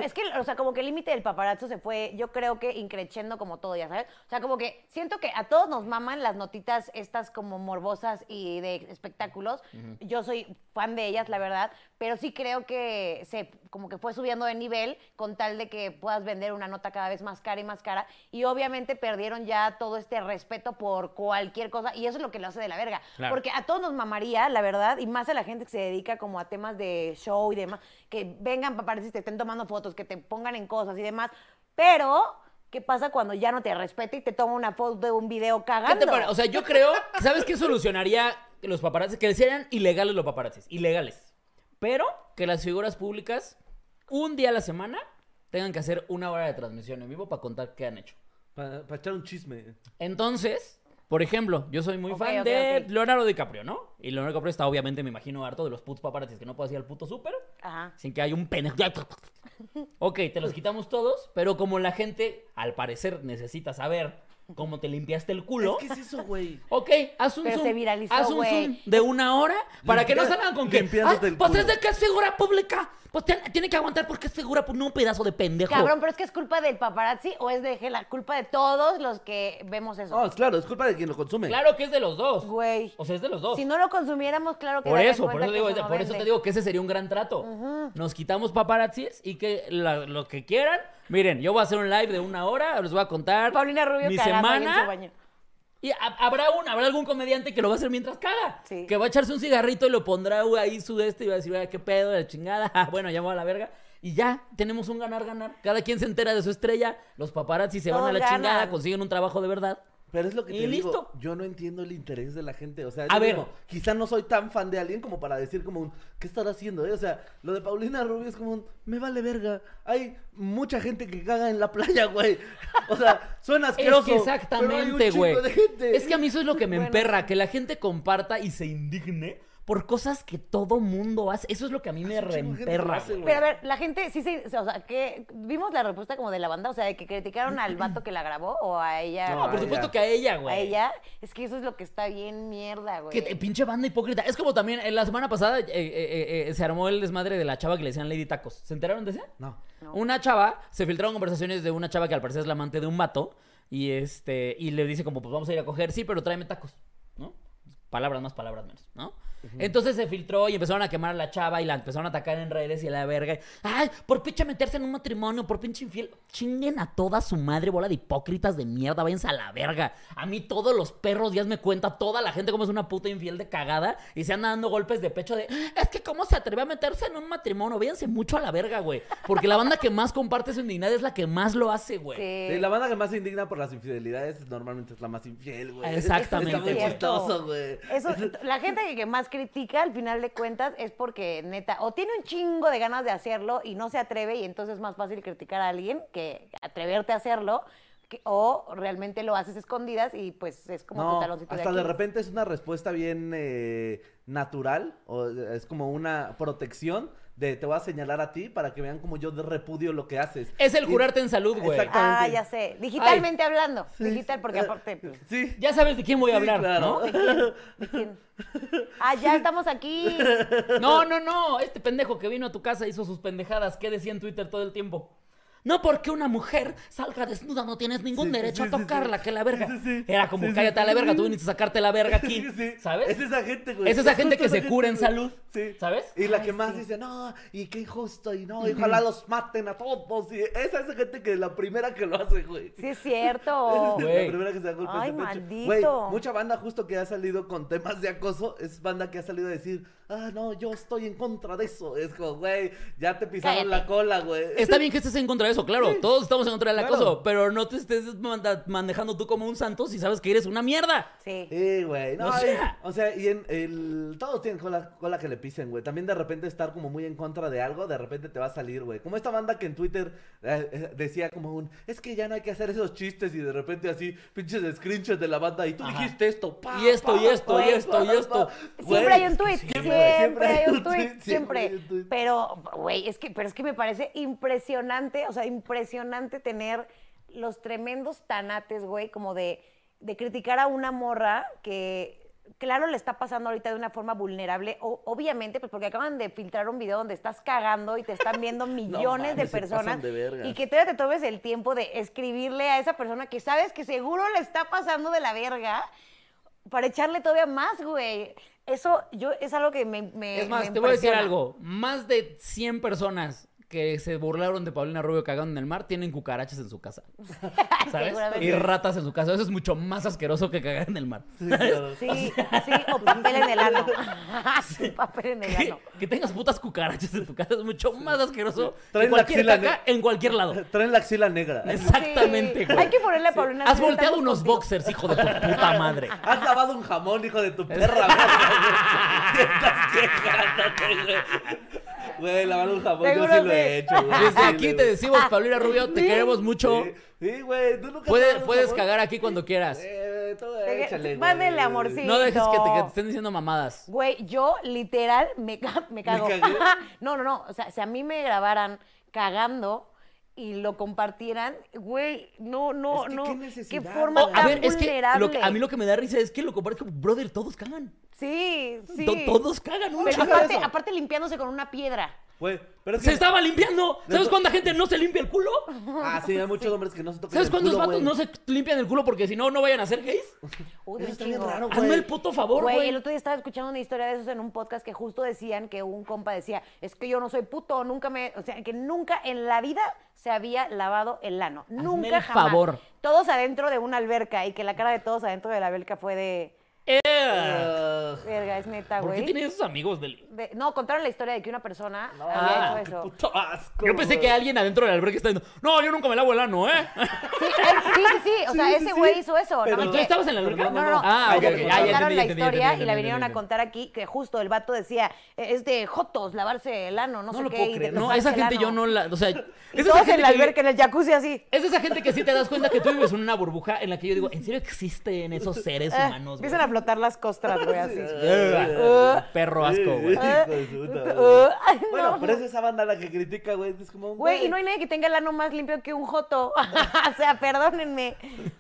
Speaker 2: Es que, o sea, como que el límite del paparazzo se fue, yo creo que increchendo como todo, ya sabes. O sea, como que siento que a todos nos maman las notitas estas como morbosas y de espectáculos. Yo soy fan de ellas, la verdad, pero sí creo que se como que fue subiendo de nivel con tal de que puedas vender una nota cada vez más cara y más cara. Y obviamente perdieron ya todo este respeto por cualquier cosa y eso es lo que lo hace de la verga.
Speaker 3: Claro.
Speaker 2: Porque a todos nos mamaría, la verdad, y más a la gente que se dedica como a temas de show y demás, que vengan paparazzi, te estén tomando fotos, que te pongan en cosas y demás, pero ¿qué pasa cuando ya no te respeta y te toma una foto de un video
Speaker 3: ¿Qué
Speaker 2: cagando?
Speaker 3: te pare- O sea, yo creo, ¿sabes qué solucionaría los paparazzis? Que sean ilegales los paparazzis, ilegales. Pero que las figuras públicas, un día a la semana, tengan que hacer una hora de transmisión en vivo para contar qué han hecho.
Speaker 1: Para echar un chisme.
Speaker 3: Entonces, por ejemplo, yo soy muy
Speaker 2: Ok,
Speaker 3: fan
Speaker 2: ok,
Speaker 3: de
Speaker 2: ok.
Speaker 3: Leonardo DiCaprio, ¿no? Y Leonardo DiCaprio está obviamente, me imagino, harto de los putos paparazzis que no puede ir al puto súper
Speaker 2: Ajá.
Speaker 3: sin que haya un pene.
Speaker 2: *laughs*
Speaker 3: Ok, te los quitamos todos, pero como la gente, al parecer, necesita saber cómo te limpiaste el culo.
Speaker 1: ¿Qué es eso, güey?
Speaker 3: Ok, haz un
Speaker 2: Pero
Speaker 3: zoom.
Speaker 2: se viralizó,
Speaker 3: haz un
Speaker 2: güey.
Speaker 3: zoom de una hora para que no
Speaker 1: Limpia-
Speaker 3: salgan con que.
Speaker 1: limpiándote
Speaker 3: "Ay,
Speaker 1: el
Speaker 3: pues
Speaker 1: culo".
Speaker 3: es de que es figura pública. Pues te- tiene que aguantar porque es figura pública, no un pedazo de pendejo.
Speaker 2: Cabrón, pero es que es culpa del paparazzi o es de la culpa de todos los que vemos eso.
Speaker 1: No, es Ah, claro, es culpa de quien lo consume.
Speaker 3: Claro que es de los dos.
Speaker 2: Güey.
Speaker 3: O sea, es de los dos.
Speaker 2: Si no lo consumiéramos, claro que
Speaker 3: Por
Speaker 2: darían
Speaker 3: eso, por
Speaker 2: cuenta
Speaker 3: eso,
Speaker 2: que
Speaker 3: digo,
Speaker 2: eso no
Speaker 3: por eso te
Speaker 2: vende.
Speaker 3: digo que ese sería un gran trato. Nos quitamos paparazzis y que la- lo que quieran. Miren, yo voy a hacer un live de una hora, les voy a contar
Speaker 2: Paulina Rubio
Speaker 3: mi
Speaker 2: cagando ahí en su
Speaker 3: semana.
Speaker 2: baño.
Speaker 3: Y ha- habrá un, habrá algún comediante que lo va a hacer mientras caga.
Speaker 2: Sí.
Speaker 3: Que va a echarse un cigarrito y lo pondrá ahí su este y va a decir, "Ay, qué pedo, la chingada. *laughs* Ah, bueno, ya me voy a la verga. Y ya, tenemos un ganar-ganar. Cada quien se entera de su estrella. Los paparazzi se van
Speaker 2: Todos
Speaker 3: a la
Speaker 2: ganan.
Speaker 3: chingada, consiguen un trabajo de verdad.
Speaker 1: Pero es lo que
Speaker 3: Y
Speaker 1: te digo.
Speaker 3: listo.
Speaker 1: Yo no entiendo el interés de la gente. O sea,
Speaker 3: A
Speaker 1: yo
Speaker 3: ver.
Speaker 1: digo, quizá no soy tan fan de alguien como para decir como un, ¿qué estará haciendo? eh? O sea, lo de Paulina Rubio es como un, me vale verga. Hay mucha gente que caga en la playa, güey. *laughs* O sea, suena
Speaker 3: Es
Speaker 1: asqueroso.
Speaker 3: que exactamente, güey. Es que a mí eso es lo que me
Speaker 2: Bueno,
Speaker 3: emperra, que la gente comparta y se indigne por cosas que todo mundo hace. Eso es lo que a mí me
Speaker 1: un chingo de gente lo
Speaker 3: reemperra.
Speaker 1: hace,
Speaker 3: güey.
Speaker 1: güey.
Speaker 2: Pero a ver, la gente sí se. O sea, que vimos la respuesta como de la banda, o sea, de que criticaron al vato que la grabó o a ella.
Speaker 1: No,
Speaker 3: No, por
Speaker 1: a
Speaker 3: supuesto
Speaker 1: ella.
Speaker 3: que a ella,
Speaker 2: A
Speaker 3: güey.
Speaker 2: ella. Es que eso es lo que está bien mierda, güey.
Speaker 3: Que te- pinche banda hipócrita. Es como también, eh, la semana pasada eh, eh, eh, se armó el desmadre de la chava que le decían Lady Tacos. ¿Se enteraron de ese?
Speaker 1: No.
Speaker 2: No.
Speaker 3: Una chava, se filtraron conversaciones de una chava que al parecer es la amante de un vato y este y le dice como pues vamos a ir a coger, sí, pero tráeme tacos, ¿no? Palabras más, palabras menos, ¿no? Entonces se filtró y empezaron a quemar a la chava y la empezaron a atacar en redes y la verga. y, Ay, por pinche meterse en un matrimonio, por pinche infiel. Chinguen a toda su madre, bola de hipócritas de mierda, váyanse a la verga. A mí todos los perros días me cuenta toda la gente como es una puta infiel de cagada y se andan dando golpes de pecho de es que cómo se atreve a meterse en un matrimonio, váyanse mucho a la verga, güey. Porque la banda que más comparte su indignidad es la que más lo hace, güey.
Speaker 2: Sí.
Speaker 1: Sí, la banda que más se indigna por las infidelidades normalmente es la más infiel, güey.
Speaker 3: Exactamente.
Speaker 1: Está muy
Speaker 2: Cierto.
Speaker 1: chistoso, güey.
Speaker 2: Eso, la gente que más critica, al final de cuentas, es porque, neta, o tiene un chingo de ganas de hacerlo y no se atreve, y entonces es más fácil criticar a alguien que atreverte a hacerlo, que- o realmente lo haces escondidas y pues es como tu
Speaker 1: No,
Speaker 2: taloncito
Speaker 1: hasta de
Speaker 2: Aquiles.
Speaker 1: repente es una respuesta bien eh, natural, o eh, es como una protección de te voy a señalar a ti para que vean como yo de- repudio lo que haces.
Speaker 3: Es el
Speaker 1: Y-
Speaker 3: curarte en salud, güey.
Speaker 1: Exacto.
Speaker 2: Ah, ya sé. Digitalmente hablando. Digital, porque
Speaker 1: Eh,
Speaker 2: aparte. pues,
Speaker 1: Sí.
Speaker 3: Ya sabes de quién voy a
Speaker 1: Sí,
Speaker 3: hablar,
Speaker 1: claro.
Speaker 2: ¿de
Speaker 1: *laughs*
Speaker 2: quién? ¿De quién? Ah, ya estamos aquí.
Speaker 3: ¿no? No, no, no. Este pendejo que vino a tu casa hizo sus pendejadas. ¿Qué decía en Twitter todo el tiempo? No porque una mujer salga desnuda no tienes ningún
Speaker 1: Sí,
Speaker 3: derecho
Speaker 1: sí,
Speaker 3: a
Speaker 1: sí, sí.
Speaker 3: tocarla, que la verga.
Speaker 1: Sí, sí, sí.
Speaker 3: Era como
Speaker 1: Sí, sí,
Speaker 3: cállate a la
Speaker 1: sí,
Speaker 3: verga,
Speaker 1: sí.
Speaker 3: tú viniste a sacarte la verga aquí,
Speaker 1: *laughs* Sí, sí.
Speaker 3: ¿sabes?
Speaker 1: Es esa gente, güey.
Speaker 3: Es esa gente
Speaker 1: justo
Speaker 3: que se cura en
Speaker 1: güey.
Speaker 3: salud,
Speaker 1: Sí.
Speaker 3: ¿sabes?
Speaker 1: Y la que más dice, no, y qué injusto, y no, y ojalá los maten a todos. Y esa es esa gente que es la primera que lo hace, güey.
Speaker 2: Sí, es
Speaker 3: *laughs*
Speaker 1: Esa
Speaker 2: cierto.
Speaker 1: es
Speaker 3: Güey.
Speaker 1: *laughs* La primera que se da golpes
Speaker 2: Ay,
Speaker 1: de pecho.
Speaker 2: maldito.
Speaker 1: Güey, mucha banda justo que ha salido con temas de acoso es banda que ha salido a decir, ah, no, yo estoy en contra de eso. Es como, güey, ya te pisaron
Speaker 2: Cállate.
Speaker 1: la cola, güey.
Speaker 3: Está bien que estés en contra de eso, claro. Todos estamos en contra del
Speaker 1: Claro.
Speaker 3: acoso, pero no te estés manda- manejando tú como un santo si sabes que eres una mierda.
Speaker 2: Sí.
Speaker 1: Sí, güey. No,
Speaker 3: O
Speaker 1: y-
Speaker 3: sea-
Speaker 1: o, sea, y en el. Todos tienen cola, cola que le pisen, güey. También de repente estar como muy en contra de algo, de repente te va a salir, güey. Como esta banda que en Twitter eh, eh, decía como un. Es que ya no hay que hacer esos chistes y de repente así, pinches screenshots de la banda. Y tú
Speaker 3: Ajá.
Speaker 1: dijiste esto, pa,
Speaker 3: Y esto, y
Speaker 1: pa,
Speaker 3: esto,
Speaker 1: pa,
Speaker 3: y esto, y
Speaker 1: pa,
Speaker 3: esto.
Speaker 1: pa".
Speaker 2: Siempre
Speaker 1: Güey,
Speaker 2: hay un tweet,
Speaker 1: sí, güey,
Speaker 2: siempre, hay un tweet,
Speaker 1: hay
Speaker 2: siempre.
Speaker 1: un tweet.
Speaker 2: Pero, güey, es que, pero es que me parece impresionante, o sea, impresionante tener los tremendos tanates, güey, como de, de criticar a una morra que, claro, le está pasando ahorita de una forma vulnerable, o- obviamente, pues porque acaban de filtrar un video donde estás cagando y te están viendo *laughs* millones de
Speaker 1: mames, se
Speaker 2: personas
Speaker 1: pasan de verga.
Speaker 2: y que todavía te tomes el tiempo de escribirle a esa persona que sabes que seguro le está pasando de la verga para echarle todavía más, güey. Eso yo es algo que me, me-
Speaker 3: Es más,
Speaker 2: me
Speaker 3: te voy a decir
Speaker 2: impresiona.
Speaker 3: algo. Más de 100 personas que se burlaron de Paulina Rubio cagando en el mar tienen cucarachas en su
Speaker 2: *laughs*
Speaker 3: casa. ¿Sabes?
Speaker 2: Seguramente.
Speaker 3: Y ratas en su casa. Eso es mucho más asqueroso que cagar en el mar.
Speaker 1: Sí, claro. *laughs*
Speaker 2: Sí, sí, o papel en el ano. *laughs* Sí, papel en el
Speaker 3: Que,
Speaker 2: ano.
Speaker 3: que tengas putas cucarachas en tu casa es mucho más asqueroso que
Speaker 1: Traen la
Speaker 3: cualquier
Speaker 1: axila
Speaker 3: caca en cualquier
Speaker 1: *laughs*
Speaker 3: lado.
Speaker 1: Traen la axila negra.
Speaker 3: Exactamente,
Speaker 2: Sí.
Speaker 3: güey.
Speaker 2: Hay que ponerle a Paulina.
Speaker 3: Has
Speaker 2: Rubio,
Speaker 3: volteado
Speaker 2: estamos
Speaker 3: unos
Speaker 2: contigo.
Speaker 3: boxers, hijo de tu puta
Speaker 2: *laughs*
Speaker 3: madre.
Speaker 1: Has lavado un jamón, hijo de tu perra. güey. Te *laughs* estás quejándote, güey. Güey, lavar un jamón yo sí lo
Speaker 2: Seguramente.
Speaker 1: he hecho, güey.
Speaker 3: Desde
Speaker 1: Sí,
Speaker 3: aquí
Speaker 1: le-
Speaker 3: te decimos, Paulina Rubio, te
Speaker 2: Sí.
Speaker 3: queremos mucho.
Speaker 1: Sí, Sí, güey, tú nunca has
Speaker 3: Puedes,
Speaker 1: lavado un
Speaker 3: puedes
Speaker 1: jamón.
Speaker 3: cagar aquí cuando quieras.
Speaker 1: Eh, todo
Speaker 2: Te-
Speaker 1: échale, güey.
Speaker 2: mándenle amorcito.
Speaker 3: No dejes que te, que te
Speaker 2: no.
Speaker 3: estén diciendo mamadas.
Speaker 2: Güey, yo literal me, ca- me cago.
Speaker 1: cagué?
Speaker 2: *laughs* no, no, no. O sea, si a mí me grabaran cagando y lo compartieran, güey, no, no,
Speaker 1: Es que
Speaker 2: no.
Speaker 1: qué necesidad,
Speaker 2: forma
Speaker 3: O,
Speaker 1: güey.
Speaker 2: tan
Speaker 3: a ver, es que
Speaker 2: vulnerable.
Speaker 3: lo que- a mí lo que me da risa es que lo comparto como, brother, todos cagan.
Speaker 2: Sí, sí.
Speaker 3: To- Todos cagan un
Speaker 2: Pero
Speaker 3: chingo.
Speaker 2: aparte,
Speaker 1: eso.
Speaker 2: aparte limpiándose con una piedra.
Speaker 1: Güey, pero es
Speaker 3: Se
Speaker 1: que-
Speaker 3: estaba limpiando. ¿Sabes
Speaker 1: to-
Speaker 3: cuánta gente no se limpia el culo?
Speaker 1: Ah, sí, hay
Speaker 2: *laughs*
Speaker 1: muchos hombres que no se tocan
Speaker 3: ¿Sabes
Speaker 1: el
Speaker 3: cuántos
Speaker 1: culo,
Speaker 3: vatos
Speaker 1: güey.
Speaker 3: no se limpian el culo porque si no, no vayan a ser gays?
Speaker 2: Uy,
Speaker 1: Eso
Speaker 2: un
Speaker 1: está bien
Speaker 2: chingo.
Speaker 1: raro, güey.
Speaker 3: Hazme el puto favor,
Speaker 2: Güey,
Speaker 3: güey.
Speaker 2: el otro día estaba escuchando una historia de esos en un podcast que justo decían que un compa decía, es que yo no soy puto, nunca me, o sea, que nunca en la vida se había lavado el ano. nunca
Speaker 3: el
Speaker 2: jamás.
Speaker 3: favor.
Speaker 2: Todos adentro de una alberca y que la cara de todos adentro de la alberca fue de,
Speaker 3: Eh,
Speaker 1: Ah,
Speaker 2: verga, es neta,
Speaker 3: ¿Por qué
Speaker 2: güey.
Speaker 3: tienes esos amigos del.?
Speaker 2: De- no, contaron la historia de que una persona
Speaker 3: Ah,
Speaker 2: había
Speaker 1: qué
Speaker 2: *laughs* hecho eso.
Speaker 1: puto asco,
Speaker 3: Yo pensé
Speaker 1: güey.
Speaker 3: que alguien adentro del albergue está diciendo, no, yo nunca me lavo el ano,
Speaker 2: *laughs*
Speaker 3: ¿eh?
Speaker 2: Sí, él- sí, sí, sí, o
Speaker 1: Sí,
Speaker 2: sea,
Speaker 1: sí,
Speaker 2: ese
Speaker 1: sí.
Speaker 2: güey hizo eso.
Speaker 1: Pero-
Speaker 2: más
Speaker 3: ¿Tú
Speaker 2: que-
Speaker 3: estabas en la alberca?
Speaker 2: No, no, no.
Speaker 3: Ah, ok,
Speaker 2: ya
Speaker 3: ok,
Speaker 2: te
Speaker 3: ya, ya
Speaker 2: contaron
Speaker 3: entendí,
Speaker 2: la
Speaker 3: ya entendí, ya
Speaker 2: historia
Speaker 3: entendí,
Speaker 2: y la
Speaker 3: ya
Speaker 2: vinieron a
Speaker 3: entendí.
Speaker 2: contar aquí que justo el vato decía, "Eh, es de jotos lavarse el ano,
Speaker 3: No
Speaker 2: no, sé
Speaker 3: lo
Speaker 2: qué.
Speaker 3: puedo
Speaker 2: y
Speaker 3: creer.
Speaker 2: te
Speaker 3: No,
Speaker 2: tomas
Speaker 3: esa
Speaker 2: el
Speaker 3: gente
Speaker 2: ano".
Speaker 3: yo no la. O sea,
Speaker 2: Y
Speaker 3: es esa
Speaker 2: todos en
Speaker 3: gente
Speaker 2: la
Speaker 3: que-
Speaker 2: alberca, en el jacuzzi así.
Speaker 3: Es esa gente que sí te das cuenta que tú vives en una burbuja en la que yo digo, ¿en serio existen esos seres
Speaker 2: Ah,
Speaker 3: humanos? güey?"
Speaker 2: empiezan a Uh, flotar las costras,
Speaker 3: *laughs*
Speaker 2: güey, así.
Speaker 3: Ugh, Perro asco, güey.
Speaker 2: Ah,
Speaker 1: Hijo de su puta
Speaker 2: ah,
Speaker 1: madre.
Speaker 2: ay, *laughs*
Speaker 1: Bueno,
Speaker 2: no.
Speaker 1: pero es esa banda la que critica, güey. Es como,
Speaker 2: Güey, y no hay nadie que tenga el ano más limpio que un joto. *laughs* o sea, perdónenme.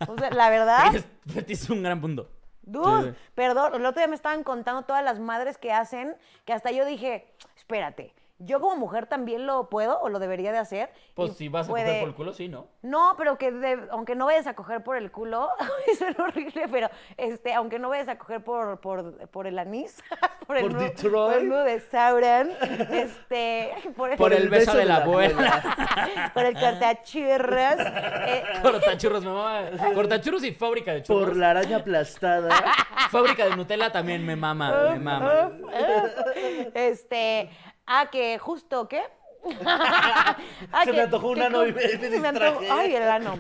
Speaker 2: O sea, la verdad.
Speaker 3: Es, es un gran punto.
Speaker 2: Dude,
Speaker 3: Sí.
Speaker 2: perdón, el otro día me estaban contando todas las madres que hacen, que hasta yo dije, espérate, yo como mujer también lo puedo o lo debería de hacer.
Speaker 3: Pues
Speaker 2: Y
Speaker 3: si vas a
Speaker 2: puede-
Speaker 3: coger por el culo, sí, ¿no?
Speaker 2: No, pero que de- aunque no vayas a coger por el culo, *laughs* es horrible, pero este, aunque no vayas a coger por, por, por el anís, *laughs* por el
Speaker 1: Por
Speaker 2: nudo,
Speaker 1: Detroit.
Speaker 2: por el nudo de Sauron, este, por el,
Speaker 3: Por el beso de la abuela.
Speaker 2: *laughs* por el cortachirras, eh,
Speaker 3: *laughs* Cortachurros, me mama. Cortachurros y fábrica de churros.
Speaker 1: Por la araña aplastada.
Speaker 2: *laughs*
Speaker 3: Fábrica de Nutella también me
Speaker 2: Ah,
Speaker 3: mama, me mama.
Speaker 2: Uf, uf. *laughs* Este, ah, que justo, ¿qué? *laughs* Ah,
Speaker 1: Se me antojó un
Speaker 2: que
Speaker 1: ano y me-
Speaker 2: con-
Speaker 1: me
Speaker 2: se antojó-
Speaker 1: distraje.
Speaker 2: Ay, el ano.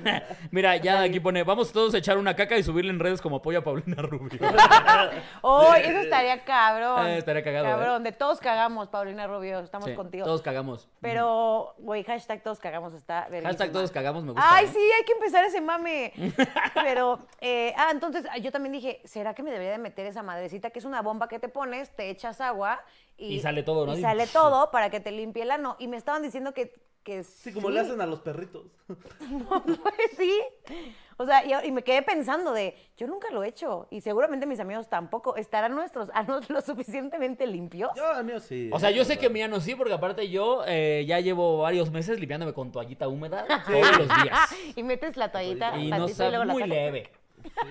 Speaker 3: Mira, ya aquí pone, vamos todos a echar una caca y subirle en redes como apoyo a Paulina Rubio.
Speaker 2: Oh,
Speaker 1: *laughs*
Speaker 2: eso estaría cabrón.
Speaker 3: Eh, estaría cagado,
Speaker 2: Cabrón, de todos cagamos, Paulina Rubio, estamos
Speaker 3: Sí,
Speaker 2: contigo.
Speaker 3: Todos cagamos.
Speaker 2: Pero, güey, hashtag todos cagamos está verguísima.
Speaker 3: Hashtag todos cagamos me gusta.
Speaker 2: Ay,
Speaker 3: ¿eh?
Speaker 2: sí, hay que empezar
Speaker 3: *laughs*
Speaker 2: ese mame. Pero, eh, ah, entonces ah, yo también dije, ¿será que me debería de meter esa madrecita que es una bomba que te pones, te echas agua
Speaker 3: Y sale todo, ¿no? pues,
Speaker 2: Y sale todo para que te limpie el ano. Y me estaban diciendo que, que
Speaker 1: Sí, como le hacen a los perritos.
Speaker 2: *laughs* No, pues sí. O sea, y, y me quedé pensando de, yo nunca lo he hecho y seguramente mis amigos tampoco. ¿Estarán nuestros anos *laughs* lo suficientemente limpios?
Speaker 1: Yo, el mío sí.
Speaker 3: O sea, yo
Speaker 1: *laughs*
Speaker 3: sé que mi ano sí, porque aparte yo eh, ya llevo varios meses limpiándome con toallita húmeda todos los días.
Speaker 2: Y metes la toallita
Speaker 3: Y
Speaker 2: tantito
Speaker 3: no sabe
Speaker 2: luego la
Speaker 3: muy
Speaker 2: sacas.
Speaker 3: leve.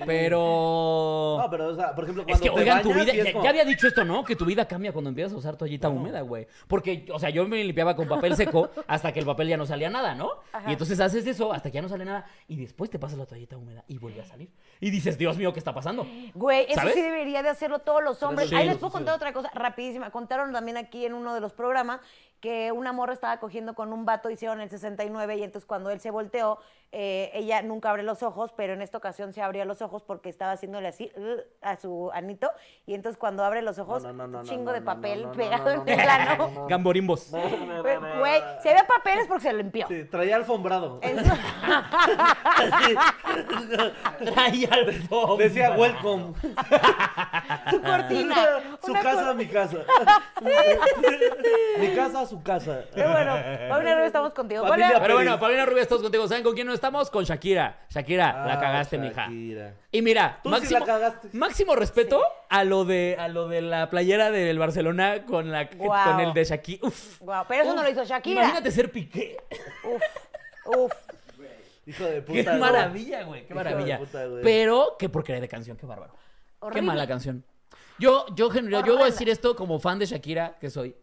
Speaker 3: Pero.
Speaker 1: No, pero, o sea, por ejemplo,
Speaker 3: Es
Speaker 1: cuando
Speaker 3: que,
Speaker 1: te
Speaker 3: oigan, tu
Speaker 1: bañas,
Speaker 3: vida.
Speaker 1: sí es
Speaker 3: Ya,
Speaker 1: como- *laughs* Ah,
Speaker 3: ya había dicho esto, ¿no? Que tu vida cambia cuando empiezas a usar toallita húmeda, güey. Porque, o sea, yo me limpiaba con papel seco hasta que el papel ya no salía nada, ¿no? Y entonces haces eso hasta que ya no sale nada y después te pasas la toallita húmeda y vuelve a salir. Y dices, Dios mío, ¿qué está pasando?
Speaker 2: Güey, eso
Speaker 3: ¿Sabes?
Speaker 2: sí debería de hacerlo todos los hombres.
Speaker 3: Sí,
Speaker 2: Ahí les
Speaker 3: sí,
Speaker 2: puedo
Speaker 1: sí.
Speaker 2: contar otra cosa rapidísima. Contaron también aquí en uno de los programas que una morra estaba cogiendo con un vato, hicieron el 69 y entonces cuando él se volteó, eh, ella nunca abre los ojos, pero en esta ocasión se abrió los ojos porque estaba haciéndole así uh, a su anito y entonces cuando abre los ojos,
Speaker 1: no, no, no,
Speaker 2: chingo
Speaker 1: no,
Speaker 2: de
Speaker 1: no,
Speaker 2: papel
Speaker 1: no, no,
Speaker 2: pegado
Speaker 1: no, no,
Speaker 2: en el ano.
Speaker 1: *laughs* no, no,
Speaker 3: *laughs*
Speaker 1: no.
Speaker 3: Gamborimbos.
Speaker 2: Güey, Güey, si había papeles porque se lo limpió.
Speaker 1: Sí, traía alfombrado. *laughs*
Speaker 2: En su-
Speaker 3: Ay, Alfonso.
Speaker 1: Decía welcome.
Speaker 2: *laughs* su cortina.
Speaker 1: *laughs* su
Speaker 2: una
Speaker 1: casa, mi
Speaker 2: *laughs*
Speaker 1: casa. mi casa, su casa.
Speaker 3: *laughs*
Speaker 2: Pero bueno, Paulina Rubio, estamos contigo.
Speaker 1: Familia
Speaker 2: Hola.
Speaker 3: Pero bueno,
Speaker 1: Pérez.
Speaker 3: Paulina Rubia, estamos contigo. ¿Saben con quién no estamos? Con Shakira. Shakira, la
Speaker 1: Ah,
Speaker 3: cagaste, mija.
Speaker 1: Shakira.
Speaker 3: Y mira,
Speaker 1: Tú sí
Speaker 3: máximo,
Speaker 1: la cagaste.
Speaker 3: máximo respeto a lo de a lo de la playera del Barcelona con la
Speaker 2: Guau.
Speaker 3: con el de Shakira. Uf.
Speaker 2: Guau, pero eso no lo hizo Shakira.
Speaker 3: Imagínate ser Piqué.
Speaker 2: Uf, uf.
Speaker 1: Hijo de puta.
Speaker 3: Qué
Speaker 1: güey.
Speaker 3: maravilla, güey, qué
Speaker 1: Hijo de
Speaker 3: maravilla.
Speaker 1: puta, güey.
Speaker 3: Pero qué porquería de canción, qué bárbaro.
Speaker 2: Horrible.
Speaker 3: Qué mala canción. Yo yo genu- yo voy
Speaker 2: Horrenda.
Speaker 3: a decir esto como fan de Shakira que soy.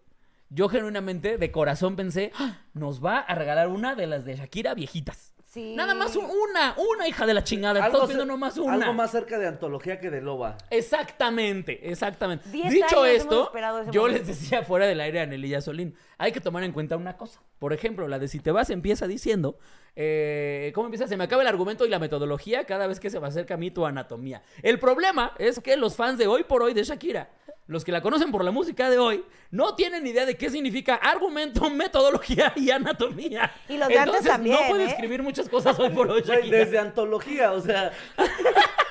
Speaker 3: Yo genuinamente de corazón pensé, "Ah, nos va a regalar una de las de Shakira viejitas.
Speaker 2: Sí.
Speaker 3: Nada más un- una, una hija de la chingada.
Speaker 1: Algo,
Speaker 3: Estás viendo
Speaker 1: cer-
Speaker 3: nomás una.
Speaker 1: algo más cerca de antología que de loba.
Speaker 3: Exactamente, exactamente.
Speaker 2: Diez
Speaker 3: Dicho
Speaker 2: años hemos
Speaker 3: esto,
Speaker 2: esperado ese
Speaker 3: yo
Speaker 2: momento.
Speaker 3: les decía fuera del aire a Nelly Solín, hay que tomar en cuenta una cosa. Por ejemplo, la de si te vas empieza diciendo, eh, ¿cómo empieza? Se me acaba el argumento y la metodología cada vez que se me acerca a mí tu anatomía. El problema es que los fans de hoy por hoy de Shakira, los que la conocen por la música de hoy, no tienen idea de qué significa argumento, *laughs* metodología y anatomía.
Speaker 2: Y los de antes
Speaker 3: Entonces,
Speaker 2: también,
Speaker 3: No puede
Speaker 2: ¿eh?
Speaker 3: escribir muchas cosas hoy por hoy,
Speaker 1: Güey,
Speaker 3: Shakira.
Speaker 1: desde antología, o sea. *laughs*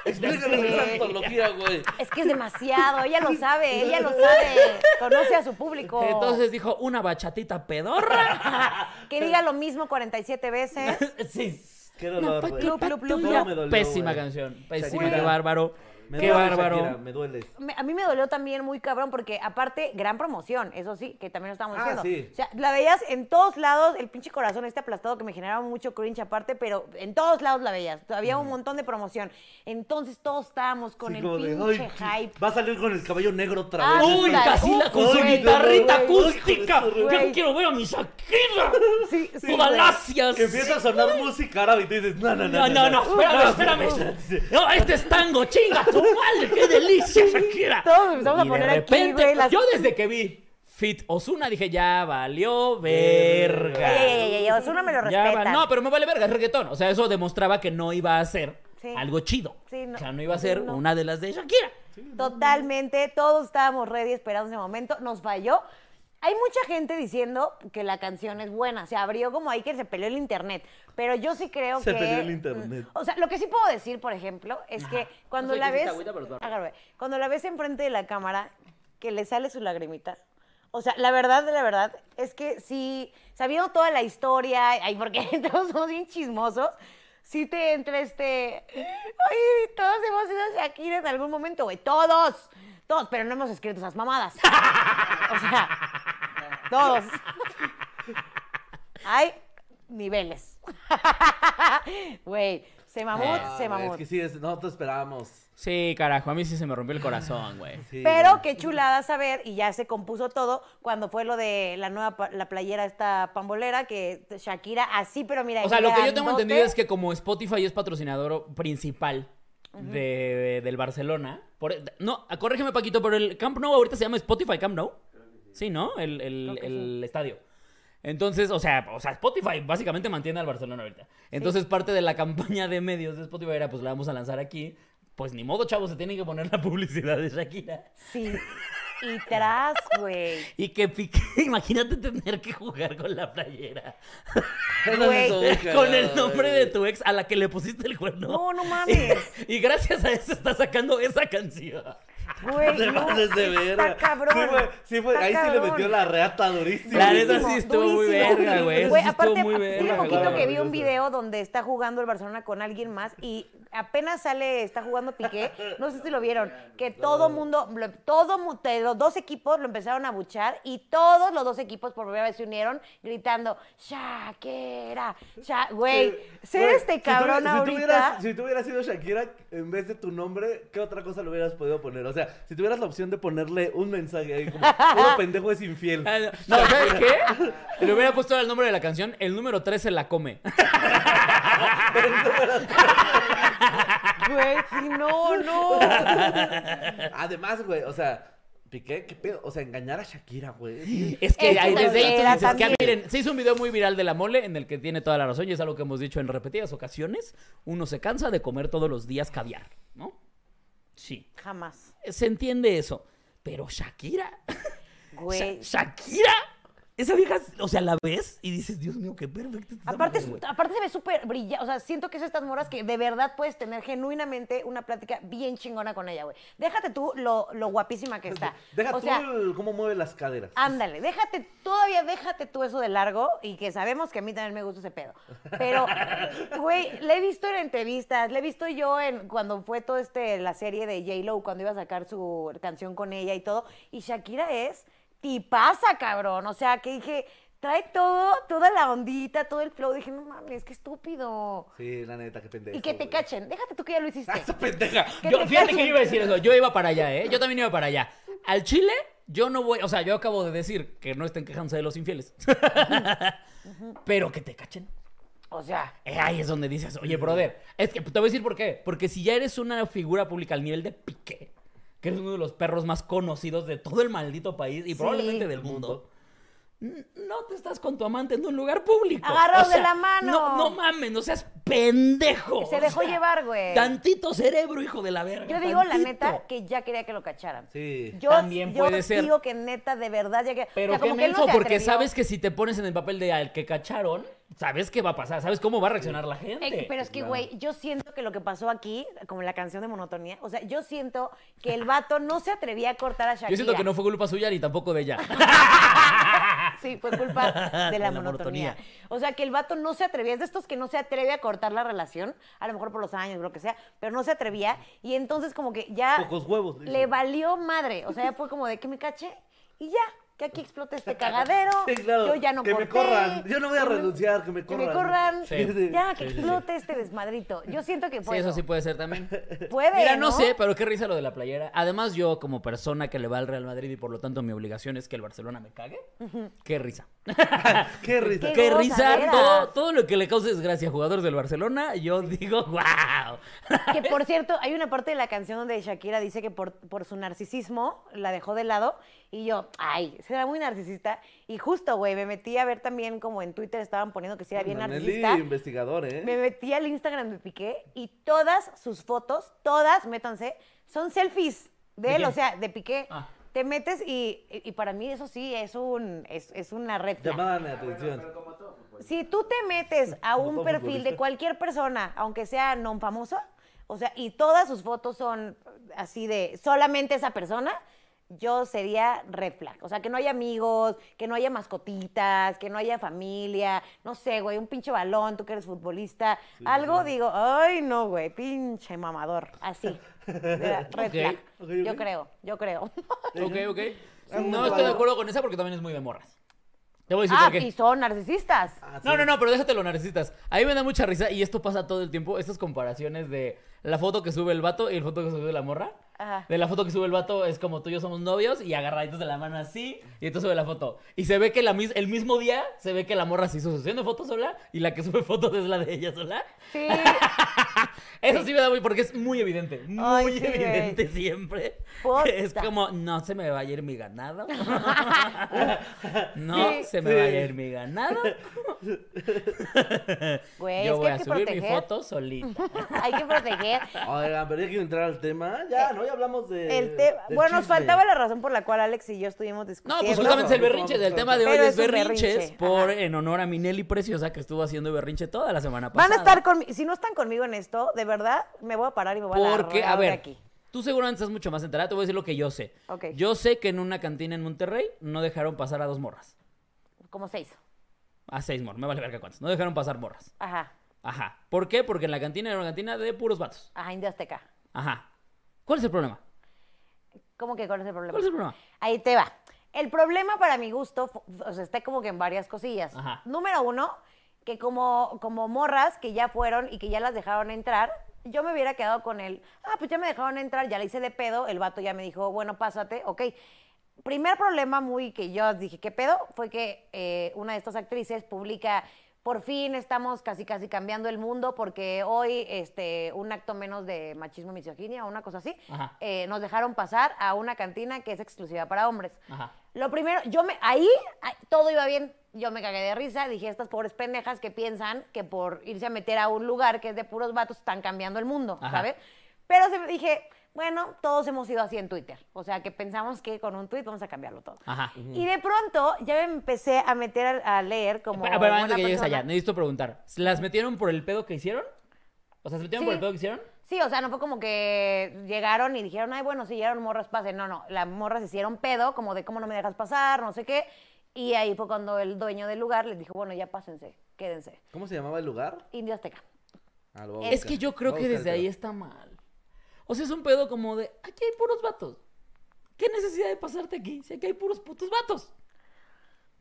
Speaker 1: Explícanos qué es antología, güey.
Speaker 2: Es que es demasiado, ella lo sabe, ella lo sabe. Conoce a su público.
Speaker 3: Entonces dijo, una bachatita pedorra.
Speaker 2: que diga lo mismo 47 veces.
Speaker 3: *laughs* sí.
Speaker 1: Qué dolor, güey.
Speaker 2: Club, club, club.
Speaker 1: Todo me dolió,
Speaker 3: Pésima
Speaker 1: güey.
Speaker 3: canción. Pésima,
Speaker 1: Shakira.
Speaker 3: qué bárbaro.
Speaker 1: Me
Speaker 3: qué
Speaker 1: duele,
Speaker 3: bárbaro.
Speaker 1: Shakira, me duele.
Speaker 2: Me- a mí me dolió también muy cabrón porque aparte gran promoción, eso sí, que también lo estamos
Speaker 1: Ah,
Speaker 2: diciendo.
Speaker 1: sí.
Speaker 2: O sea, la veías en todos lados, el pinche corazón este aplastado que me generaba mucho cringe aparte, pero en todos lados la veías. Había un montón de promoción. Entonces todos estábamos con
Speaker 1: Sí,
Speaker 2: el
Speaker 1: como de,
Speaker 2: pinche
Speaker 1: ay,
Speaker 2: hype.
Speaker 1: Va a salir con el cabello negro otra vez.
Speaker 2: Ah,
Speaker 3: Uy,
Speaker 2: Ándale.
Speaker 3: Casila con su
Speaker 2: Uy,
Speaker 3: guitarrita
Speaker 2: güey, güey.
Speaker 3: acústica.
Speaker 2: Güey.
Speaker 3: Yo quiero ver a mi Shakira.
Speaker 2: Sí, sí,
Speaker 3: Toda
Speaker 2: güey.
Speaker 3: Lacia.
Speaker 1: Que empieza a sonar música árabe y tú dices, no, no, no. Ah,
Speaker 3: No, no, no, espérame, espérame.
Speaker 1: espérame.
Speaker 3: No, este es tango, chinga tu madre, qué delicia, Shakira.
Speaker 2: Todos empezamos a
Speaker 3: Y
Speaker 2: poner
Speaker 3: de
Speaker 2: aquí,
Speaker 3: repente,
Speaker 2: güey, las-
Speaker 3: Yo desde que vi Fit Osuna dije, ya valió verga.
Speaker 2: Ey, ey, ey, ey, Ozuna me lo
Speaker 3: Ya va-
Speaker 2: respeta.
Speaker 3: No, pero me vale verga, es reggaetón. O sea, eso demostraba que no iba a ser
Speaker 2: Sí.
Speaker 3: algo chido.
Speaker 2: Sí, no.
Speaker 3: O sea, no iba a ser
Speaker 2: No.
Speaker 3: una de las de Shakira.
Speaker 2: Totalmente, todos estábamos ready esperando ese momento, nos falló. Hay mucha gente diciendo que la canción es buena, se abrió como ahí que se peleó el internet, pero yo sí creo
Speaker 1: Se
Speaker 2: que... Mm,
Speaker 1: peleó el internet.
Speaker 2: O sea, lo que sí puedo decir, por ejemplo, es que cuando
Speaker 3: No sé qué
Speaker 2: la
Speaker 3: es
Speaker 2: ves...
Speaker 3: esta agüita, pero es barro.
Speaker 2: Agárrame. Cuando la ves enfrente de la cámara, que le sale su lagrimita. O sea, la verdad, la verdad, es que sí, sabiendo toda la historia, ay, porque *laughs* todos somos bien chismosos, sí te entra este... Ay, todos hemos sido Shakira en algún momento, güey, todos, todos, pero no hemos escrito esas mamadas. *laughs* O sea, todos. Hay niveles. *laughs* Güey, se mamut,
Speaker 3: Ah,
Speaker 2: se mamut.
Speaker 1: Ah, Es que sí, es- nosotros esperábamos.
Speaker 3: Sí, carajo, a mí sí se me rompió el corazón, güey.
Speaker 1: Sí, *laughs*
Speaker 2: Pero
Speaker 1: güey.
Speaker 2: qué chulada saber, y ya se compuso todo, cuando fue lo de la nueva pa- la playera esta pambolera, que Shakira así, pero mira.
Speaker 3: O sea, lo que yo tengo
Speaker 2: grandote.
Speaker 3: entendido es que como Spotify es patrocinador principal de- del Barcelona, por- no, corrígeme Paquito, pero el Camp Nou ahorita se llama Spotify Camp Nou. Sí, ¿no? El, el-
Speaker 2: Creo que
Speaker 3: el estadio. Entonces, o sea, o sea, Spotify básicamente mantiene al Barcelona ahorita. Entonces, parte de la campaña de medios de Spotify era, pues la vamos a lanzar aquí. Pues ni modo, chavos, se tienen que poner la publicidad de Shakira.
Speaker 2: Sí. Y tras, güey.
Speaker 3: Y que Piqué, *laughs* imagínate tener que jugar con la playera.
Speaker 1: Eso
Speaker 2: güey,
Speaker 1: es un
Speaker 3: *laughs* con
Speaker 1: cagado,
Speaker 3: el nombre
Speaker 1: güey.
Speaker 3: de tu ex a *laughs* la que le pusiste el cuerno.
Speaker 2: No, no mames.
Speaker 3: Y, gracias a eso está sacando esa canción. *laughs*
Speaker 2: Güey,
Speaker 1: Te
Speaker 2: no,
Speaker 1: pases de
Speaker 2: está
Speaker 1: verga.
Speaker 2: cabrón.
Speaker 1: Sí fue, sí fue-
Speaker 2: está
Speaker 1: ahí sí le
Speaker 2: cabrón.
Speaker 1: metió la reata durísima.
Speaker 3: La
Speaker 2: Durísimo,
Speaker 3: neta sí estuvo muy
Speaker 2: durísimo.
Speaker 3: verga, güey. Eso sí estuvo
Speaker 2: aparte,
Speaker 3: muy
Speaker 2: tiene
Speaker 3: verga,
Speaker 2: poquito
Speaker 1: güey.
Speaker 2: que vi un video donde está jugando el Barcelona con alguien más y apenas sale, está jugando Piqué, no sé si lo vieron, que todo mundo, lo- todo mu- de los dos equipos lo empezaron a buchar y todos los dos equipos por primera vez se unieron gritando, Shakira, Sha-". güey, ser
Speaker 1: Eh, Güey,
Speaker 2: este
Speaker 1: si
Speaker 2: cabrón
Speaker 1: tuvi- si
Speaker 2: ahorita...
Speaker 1: Tuvieras, si tuvieras sido Shakira, en vez de tu nombre, ¿qué otra cosa le hubieras podido poner? O sea, si tuvieras la opción de ponerle un mensaje ahí como,
Speaker 2: *laughs*
Speaker 1: todo pendejo es infiel.
Speaker 3: Ah, No,
Speaker 1: *laughs*
Speaker 3: No, ¿sabes qué? Le hubiera puesto el nombre de la canción, el número 3 se la come.
Speaker 2: Güey, sí, no,
Speaker 3: *laughs*
Speaker 2: no.
Speaker 1: Además, güey, o sea, Piqué, qué pedo. O sea, engañar a Shakira, güey.
Speaker 3: *laughs* Es que
Speaker 2: Eso
Speaker 3: ahí desde ahí tú
Speaker 2: era
Speaker 3: dices que, ah,
Speaker 2: también.
Speaker 3: miren, se hizo un video muy viral de la mole en el que tiene toda la razón y es algo que hemos dicho en repetidas ocasiones. Uno se cansa de comer todos los días caviar, ¿no? Sí.
Speaker 2: Jamás.
Speaker 3: Se entiende eso. Pero Shakira.
Speaker 2: Güey.
Speaker 3: Sha- Shakira. Esa vieja, o sea, la ves y dices, Dios mío, qué perfecta. esta
Speaker 2: Aparte,
Speaker 3: madre, güey".
Speaker 2: aparte se ve súper brillante. O sea, siento que es estas moras que de verdad puedes tener genuinamente una plática bien chingona con ella, güey. Déjate tú lo, lo
Speaker 1: *laughs*
Speaker 2: guapísima que está.
Speaker 1: Deja
Speaker 2: o
Speaker 1: tú
Speaker 2: sea, Ah,
Speaker 1: el- cómo mueve las caderas.
Speaker 2: ándale, déjate, todavía déjate tú eso de largo y que sabemos que a mí también me gusta ese pedo. Pero, güey, le he visto en entrevistas, le he visto yo en cuando fue todo este, la serie de J-Lo, cuando iba a sacar su canción con ella y todo. Y Shakira es tipaza, cabrón. O sea, que dije... Trae todo, toda la ondita, todo el flow. Dije, no mames, qué estúpido.
Speaker 1: Sí, la neta, qué pendejo.
Speaker 2: Y que te
Speaker 1: güey.
Speaker 2: cachen. Déjate tú que ya
Speaker 1: *laughs*
Speaker 2: lo
Speaker 1: Ah,
Speaker 2: hiciste.
Speaker 1: esa pendeja.
Speaker 2: Que
Speaker 3: Yo-
Speaker 2: te
Speaker 3: fíjate que
Speaker 2: cachen.
Speaker 3: yo iba a decir eso. Yo iba para allá, ¿eh? Yo también iba para allá. Al Chile, yo no voy. O sea, yo acabo de decir que no estén quejándose de los infieles. *laughs* Pero que te cachen.
Speaker 2: O sea,
Speaker 3: Eh, ahí es donde dices, oye, brother. Es que te voy a decir por qué. Porque si ya eres una figura pública al nivel de Piqué, que es uno de los perros más conocidos de todo el maldito país y probablemente del mundo. n- No te estás con tu amante en un lugar público.
Speaker 2: Agarrados de la mano.
Speaker 3: No, no mames, no seas pendejo.
Speaker 2: Se
Speaker 3: o
Speaker 2: dejó
Speaker 3: sea,
Speaker 2: llevar, güey.
Speaker 3: Tantito cerebro, hijo de la verga.
Speaker 2: yo digo la neta
Speaker 3: tantito.
Speaker 2: que ya quería que lo cacharan.
Speaker 1: Sí.
Speaker 2: Yo,
Speaker 3: También
Speaker 2: yo
Speaker 3: puede ser.
Speaker 2: digo que neta, de verdad, ya que.
Speaker 3: Pero
Speaker 2: o sea, como
Speaker 3: qué
Speaker 2: que él no
Speaker 3: menso,
Speaker 2: se
Speaker 3: porque
Speaker 2: atrevió.
Speaker 3: sabes que si te pones en el papel de al que cacharon, sabes qué va a pasar, sabes cómo va a reaccionar la gente.
Speaker 2: Eh, pero es que, güey, yo siento que lo que pasó aquí, como en la canción de monotonía, o sea, yo siento que el vato no se atrevía a cortar a Shakira.
Speaker 3: Yo siento que no fue culpa suya ni tampoco de
Speaker 2: *laughs*
Speaker 3: ella.
Speaker 2: Sí,
Speaker 1: *laughs*
Speaker 2: fue culpa de
Speaker 3: *laughs* la
Speaker 2: la,
Speaker 3: monotonía.
Speaker 2: monotonía. O sea, que el vato no se atrevía, es de estos que no se atreve a cortar la relación, a lo mejor por los años, lo que sea, pero no se atrevía. Y entonces como que ya...
Speaker 1: Pocos huevos, le
Speaker 2: Le
Speaker 1: dicen.
Speaker 2: valió madre. O sea, ya fue como de que me caché y ya, que aquí explote este cagadero.
Speaker 1: *laughs* Sí, claro.
Speaker 2: Yo ya no
Speaker 1: que
Speaker 2: corté,
Speaker 1: me corran. Yo no voy a
Speaker 2: que me-
Speaker 1: renunciar, que me
Speaker 2: Que
Speaker 1: corran.
Speaker 2: me corran.
Speaker 3: Sí.
Speaker 2: Ya, que
Speaker 3: Sí, sí, sí.
Speaker 2: explote este desmadrito. Yo siento que
Speaker 3: Sí,
Speaker 2: fue
Speaker 3: eso sí puede ser también.
Speaker 2: Puede,
Speaker 3: Mira, no
Speaker 2: ¿no?
Speaker 3: sé, pero qué risa lo de la playera. Además, yo como persona que le va al Real Madrid y por lo tanto mi obligación es que el Barcelona me cague, qué risa.
Speaker 1: Qué risa.
Speaker 2: Qué
Speaker 3: Qué risa,
Speaker 2: gozadera.
Speaker 3: todo, todo lo que le cause desgracia a jugadores del Barcelona, yo digo, *laughs* wow.
Speaker 2: Que por cierto, hay una parte de la canción donde Shakira dice que por, por su narcisismo la dejó de lado. Y yo, ay, será muy narcisista. Y justo, güey, me metí a ver también como en Twitter estaban poniendo que sí era bien
Speaker 1: Nelly,
Speaker 2: narcisista.
Speaker 1: investigador, ¿eh?
Speaker 2: Me metí al Instagram de Piqué y todas sus fotos, todas, métanse, son selfies de
Speaker 3: ¿De
Speaker 2: él,
Speaker 3: quién?
Speaker 2: o sea, de Piqué.
Speaker 3: Ah.
Speaker 2: Te metes y, y para mí eso sí es un es, es una red flag.
Speaker 1: Llamada la atención.
Speaker 2: Si tú te metes a
Speaker 1: Como
Speaker 2: un
Speaker 1: todo
Speaker 2: perfil de
Speaker 1: futbolista.
Speaker 2: cualquier persona, aunque sea non famoso, o sea, y todas sus fotos son así de solamente esa persona, yo sería red flag. O sea, que no haya amigos, que no haya mascotitas, que no haya familia, no sé, güey, un pinche balón, tú que eres futbolista, algo digo, ay, no, güey, pinche mamador, así.
Speaker 1: *laughs*
Speaker 2: Era Red
Speaker 3: Ok,
Speaker 2: flag.
Speaker 1: ok,
Speaker 2: Yo
Speaker 1: ok.
Speaker 2: creo, yo creo.
Speaker 3: Ok, ok. No
Speaker 1: bueno.
Speaker 3: estoy de acuerdo con esa porque también es muy de morras. Te voy a decir
Speaker 2: ah,
Speaker 3: por qué.
Speaker 2: *laughs* y son narcisistas. *laughs*
Speaker 1: Ah, sí.
Speaker 3: No, no, no, pero déjate los narcisistas. A mí me da mucha risa y esto pasa todo el tiempo. Estas comparaciones de la foto que sube el vato y la foto que sube la morra.
Speaker 2: Ajá.
Speaker 3: De la foto que sube el vato es como tú y yo somos novios y agarraditos de la mano así y entonces sube la foto. Y se ve que la mis- el mismo día se ve que la morra se hizo su sesión de fotos sola y la que sube fotos es la de ella sola.
Speaker 2: Sí.
Speaker 3: Eso sí me da muy, porque es muy evidente, muy
Speaker 2: Ay, sí, güey.
Speaker 3: evidente siempre.
Speaker 2: Puta.
Speaker 3: Es como, no se me va a ir mi
Speaker 2: *laughs*
Speaker 3: ganado. no
Speaker 2: Sí.
Speaker 3: se me va a ir mi ganado.
Speaker 2: *laughs* Güey,
Speaker 3: Yo
Speaker 2: es que
Speaker 3: voy
Speaker 2: hay
Speaker 3: a
Speaker 2: que
Speaker 3: subir mi
Speaker 2: proteger.
Speaker 3: foto
Speaker 2: *laughs*
Speaker 3: solita.
Speaker 2: Hay que proteger.
Speaker 1: Oigan, pero hay que entrar al tema. Ya, ¿no? Ya hablamos de.
Speaker 2: Eh,
Speaker 1: *laughs*
Speaker 2: El te-
Speaker 1: del
Speaker 2: Bueno, nos
Speaker 1: chisme.
Speaker 2: faltaba la razón por la cual Alex y yo estuvimos
Speaker 3: No,
Speaker 2: discutiendo.
Speaker 3: pues justamente es el
Speaker 1: Claro,
Speaker 3: berrinche.
Speaker 1: vamos a
Speaker 3: El tema de hoy
Speaker 2: Pero
Speaker 3: es
Speaker 2: es un
Speaker 3: berrinches
Speaker 2: berrinche,
Speaker 3: por
Speaker 2: ajá.
Speaker 3: en honor a mi Nelly Preciosa que estuvo haciendo berrinche toda la semana pasada.
Speaker 2: Van a estar conmigo. Si no están conmigo en esto, de verdad, me voy a parar y me voy a
Speaker 3: Porque, a
Speaker 2: largar de
Speaker 3: ver,
Speaker 2: aquí.
Speaker 3: Tú seguramente estás mucho más enterada. Te voy a decir lo que yo sé.
Speaker 2: Ok.
Speaker 3: Yo sé que en una cantina en Monterrey no dejaron pasar a dos morras.
Speaker 2: Como seis.
Speaker 3: A seis morras. Me vale verga cuántas. No dejaron pasar morras.
Speaker 2: Ajá.
Speaker 3: Ajá. ¿Por qué? Porque en la cantina era una cantina de puros vatos.
Speaker 2: Ajá, India Azteca.
Speaker 3: Ajá. ¿Cuál es el problema?
Speaker 2: ¿Cómo que cuál es el problema?
Speaker 3: ¿Cuál
Speaker 1: Pues
Speaker 3: es el problema?
Speaker 2: Ahí te va. El problema para mi gusto, fu- o sea, está como que en varias cosillas.
Speaker 3: Ajá.
Speaker 2: Número uno, que como, como morras que ya fueron y que ya las dejaron entrar, yo me hubiera quedado con el, ah, pues ya me dejaron entrar, ya la hice de pedo, el vato ya me dijo, bueno, pásate, ok. Primer problema muy que yo dije, ¿qué pedo? Fue que eh, una de estas actrices publica, por fin estamos casi casi cambiando el mundo porque hoy este, un acto menos de machismo y misoginia o una cosa así,
Speaker 3: Ajá.
Speaker 2: eh, nos dejaron pasar a una cantina que es exclusiva para hombres.
Speaker 3: Ajá.
Speaker 2: Lo primero, yo me, ahí ah, todo iba bien. Yo me cagué de risa, dije, estas pobres pendejas que piensan que por irse a meter a un lugar que es de puros vatos están cambiando el mundo,
Speaker 3: Ajá.
Speaker 2: ¿sabes? Pero se, dije, bueno, todos hemos sido así en Twitter. O sea, que pensamos que con un tweet vamos a cambiarlo todo.
Speaker 3: Ajá.
Speaker 2: Y de pronto ya me empecé a meter a, a leer como...
Speaker 3: Espera, espera, antes
Speaker 2: buena
Speaker 3: de que llegues
Speaker 2: persona.
Speaker 3: allá, necesito preguntar. ¿Las metieron por el pedo que hicieron? O sea, ¿se metieron por
Speaker 2: Sí.
Speaker 3: el pedo que hicieron?
Speaker 2: Sí, o sea, no fue como que llegaron y dijeron, ay, bueno, si llegaron morras, pasen. No, no, las morras se hicieron pedo, como de cómo no me dejas pasar, no sé qué. Y ahí fue cuando el dueño del lugar les dijo, bueno, ya pásense, quédense.
Speaker 1: ¿Cómo se llamaba el lugar?
Speaker 2: Indio Azteca.
Speaker 1: Ah, lo voy a
Speaker 3: Es
Speaker 1: buscar.
Speaker 3: que yo creo
Speaker 1: Voy a
Speaker 3: que
Speaker 1: buscar
Speaker 3: desde
Speaker 1: el
Speaker 3: ahí
Speaker 1: pedo.
Speaker 3: está mal. O sea, es un pedo como de, aquí hay puros vatos. ¿Qué necesidad de pasarte aquí si aquí hay puros putos vatos?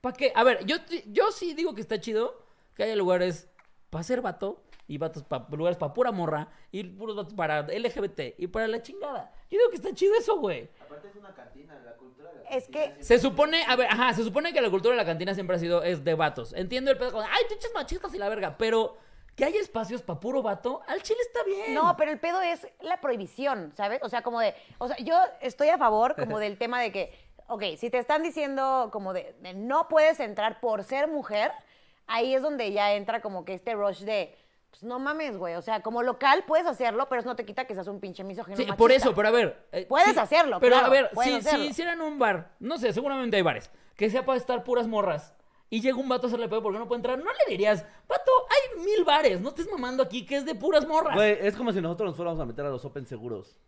Speaker 3: ¿Para qué? A ver, yo, yo sí digo que está chido que haya lugares para ser vato y vatos pa- lugares para pura morra y puros vatos para LGBT y para la chingada. Yo digo que está chido eso, güey.
Speaker 2: Es que,
Speaker 3: Se supone, a ver, ajá, se supone que la cultura de la cantina siempre ha sido es de vatos. Entiendo el pedo con, ay, pinches machistas y la verga, pero que haya espacios para puro vato, al chile está bien.
Speaker 2: no, pero el pedo es la prohibición, ¿sabes? O sea, como de, o sea, yo estoy a favor como del tema de que, ok, si te están diciendo como de, de no puedes entrar por ser mujer, ahí es donde ya entra como que este rush de... Pues no mames, güey. O sea, como local puedes hacerlo, pero eso no te quita que seas un pinche misógino.
Speaker 3: Sí,
Speaker 2: machista.
Speaker 3: por eso, pero a ver. eh,
Speaker 2: Puedes
Speaker 3: sí,
Speaker 2: hacerlo,
Speaker 3: Pero
Speaker 2: claro,
Speaker 3: a ver, si,
Speaker 2: puedes
Speaker 3: si
Speaker 2: hacerlo.
Speaker 3: hicieran un bar, no sé, seguramente hay bares, que sea para estar puras morras. Y llega un vato a hacerle pedo porque no puede entrar. No le dirías, vato, hay mil bares, no estés mamando aquí que es de puras morras.
Speaker 1: Güey, es como si nosotros nos fuéramos a meter a los Open seguros.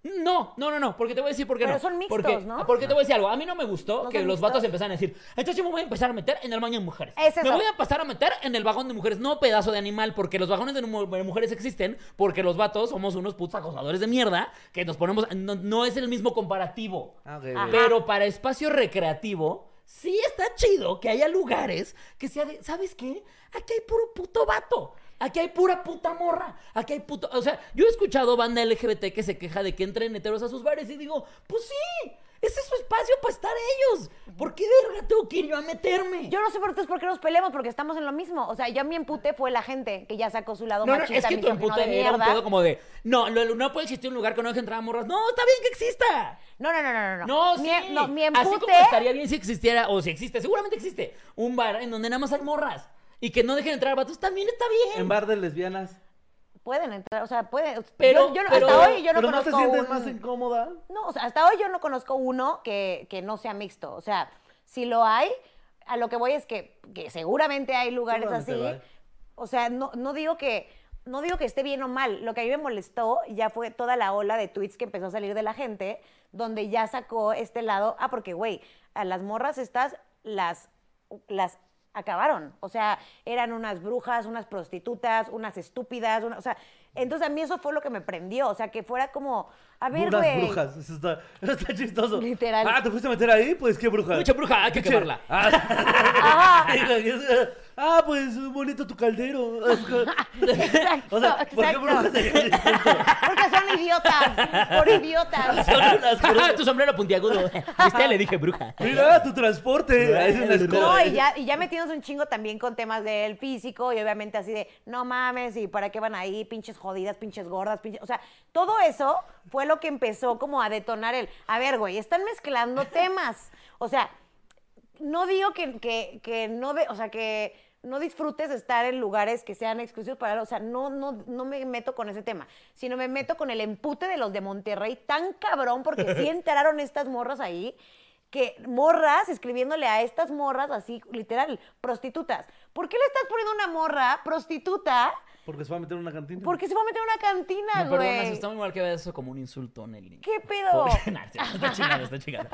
Speaker 3: No, no, no, no, porque te voy a decir por qué
Speaker 2: Pero
Speaker 3: no.
Speaker 2: son mixtos,
Speaker 3: porque,
Speaker 2: ¿no?
Speaker 3: Porque te voy a decir algo. A mí no me gustó
Speaker 2: No
Speaker 3: que
Speaker 2: son
Speaker 3: los vatos
Speaker 2: mixtos.
Speaker 3: empezaran a decir, entonces me voy a empezar a meter en el baño de mujeres.
Speaker 2: Es eso.
Speaker 3: me voy a pasar a meter en el vagón de mujeres, no pedazo de animal, porque los vagones de, mu- de mujeres existen, porque los vatos somos unos putos acosadores de mierda que nos ponemos. No, no es el mismo comparativo.
Speaker 1: Ah, ok,
Speaker 2: Ajá.
Speaker 1: ok.
Speaker 3: Pero para espacio recreativo, sí está chido que haya lugares que sea de, ¿sabes qué? Aquí hay puro puto vato. Aquí hay pura puta morra. Aquí hay puto. O sea, yo he escuchado banda LGBT que se queja de que entren heteros a sus bares y digo, pues sí, ese es su espacio para estar ellos. ¿Por qué verga tengo que ir yo a meterme?
Speaker 2: Yo no sé por ustedes por qué nos peleamos, porque estamos en lo mismo. O sea, yo mi empute fue la gente que ya sacó su lado
Speaker 3: No, no,
Speaker 2: machista,
Speaker 3: es que tu
Speaker 2: misógino
Speaker 3: empute
Speaker 2: de
Speaker 3: era un
Speaker 2: mierda.
Speaker 3: pedo como de, no, lo- no puede existir un lugar que no deje entrar a morras. No, está bien que exista.
Speaker 2: No, no, no, no, no.
Speaker 3: No,
Speaker 2: mi,
Speaker 3: sí.
Speaker 2: no, mi
Speaker 3: Así como
Speaker 2: empute...
Speaker 3: estaría bien si existiera, o si existe, seguramente existe, un bar en donde nada más hay morras y que no dejen entrar vatos, también está bien.
Speaker 1: En bar de lesbianas.
Speaker 2: Pueden entrar, o sea, pueden...
Speaker 3: Pero-
Speaker 2: yo, yo no-
Speaker 3: pero-
Speaker 2: hasta hoy yo no
Speaker 1: Pero no te
Speaker 2: conozco
Speaker 1: sientes
Speaker 2: un-
Speaker 1: más incómoda.
Speaker 2: No, o sea, hasta hoy yo no conozco uno que, que no sea mixto. O sea, si lo hay, a lo que voy es que, que seguramente hay lugares
Speaker 1: Seguramente
Speaker 2: así.
Speaker 1: lo hay.
Speaker 2: O sea, no, no digo que. No digo que esté bien o mal, lo que a mí me molestó ya fue toda la ola de tweets que empezó a salir de la gente, donde ya sacó este lado, ah, porque, güey, a las morras estas las, las acabaron, o sea, eran unas brujas, unas prostitutas, unas estúpidas, una- o sea, entonces a mí eso fue lo que me prendió, o sea, que fuera como, a ver,
Speaker 1: Unas
Speaker 2: güey,
Speaker 1: brujas. Eso está, eso está chistoso.
Speaker 2: Literal.
Speaker 1: Ah, ¿te fuiste a meter ahí? Pues qué bruja.
Speaker 3: Mucha bruja, hay que
Speaker 1: Pinche-
Speaker 3: quemarla.
Speaker 1: Ah, *laughs* ah, pues bonito tu caldero.
Speaker 2: *laughs* Exacto,
Speaker 1: o sea, ¿por qué
Speaker 2: exacto.
Speaker 1: brujas sería distinto?
Speaker 2: Porque son idiotas, por idiotas.
Speaker 1: Ah, *laughs*
Speaker 3: *laughs*
Speaker 1: Son unas brujas.
Speaker 3: tu sombrero
Speaker 2: *laughs*
Speaker 3: puntiagudo. Viste, le dije bruja.
Speaker 1: Mira, tu transporte. Ahí es una
Speaker 2: No,
Speaker 1: escoba.
Speaker 2: y ya, y ya metiéndose un chingo también con temas del físico y obviamente así de, no mames, ¿y para qué van ahí? Pinches jodidas, pinches gordas, pinches... O sea, todo eso fue lo que empezó como a detonar el, a ver, güey,
Speaker 1: *laughs*
Speaker 2: están mezclando temas. O sea, no digo que, que- que no de, o sea, que no disfrutes estar en lugares que sean exclusivos para, o sea, no, no, no me meto con ese tema, sino me meto con el empute de los de Monterrey tan cabrón porque sí entraron estas morras ahí que morras escribiéndole a estas morras así literal prostitutas, ¿Por qué le estás poniendo una morra prostituta?
Speaker 1: Porque se va a meter en una cantina.
Speaker 2: Porque se va a meter a una cantina,
Speaker 3: No,
Speaker 2: Ah, güey.
Speaker 3: perdona, se está muy mal que veas eso como un insulto, Nelly.
Speaker 2: ¿Qué pedo?
Speaker 3: Por- *laughs* Nah, sí, está chingando, está chingando.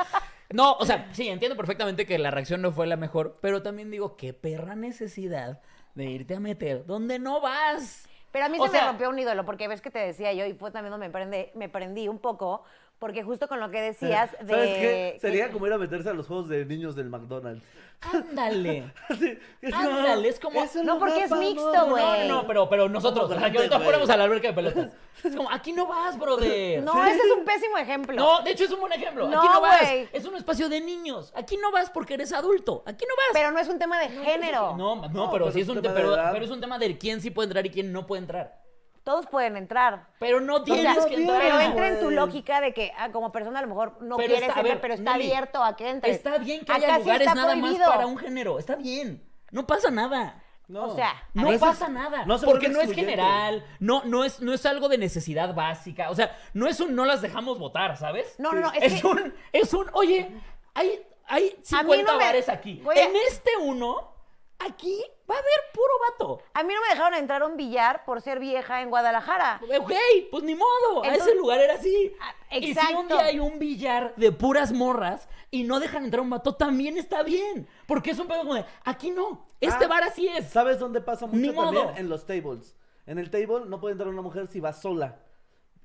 Speaker 3: No, o sea, sí, entiendo perfectamente que la reacción no fue la mejor, pero también digo, qué perra necesidad de irte a meter donde no vas.
Speaker 2: Pero a mí
Speaker 3: O
Speaker 2: se me
Speaker 3: sea-
Speaker 2: rompió un ídolo, porque ves que te decía yo, y fue también donde me prende- me prendí un poco, porque justo con lo que decías de.
Speaker 1: Eh, ¿Sabes qué? Sería
Speaker 2: que-
Speaker 1: como ir a meterse a los juegos de niños del McDonald's. *laughs*
Speaker 3: Ándale.
Speaker 1: Así, es como-
Speaker 3: Ándale, es como-
Speaker 1: el
Speaker 2: No, porque
Speaker 1: lugar
Speaker 2: es
Speaker 1: para
Speaker 2: mixto,
Speaker 1: todo.
Speaker 2: güey.
Speaker 3: No, no, pero, pero nosotros, o sea, que ahorita
Speaker 1: Güey.
Speaker 3: fuéramos a la alberca de pelotas. Es como, aquí no vas, brother.
Speaker 2: No,
Speaker 1: Sí.
Speaker 2: ese es un pésimo ejemplo.
Speaker 3: No, de hecho es un buen ejemplo.
Speaker 2: No,
Speaker 3: Aquí no vas.
Speaker 2: güey.
Speaker 3: Es un espacio de niños. Aquí no vas porque eres adulto. Aquí no vas.
Speaker 2: Pero no es un tema de género.
Speaker 3: No, no, pero, sí es un, te-
Speaker 1: tema de
Speaker 3: pero,
Speaker 1: edad.
Speaker 3: pero es un tema de quién sí puede entrar y quién no puede entrar.
Speaker 2: Todos pueden entrar.
Speaker 3: Pero no tienes
Speaker 2: O sea,
Speaker 3: que entrar.
Speaker 2: Pero
Speaker 1: güey.
Speaker 2: entra en tu lógica de que ah, como persona a lo mejor no
Speaker 3: Pero
Speaker 2: quieres
Speaker 3: está- a
Speaker 2: entrar,
Speaker 3: ver,
Speaker 2: pero está
Speaker 3: Nelly,
Speaker 2: abierto a que entres.
Speaker 3: Está bien que
Speaker 2: Acá
Speaker 3: haya
Speaker 2: sí
Speaker 3: lugares
Speaker 2: está
Speaker 3: nada
Speaker 2: prohibido.
Speaker 3: más para un género. Está bien. No pasa nada.
Speaker 1: No.
Speaker 2: O sea,
Speaker 3: No
Speaker 1: es-
Speaker 3: pasa nada.
Speaker 1: no se
Speaker 3: porque
Speaker 1: vuelve
Speaker 3: no es
Speaker 1: excluyente.
Speaker 3: general. No, no es, no es algo de necesidad básica. O sea, no es un no las dejamos votar, ¿sabes?
Speaker 2: No, no, no, es
Speaker 3: Es,
Speaker 2: que-
Speaker 3: un, es un, oye, hay, hay 50
Speaker 2: no me-
Speaker 3: bares aquí.
Speaker 2: Voy a-
Speaker 3: En este uno, aquí va a haber puro vato.
Speaker 2: A mí no me dejaron entrar a un billar por ser vieja en Guadalajara.
Speaker 3: Ok, pues ni modo. a
Speaker 2: Entonces-
Speaker 3: ese lugar era así.
Speaker 2: Ah,
Speaker 3: Y si un
Speaker 2: exacto.
Speaker 3: día hay un billar de puras morras y no dejan entrar un vato, también está bien. Porque es un pedo como de, aquí no, este
Speaker 1: Ah,
Speaker 3: bar así es.
Speaker 1: ¿Sabes dónde pasa mucho
Speaker 3: Ni modo.
Speaker 1: también? En los tables. En el table no puede entrar una mujer si va sola.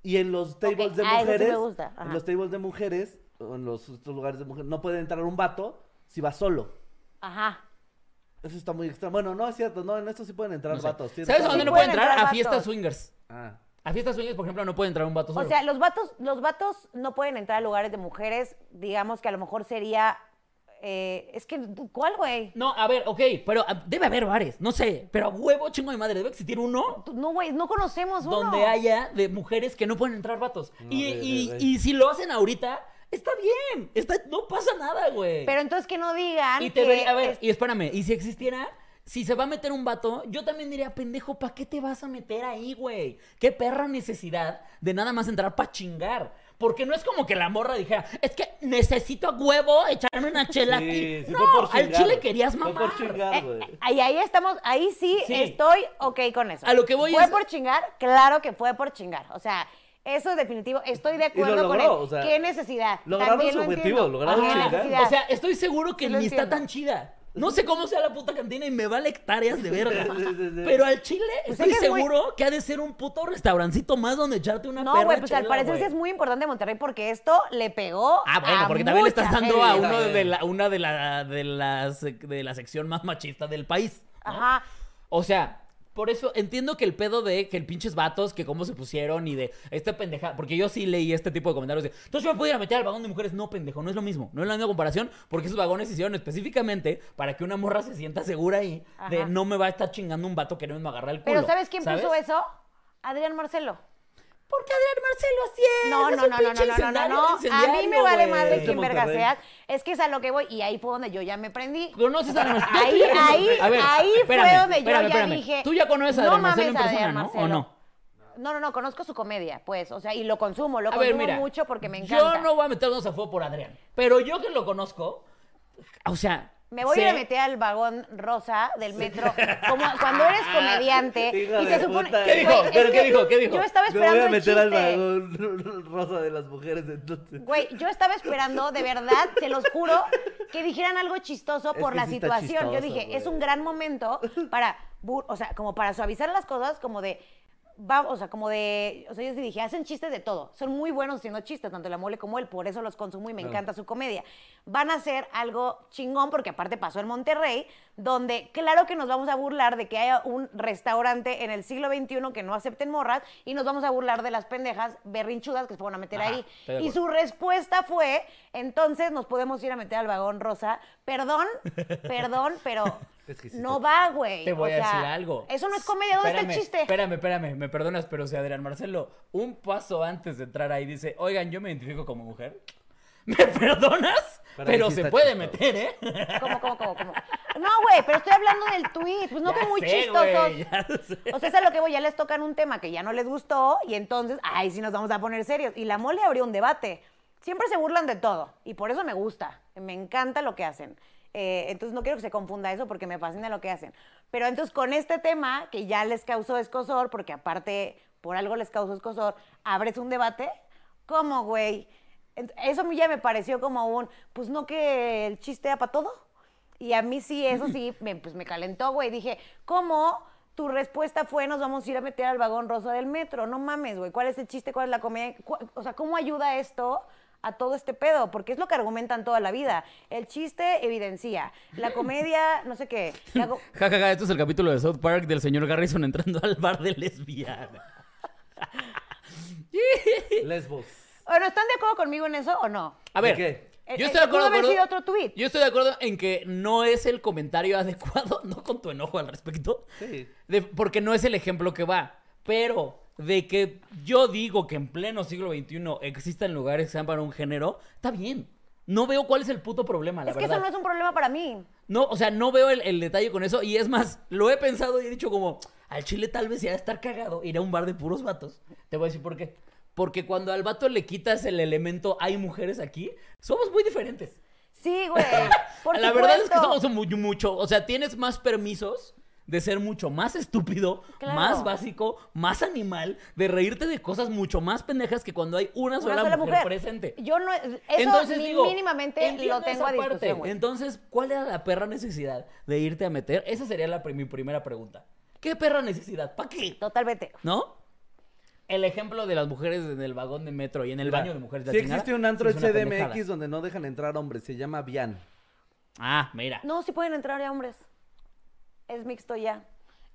Speaker 1: Y en los tables de
Speaker 2: ah, eso sí me
Speaker 1: mujeres,
Speaker 2: gusta, ajá.
Speaker 1: en los tables de mujeres, o en los estos lugares de mujeres, no puede entrar un vato si va solo.
Speaker 2: Ajá.
Speaker 1: Eso está muy extraño. Bueno, no es cierto, no, en esto sí pueden entrar
Speaker 3: No sé.
Speaker 1: vatos. tienes
Speaker 3: ¿Sabes a
Speaker 1: razón.
Speaker 3: dónde no
Speaker 2: Sí
Speaker 3: puede
Speaker 2: pueden
Speaker 3: entrar?
Speaker 2: entrar
Speaker 3: a fiestas
Speaker 2: vatos.
Speaker 3: swingers.
Speaker 1: Ah.
Speaker 3: A fiestas swingers, por ejemplo, no puede entrar un vato solo.
Speaker 2: O sea, los vatos, los vatos no pueden entrar a lugares de mujeres, digamos que a lo mejor sería. eh, es que, ¿cuál, güey?
Speaker 3: no, a ver, ok, pero ah, debe haber bares, no sé, pero a huevo, chingo de madre, debe existir uno
Speaker 2: Tú- No, güey, no conocemos uno.
Speaker 3: donde haya de mujeres que no pueden entrar vatos.
Speaker 1: No,
Speaker 3: y,
Speaker 1: güey,
Speaker 3: y-
Speaker 1: güey, güey.
Speaker 3: y si lo hacen ahorita, está bien, está, no pasa nada, güey.
Speaker 2: Pero entonces que no digan.
Speaker 3: Y te
Speaker 2: que
Speaker 3: vería, a ver,
Speaker 2: es-
Speaker 3: y espérame, y si existiera, si se va a meter un vato, yo también diría, pendejo, ¿para qué te vas a meter ahí, güey? Qué perra necesidad de nada más entrar para chingar. Porque no es como que la morra dijera, es que necesito a huevo echarme una
Speaker 1: *laughs*
Speaker 3: chela
Speaker 1: Sí,
Speaker 3: aquí.
Speaker 1: sí,
Speaker 3: no,
Speaker 1: fue por
Speaker 3: al
Speaker 1: chingar.
Speaker 3: chile querías
Speaker 1: Fue
Speaker 3: mamar.
Speaker 1: por chingar,
Speaker 2: eh,
Speaker 1: güey.
Speaker 2: eh, ahí, ahí estamos, ahí sí,
Speaker 3: Sí.
Speaker 2: estoy ok con eso.
Speaker 3: A lo que voy
Speaker 2: ¿Fue
Speaker 3: es-
Speaker 2: por chingar? Claro que fue por chingar. O sea, eso es definitivo. Estoy de
Speaker 1: lo
Speaker 2: acuerdo con él.
Speaker 1: logró, o sea,
Speaker 2: ¿Qué necesidad?
Speaker 1: lograron
Speaker 2: También
Speaker 1: su
Speaker 2: lo
Speaker 1: objetivo,
Speaker 2: entiendo.
Speaker 1: lograron
Speaker 2: Ajá.
Speaker 1: chingar.
Speaker 2: Necesidad.
Speaker 3: O sea, estoy seguro que
Speaker 2: Sí
Speaker 3: ni
Speaker 2: lo
Speaker 3: está
Speaker 2: entiendo.
Speaker 3: tan chida. No sé cómo sea la puta cantina y me vale hectáreas de verga.
Speaker 1: *laughs* Sí, sí, sí.
Speaker 3: Pero al chile
Speaker 2: Pues
Speaker 3: estoy
Speaker 2: es que es muy-
Speaker 3: seguro que ha de ser un puto restaurancito más donde echarte una
Speaker 2: no,
Speaker 3: perra
Speaker 2: güey, pues al
Speaker 3: chela,
Speaker 2: parecer sí
Speaker 3: güey.
Speaker 2: es muy importante Monterrey porque esto le pegó.
Speaker 3: Ah, bueno,
Speaker 2: a
Speaker 3: porque también le estás
Speaker 2: mucha
Speaker 3: dando a
Speaker 2: gente.
Speaker 3: uno de la, una de la, de la, sec- de la sección más machista del país. ¿no?
Speaker 2: Ajá.
Speaker 3: O sea, por eso entiendo que el pedo de que el pinches vatos, que cómo se pusieron y de esta pendeja, porque yo sí leí este tipo de comentarios de, entonces yo me pudiera meter al vagón de mujeres, no pendejo, no es lo mismo, no es la misma comparación, porque esos vagones se hicieron específicamente para que una morra se sienta segura ahí de
Speaker 2: Ajá.
Speaker 3: no me va a estar chingando un vato que no me agarrar el culo.
Speaker 2: Pero ¿sabes quién puso eso? Adrián Marcelo.
Speaker 3: Porque Adrián Marcelo así es.
Speaker 2: No,
Speaker 3: es
Speaker 2: no,
Speaker 3: un
Speaker 2: no, no,
Speaker 3: pinche
Speaker 2: no, no, no,
Speaker 3: incendiario
Speaker 2: no. A
Speaker 3: incendiario,
Speaker 2: mí me vale
Speaker 3: güey.
Speaker 2: madre
Speaker 1: Es de
Speaker 2: quién verga
Speaker 1: Monterrey.
Speaker 2: seas. Es que es a lo que voy. Y ahí fue donde yo ya me prendí.
Speaker 3: ¿Conoces a Adrián Marcelo? *laughs*
Speaker 2: Ahí, ahí, ahí fue donde yo ya dije,
Speaker 3: Tú ya conoces a
Speaker 2: no
Speaker 3: Adrián Marcelo en
Speaker 2: mames a
Speaker 3: persona,
Speaker 2: Adrián
Speaker 3: ¿no? ¿O
Speaker 2: Marcelo.
Speaker 3: no?
Speaker 2: No, no, no, conozco su comedia, pues, o sea, y lo consumo, lo
Speaker 3: A ver,
Speaker 2: consumo
Speaker 3: mira.
Speaker 2: mucho porque me encanta.
Speaker 3: Yo no voy a meternos a fuego por Adrián. Pero yo que lo conozco, o sea.
Speaker 2: Me voy a
Speaker 3: sé-
Speaker 2: ir a meter al vagón rosa del metro, como cuando
Speaker 3: *laughs*
Speaker 2: eres comediante
Speaker 1: Hijo
Speaker 2: y
Speaker 1: de
Speaker 2: se supone...
Speaker 1: puta.
Speaker 3: ¿Qué dijo?
Speaker 2: Güey, es
Speaker 3: ¿Pero qué
Speaker 2: que
Speaker 3: dijo? ¿Qué dijo?
Speaker 2: Yo *laughs* estaba
Speaker 1: Me voy
Speaker 2: esperando
Speaker 1: a
Speaker 2: el
Speaker 1: meter al *laughs*
Speaker 2: chiste.
Speaker 1: vagón rosa de las mujeres, entonces.
Speaker 2: Güey, yo estaba esperando, de verdad, se los juro, que dijeran algo chistoso
Speaker 1: Es
Speaker 2: por
Speaker 1: que
Speaker 2: la
Speaker 1: sí está
Speaker 2: situación. yo
Speaker 1: chistoso,
Speaker 2: dije,
Speaker 1: güey.
Speaker 2: es un gran momento para, bu- o sea, como para suavizar las cosas, como de, va, o sea, como de, o sea, yo sí dije, hacen chistes de todo. Son muy buenos haciendo chistes, tanto la mole como él, por eso los consumo y me
Speaker 1: Claro.
Speaker 2: encanta su comedia. Van a hacer algo chingón, porque aparte pasó en Monterrey, donde claro que nos vamos a burlar de que haya un restaurante en el siglo XXI que no acepten morras y nos vamos a burlar de las pendejas berrinchudas que se fueron a meter
Speaker 3: Ajá,
Speaker 2: ahí.
Speaker 3: estoy de
Speaker 2: Y
Speaker 3: acuerdo.
Speaker 2: su respuesta fue, entonces nos podemos ir a meter al vagón rosa. Perdón, perdón,
Speaker 3: *laughs*
Speaker 2: pero
Speaker 1: Es que sí
Speaker 2: no va, güey.
Speaker 3: Te voy
Speaker 2: O
Speaker 3: a
Speaker 2: sea,
Speaker 3: decir algo.
Speaker 2: Eso no es comedia, ¿dónde está el
Speaker 3: Espérame,
Speaker 2: chiste?
Speaker 3: Espérame, espérame, me perdonas, pero si Adrián Marcelo, un paso antes de entrar ahí dice, oigan, yo me identifico como mujer. *laughs* ¿Me perdonas?
Speaker 1: Pero
Speaker 3: Pero
Speaker 1: sí
Speaker 3: se
Speaker 1: está
Speaker 3: puede
Speaker 1: chistoso.
Speaker 3: meter, ¿eh?
Speaker 2: ¿Cómo, cómo, cómo, cómo? No, güey, pero estoy hablando del tweet, pues *laughs* no
Speaker 3: Ya
Speaker 2: que muy
Speaker 3: sé,
Speaker 2: chistosos.
Speaker 3: güey, *laughs* ya sé.
Speaker 2: O sea, es a lo que voy, ya les tocan un tema que ya no les gustó y entonces, ay, sí nos vamos a poner serios. Y la mole abrió un debate. Siempre se burlan de todo y por eso me gusta, me encanta lo que hacen. Eh, entonces no quiero que se confunda eso porque me fascina lo que hacen. Pero entonces con este tema que ya les causó escosor, porque aparte por algo les causó escosor, abres un debate, ¿cómo, güey? Ent- Eso a mí ya me pareció como un, pues no que el chiste era para todo. Y a mí sí,
Speaker 3: *laughs*
Speaker 2: eso sí, me, pues me calentó, güey. Dije, ¿cómo? Tu respuesta fue, nos vamos a ir a meter al vagón rosa del metro. No mames, güey. ¿Cuál es el chiste? ¿Cuál es la comedia? ¿Cu- O sea, ¿cómo ayuda esto a todo este pedo? Porque es lo que argumentan toda la vida. El chiste evidencia. La comedia, no
Speaker 3: *laughs*
Speaker 2: sé qué. La co-
Speaker 3: Ja, ja, ja, esto es el capítulo de South Park del señor Garrison entrando al bar de lesbiana.
Speaker 1: Lesbos.
Speaker 2: Bueno, ¿están de acuerdo conmigo en eso o no?
Speaker 3: *laughs* A
Speaker 1: ¿De
Speaker 3: ver,
Speaker 1: qué?
Speaker 2: Eh,
Speaker 3: yo
Speaker 2: eh,
Speaker 3: estoy de
Speaker 2: pudo
Speaker 3: acuerdo
Speaker 2: haber
Speaker 3: con-
Speaker 2: sido otro tuit.
Speaker 3: Yo estoy de acuerdo en que no es el comentario *laughs* adecuado, no con tu enojo al respecto,
Speaker 1: Sí.
Speaker 3: de- porque no es el ejemplo que va, pero de que yo digo que en pleno siglo XXI existan lugares que sean para un género, está bien. No veo cuál es el puto problema, la
Speaker 2: Es que
Speaker 3: verdad.
Speaker 2: eso no es un problema para mí.
Speaker 3: No, o sea, no veo el, el detalle con eso. Y es más, lo he pensado y he dicho como, al chile tal vez ya estar cagado ir a un bar de puros vatos. Te voy a decir por qué. Porque cuando al vato le quitas el elemento hay mujeres aquí, somos muy diferentes.
Speaker 2: Sí,
Speaker 3: *laughs*
Speaker 2: güey. Por
Speaker 3: la verdad es que
Speaker 2: supuesto.
Speaker 3: somos muy, mucho, o sea, tienes más permisos de ser mucho más estúpido,
Speaker 2: Claro.
Speaker 3: más básico, más animal, de reírte de cosas mucho más pendejas que cuando hay una sola,
Speaker 2: Una sola mujer.
Speaker 3: presente.
Speaker 2: Yo no, eso ni
Speaker 3: digo,
Speaker 2: mínimamente
Speaker 3: entiendo
Speaker 2: lo tengo a
Speaker 3: esa parte.
Speaker 2: discusión, güey.
Speaker 3: Entonces, ¿cuál era la perra necesidad de irte a meter? Esa sería la, pri- mi primera pregunta. ¿Qué perra necesidad? ¿Para qué?
Speaker 2: Totalmente.
Speaker 3: ¿No? El ejemplo de las mujeres en el vagón de metro y en el
Speaker 1: Mira,
Speaker 3: baño de mujeres. la
Speaker 1: Sí
Speaker 3: chingada,
Speaker 1: existe un antro
Speaker 3: es
Speaker 1: en
Speaker 3: una pendejada.
Speaker 1: CDMX donde no dejan entrar hombres, se llama Vian.
Speaker 3: Ah, mira.
Speaker 2: No, sí pueden entrar ya hombres. Es mixto ya.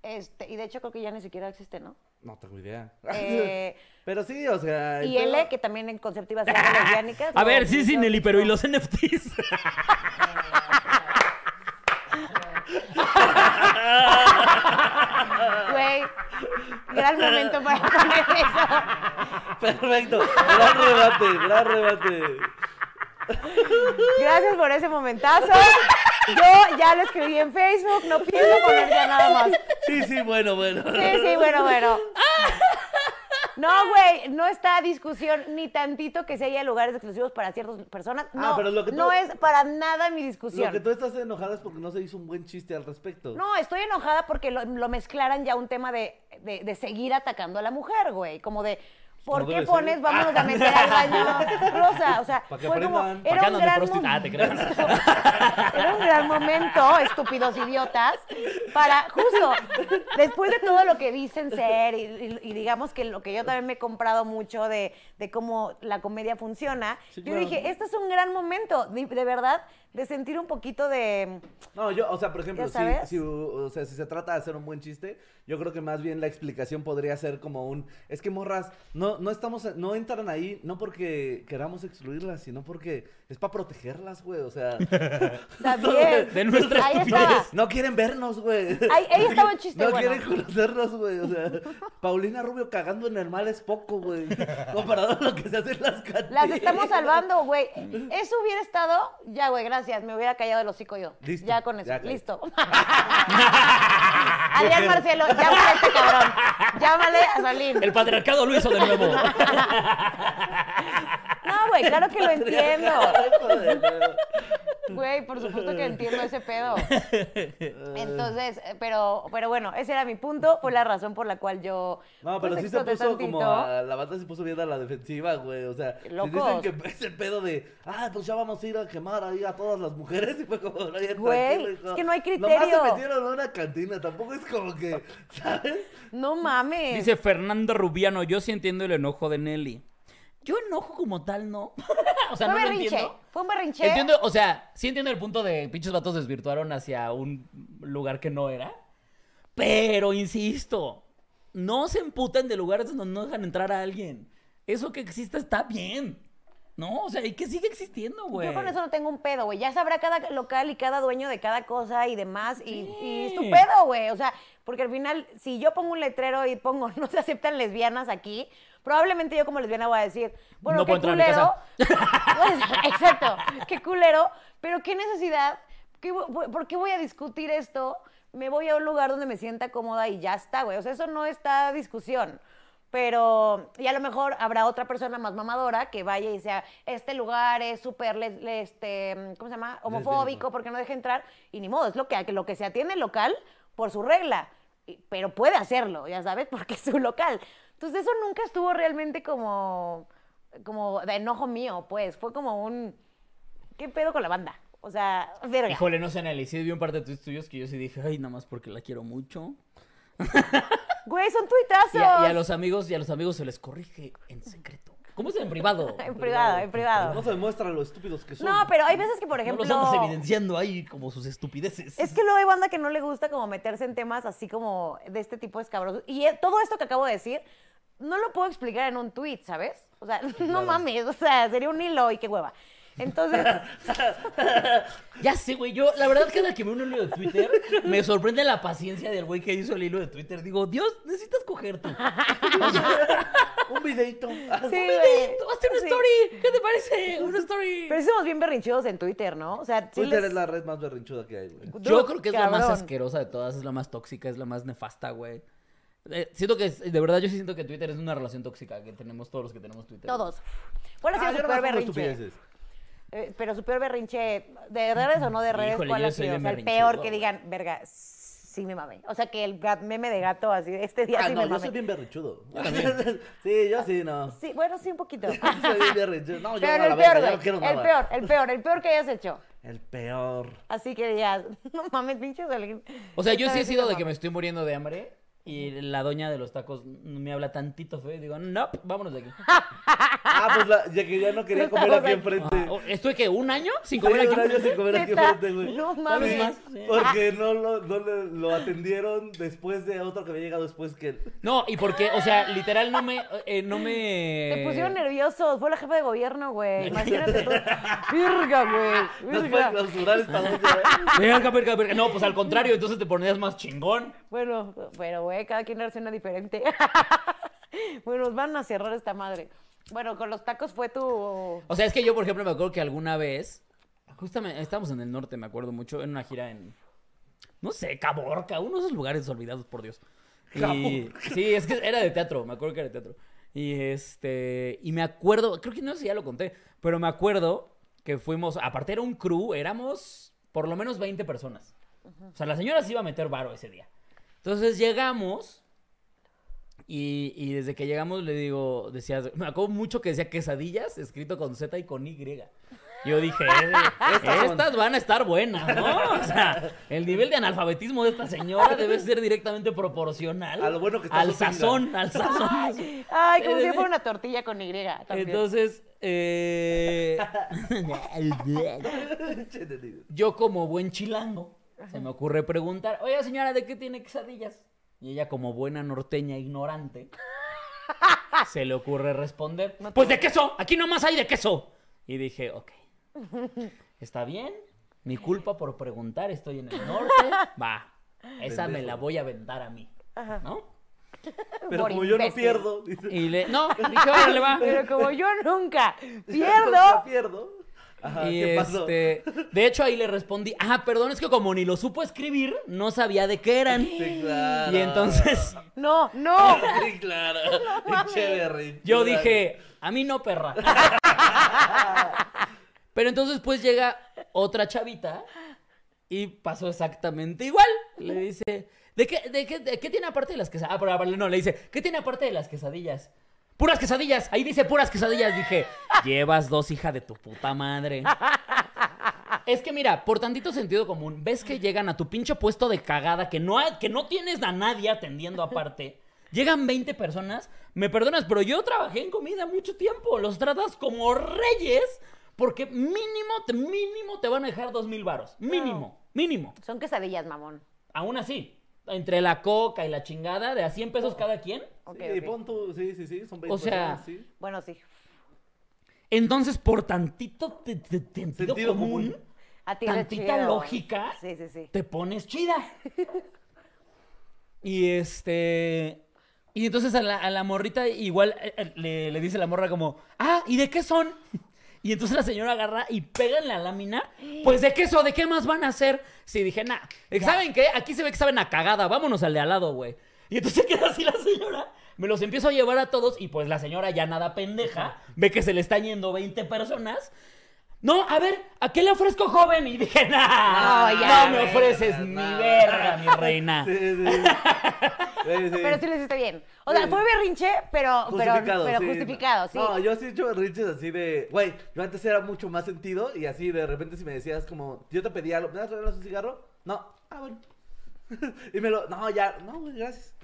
Speaker 2: Este, y de hecho creo que ya ni siquiera existe, ¿no?
Speaker 1: No tengo idea.
Speaker 2: Eh,
Speaker 1: *laughs* Pero sí, o sea. *laughs*
Speaker 2: Y
Speaker 1: el pedo-
Speaker 2: L, que también en concepto iba a ser algo lesbiánica.
Speaker 3: *laughs* A
Speaker 2: lo
Speaker 3: ver, sí, sí,
Speaker 2: hizo
Speaker 3: Nelly, pero ¿y
Speaker 2: mixto.
Speaker 3: los NFTs?
Speaker 2: Güey, gran
Speaker 3: *laughs*
Speaker 2: momento para poner eso.
Speaker 1: Perfecto. Gran rebate, gran rebate.
Speaker 2: Gracias por ese momentazo. Yo ya lo escribí en Facebook, no pienso poner ya nada más.
Speaker 1: Sí, sí, bueno, bueno.
Speaker 2: Sí, sí,
Speaker 1: *laughs*
Speaker 2: bueno, bueno. No, güey, no está a discusión ni tantito que si haya lugares exclusivos para ciertas personas.
Speaker 1: Ah,
Speaker 2: No,
Speaker 1: pero lo que tú-
Speaker 2: no es para nada
Speaker 1: Lo
Speaker 2: mi
Speaker 1: que
Speaker 2: discusión.
Speaker 1: tú estás enojada es porque no se hizo un buen chiste al respecto.
Speaker 2: No, estoy enojada porque lo, lo mezclaran ya un tema de, de- de seguir atacando a la mujer, güey. Como de, ¿por
Speaker 1: no
Speaker 2: qué
Speaker 1: Pues, debe ser.
Speaker 2: pones, vámonos a
Speaker 1: *laughs*
Speaker 2: meter al baño rosa? O sea,
Speaker 1: Pa' que
Speaker 2: fue como,
Speaker 1: aprendan.
Speaker 3: *laughs*
Speaker 1: Pa'
Speaker 3: Acá
Speaker 2: era un
Speaker 3: andan de
Speaker 2: gran
Speaker 3: prosti- Ah, te
Speaker 2: momento.
Speaker 3: creas.
Speaker 2: Era un gran momento, estúpidos idiotas, para justo, después de todo lo que dicen ser y, y- y digamos que lo que yo también me he comprado mucho de, de cómo la comedia funciona,
Speaker 1: Sí,
Speaker 2: yo
Speaker 1: claro.
Speaker 2: dije, este es un gran momento, de, de verdad, de sentir un poquito de...
Speaker 1: No, yo, o sea, por ejemplo,
Speaker 2: ¿Ya
Speaker 1: si,
Speaker 2: sabes?
Speaker 1: si, o sea, si se trata de hacer un buen chiste, yo creo que más bien la explicación podría ser como un, es que morras, no, no estamos, no entran ahí, no porque queramos excluirlas, sino porque es para protegerlas, güey, o
Speaker 2: *laughs*
Speaker 1: sea, *laughs*
Speaker 2: Está bien.
Speaker 3: De nuestra
Speaker 2: Ahí
Speaker 3: estupidez.
Speaker 2: estaba.
Speaker 1: no quieren vernos, güey.
Speaker 2: Ahí- ahí estaba el chiste
Speaker 1: No
Speaker 2: bueno.
Speaker 1: quieren conocernos, güey, o sea, *laughs* Paulina Rubio cagando en el mal es poco, güey, *laughs* comparado a lo que se hace en las cantinas.
Speaker 2: Las estamos salvando, güey. Eso hubiera estado, ya, güey, gracias. Me hubiera callado el hocico yo.
Speaker 1: *laughs* Listo,
Speaker 2: Ya con eso,
Speaker 1: ya, claro. *laughs*
Speaker 2: listo. *laughs* Adrián Marcelo, llámale a este
Speaker 1: *laughs*
Speaker 2: cabrón. Llámale a
Speaker 3: *laughs*
Speaker 2: Solín.
Speaker 3: El patriarcado lo hizo de
Speaker 2: *laughs*
Speaker 3: nuevo.
Speaker 2: No, güey, claro que
Speaker 1: *laughs*
Speaker 2: lo entiendo.
Speaker 1: Joder,
Speaker 2: Güey, por supuesto *laughs* que entiendo
Speaker 3: *laughs*
Speaker 2: ese pedo. Entonces, eh, pero, pero bueno, ese era mi punto. Fue la razón por la cual yo.
Speaker 1: No,
Speaker 2: pues,
Speaker 1: pero sí se
Speaker 2: exploté
Speaker 1: puso como
Speaker 2: tantito.
Speaker 1: a, la banda se puso bien a la defensiva, güey. O sea, si
Speaker 2: Locos.
Speaker 1: dicen que es el pedo de, ah, pues ya vamos a ir a quemar ahí a todas las mujeres y fue como, no, bien
Speaker 2: Güey,
Speaker 1: tranquilo,
Speaker 2: es
Speaker 1: hijo.
Speaker 2: que no hay
Speaker 1: Nomás
Speaker 2: criterio.
Speaker 1: se metieron a una cantina, tampoco es como que, ¿sabes?
Speaker 2: No mames.
Speaker 3: Dice Fernando Rubiano, yo sí entiendo el enojo de Nelly. Yo enojo como tal, no. *laughs* o sea,
Speaker 2: fue
Speaker 3: no
Speaker 2: un
Speaker 3: lo
Speaker 2: berrinche.
Speaker 3: entiendo.
Speaker 2: Fue un berrinche.
Speaker 3: Entiendo, o sea, sí entiendo el punto de pinches vatos desvirtuaron hacia un lugar que no era. Pero insisto, no se emputen de lugares donde no dejan entrar a alguien. Eso que exista está bien. No, o sea, y que sigue existiendo, güey.
Speaker 2: Yo con eso no tengo un pedo, güey. Ya sabrá cada local y cada dueño de cada cosa y demás. y-
Speaker 3: Sí.
Speaker 2: Y, es tu pedo, güey. O sea, porque al final, si yo pongo un letrero y pongo *laughs* no se aceptan lesbianas aquí, probablemente yo como lesbiana voy a decir, bueno,
Speaker 3: No
Speaker 2: qué
Speaker 3: puedo entrar
Speaker 2: culero.
Speaker 3: a
Speaker 2: Pues, Exacto, qué culero. Pero qué necesidad, ¿Qué vo- vo- ¿por qué voy a discutir esto? Me voy a un lugar donde me sienta cómoda y ya está, güey. O sea, eso no está a discusión. Pero, y a lo mejor habrá otra persona más mamadora que vaya y sea, este lugar es súper, le- le- este, ¿cómo se llama? Homofóbico, porque no deja entrar. Y ni modo, es lo que, lo que se atiene local por su regla. Y- Pero puede hacerlo, ya sabes, *laughs* porque es su local. Entonces, eso nunca estuvo realmente como, como de enojo mío, pues. Fue como un, ¿qué pedo con la banda? O sea, verga.
Speaker 3: Híjole, no sé, Nelly. Sí vi un par de tweets tuyos que yo sí dije, ay, nada más porque la quiero mucho.
Speaker 2: Güey, son tuitazos.
Speaker 3: Y a, y a los amigos, y a los amigos se les corrige en secreto. ¿Cómo es en privado?
Speaker 2: *laughs* En privado, en privado.
Speaker 1: No se demuestra lo estúpidos que son.
Speaker 2: No, pero hay veces que, por ejemplo.
Speaker 3: No los andas evidenciando ahí como sus estupideces.
Speaker 2: Es que luego hay banda que no le gusta como meterse en temas así como de este tipo de escabrosos. Y eh, todo esto que acabo de decir, no lo puedo explicar en un tweet, ¿sabes? O sea, *laughs* no mames, o sea, sería un hilo y qué hueva. Entonces,
Speaker 3: Ya sé, güey. Yo, la verdad, cada que veo un hilo de Twitter, me sorprende la paciencia del güey que hizo el hilo de Twitter. Digo, Dios, necesitas coger
Speaker 2: *laughs*
Speaker 3: tú.
Speaker 1: *laughs* Un videito.
Speaker 2: sí,
Speaker 3: Un
Speaker 2: güey.
Speaker 3: videito, hazte una
Speaker 2: Sí.
Speaker 3: story. ¿Qué te parece? Una story.
Speaker 2: Pero sí somos bien berrinchudos en Twitter, ¿no? O sea, sí
Speaker 1: Twitter
Speaker 2: les-
Speaker 1: es la red más berrinchuda que hay, güey.
Speaker 3: Yo creo que es la más
Speaker 2: Cabrón.
Speaker 3: asquerosa de todas, es la más tóxica, es la más nefasta, güey. Eh, siento que, es- de verdad, yo sí siento que Twitter es una relación tóxica que tenemos todos los que tenemos Twitter.
Speaker 2: Todos. ¿Cuál ha sido
Speaker 1: Ah, yo
Speaker 2: su
Speaker 1: nomás
Speaker 2: peor
Speaker 1: pongo
Speaker 2: berrinche?
Speaker 1: estupideces.
Speaker 2: Eh, pero su peor berrinche, ¿de redes o no de redes?
Speaker 3: Híjole,
Speaker 2: ¿Cuál
Speaker 3: yo
Speaker 2: ha
Speaker 3: soy
Speaker 2: sido? O
Speaker 3: bien
Speaker 2: sea, el
Speaker 3: berrinchudo,
Speaker 2: peor que
Speaker 3: güey.
Speaker 2: digan, verga, sí me mamé. O sea, que el gat- meme de gato así, de este día
Speaker 1: Ah,
Speaker 2: sí
Speaker 1: no,
Speaker 2: me
Speaker 1: yo
Speaker 2: mamé.
Speaker 1: soy bien berrinchudo. *laughs* sí, yo sí, no. *laughs*
Speaker 2: Sí, bueno, sí, un poquito.
Speaker 1: Soy bien berrinchudo. No, yo
Speaker 2: Pero
Speaker 1: no, la
Speaker 2: el peor,
Speaker 1: verga, yo no
Speaker 2: güey,
Speaker 1: quiero
Speaker 2: el
Speaker 1: nada.
Speaker 2: peor, el peor, el peor que hayas hecho.
Speaker 1: El peor.
Speaker 2: Así que ya, *laughs* no mames, pinches.
Speaker 3: O sea, yo sí he sido de que me estoy muriendo de hambre y la doña de los tacos me habla tantito feo y digo, no, vámonos
Speaker 2: *laughs*
Speaker 3: de aquí.
Speaker 1: Ah, pues la, ya que ya no quería comer aquí enfrente.
Speaker 3: Ah, ¿Estuve que un año sin
Speaker 1: Tengo
Speaker 3: comer aquí?
Speaker 1: un año sin comer aquí
Speaker 2: Neta,
Speaker 1: enfrente, güey.
Speaker 2: no
Speaker 1: Sí,
Speaker 2: mames.
Speaker 3: Más, sí.
Speaker 1: Porque no, lo, no le- lo atendieron después de otro que había llegado después que...
Speaker 3: No, y porque, o sea, literal no me, eh, no me...
Speaker 2: Te pusieron nerviosos, fue la jefa de
Speaker 1: *laughs*
Speaker 4: *laughs*
Speaker 2: gobierno, güey. Imagínate tú. Virga, güey.
Speaker 1: Nos puede
Speaker 2: Virga.
Speaker 1: clausurar esta doña.
Speaker 3: Verga, verga, verga. No, pues al contrario, entonces te ponías más chingón.
Speaker 2: Bueno, pero güey, cada quien reacciona diferente. *laughs* bueno, nos van a cerrar esta madre. Bueno, con los tacos fue tu.
Speaker 3: O sea, es que yo, por ejemplo, me acuerdo que alguna vez, justamente, estábamos en el norte, me acuerdo mucho, en una gira en, no sé, Caborca, uno de esos lugares olvidados, por Dios. Y- sí, es que era de teatro, me acuerdo que era de teatro. Y este, y me acuerdo, creo que no sé si ya lo conté, pero me acuerdo que fuimos, aparte era un crew, éramos por lo menos 20 personas. O sea, la señora se iba a meter varo ese día. Entonces llegamos y, y desde que llegamos le digo, decías, me acuerdo mucho que decía quesadillas, escrito con Z y con Y. Yo dije, "Eh, estas, van a estar buenas, ¿no? O sea, el nivel de analfabetismo de esta señora debe ser directamente proporcional
Speaker 1: A lo bueno que está
Speaker 3: al
Speaker 1: su pinga.
Speaker 3: sazón, al
Speaker 1: *laughs*
Speaker 3: sazón.
Speaker 2: Ay, como si fuera una tortilla con Y también.
Speaker 3: Entonces, eh, *laughs*
Speaker 1: Che, te digo.
Speaker 3: yo como buen chilango, se me ocurre preguntar, oye señora, ¿de qué tiene quesadillas? Y ella como buena norteña ignorante, se le ocurre responder, pues de queso, aquí nomás hay de queso. Y dije, ok, está bien, mi culpa por preguntar, estoy en el norte, va, esa me la
Speaker 1: Pendejo.
Speaker 3: voy a aventar a mí, ¿no?
Speaker 1: Pero
Speaker 2: Por
Speaker 1: como yo no
Speaker 2: imbécil.
Speaker 1: pierdo... dice,
Speaker 3: Y le, no, dije, órale, va.
Speaker 2: Pero como yo
Speaker 1: *laughs*
Speaker 2: nunca
Speaker 1: "Nunca
Speaker 2: pierdo.
Speaker 1: pierdo. Ajá,
Speaker 3: Y,
Speaker 1: ¿qué pasó?
Speaker 3: este, de hecho ahí le respondí, ah, perdón, es que como ni lo supo escribir, no sabía de qué eran.
Speaker 1: Sí, claro.
Speaker 3: Y
Speaker 1: *laughs*
Speaker 3: entonces
Speaker 2: No, no.
Speaker 1: Sí, claro. Pinche berrinchuda.
Speaker 3: yo dije, a mí no, perra. Pero entonces pues llega otra chavita y pasó exactamente igual. Le dice, ¿de qué, de qué, de qué tiene aparte de las quesadillas? Ah, pero vale, no, le dice, ¿qué tiene aparte de las quesadillas? Puras quesadillas, ahí dice puras quesadillas. Dije, llevas dos, hija de tu puta madre. Es que mira, por tantito sentido común, ves que llegan a tu pinche puesto de cagada que no, hay- que no tienes a nadie atendiendo aparte. Llegan 20 personas, me perdonas, pero yo trabajé en comida mucho tiempo. Los tratas como reyes porque mínimo, te- mínimo te van a dejar dos mil varos. Mínimo, mínimo.
Speaker 2: Son quesadillas, mamón.
Speaker 3: Aún así, entre la coca y la chingada, de a 100 pesos cada quien.
Speaker 2: Ok,
Speaker 1: sí,
Speaker 2: ok.
Speaker 1: pon tú, sí, sí, sí, son 20
Speaker 3: O sea,
Speaker 1: personas, sí.
Speaker 2: Bueno, sí.
Speaker 3: Entonces, por tantito te- te- sentido,
Speaker 1: Sentido
Speaker 3: común,
Speaker 1: común.
Speaker 2: A ti
Speaker 3: tantita
Speaker 2: chido.
Speaker 3: lógica,
Speaker 2: Sí, sí, sí.
Speaker 3: te pones chida. Y este. Y entonces a la, a la morrita igual eh, eh, le, le dice la morra como, ah, ¿y de qué son? Y entonces la señora agarra y pega en la lámina, pues de queso, ¿de eh, qué más van a hacer? Si dije, nah, ¿saben qué? Aquí se ve que saben a cagada, vámonos al de al lado, güey. Y entonces *laughs* se queda así la señora. Me los empiezo a llevar a todos y pues la señora ya nada pendeja. Ve que se le están yendo 20 personas. No, a ver, ¿a qué le ofrezco joven? Y dije, nah,
Speaker 2: No,
Speaker 3: no,
Speaker 2: ya,
Speaker 3: me
Speaker 2: güey,
Speaker 3: ofreces
Speaker 1: no,
Speaker 3: ni
Speaker 1: no.
Speaker 3: verga,
Speaker 1: *laughs*
Speaker 3: mi reina.
Speaker 1: Sí,
Speaker 3: *laughs*
Speaker 1: sí, sí. Sí, sí.
Speaker 2: Pero sí lo hiciste bien. O sea,
Speaker 1: Sí.
Speaker 2: fue berrinche, pero
Speaker 1: Justificado,
Speaker 2: pero, pero
Speaker 1: sí.
Speaker 2: justificado, sí.
Speaker 1: No, yo sí he hecho berrinches así de, güey, yo antes era mucho más sentido y así de repente si me decías como, yo te pedía algo, ¿me das regalas un cigarro? No, ah, bueno. *laughs* y me lo, no, ya, no, güey,
Speaker 2: *laughs*
Speaker 1: gracias.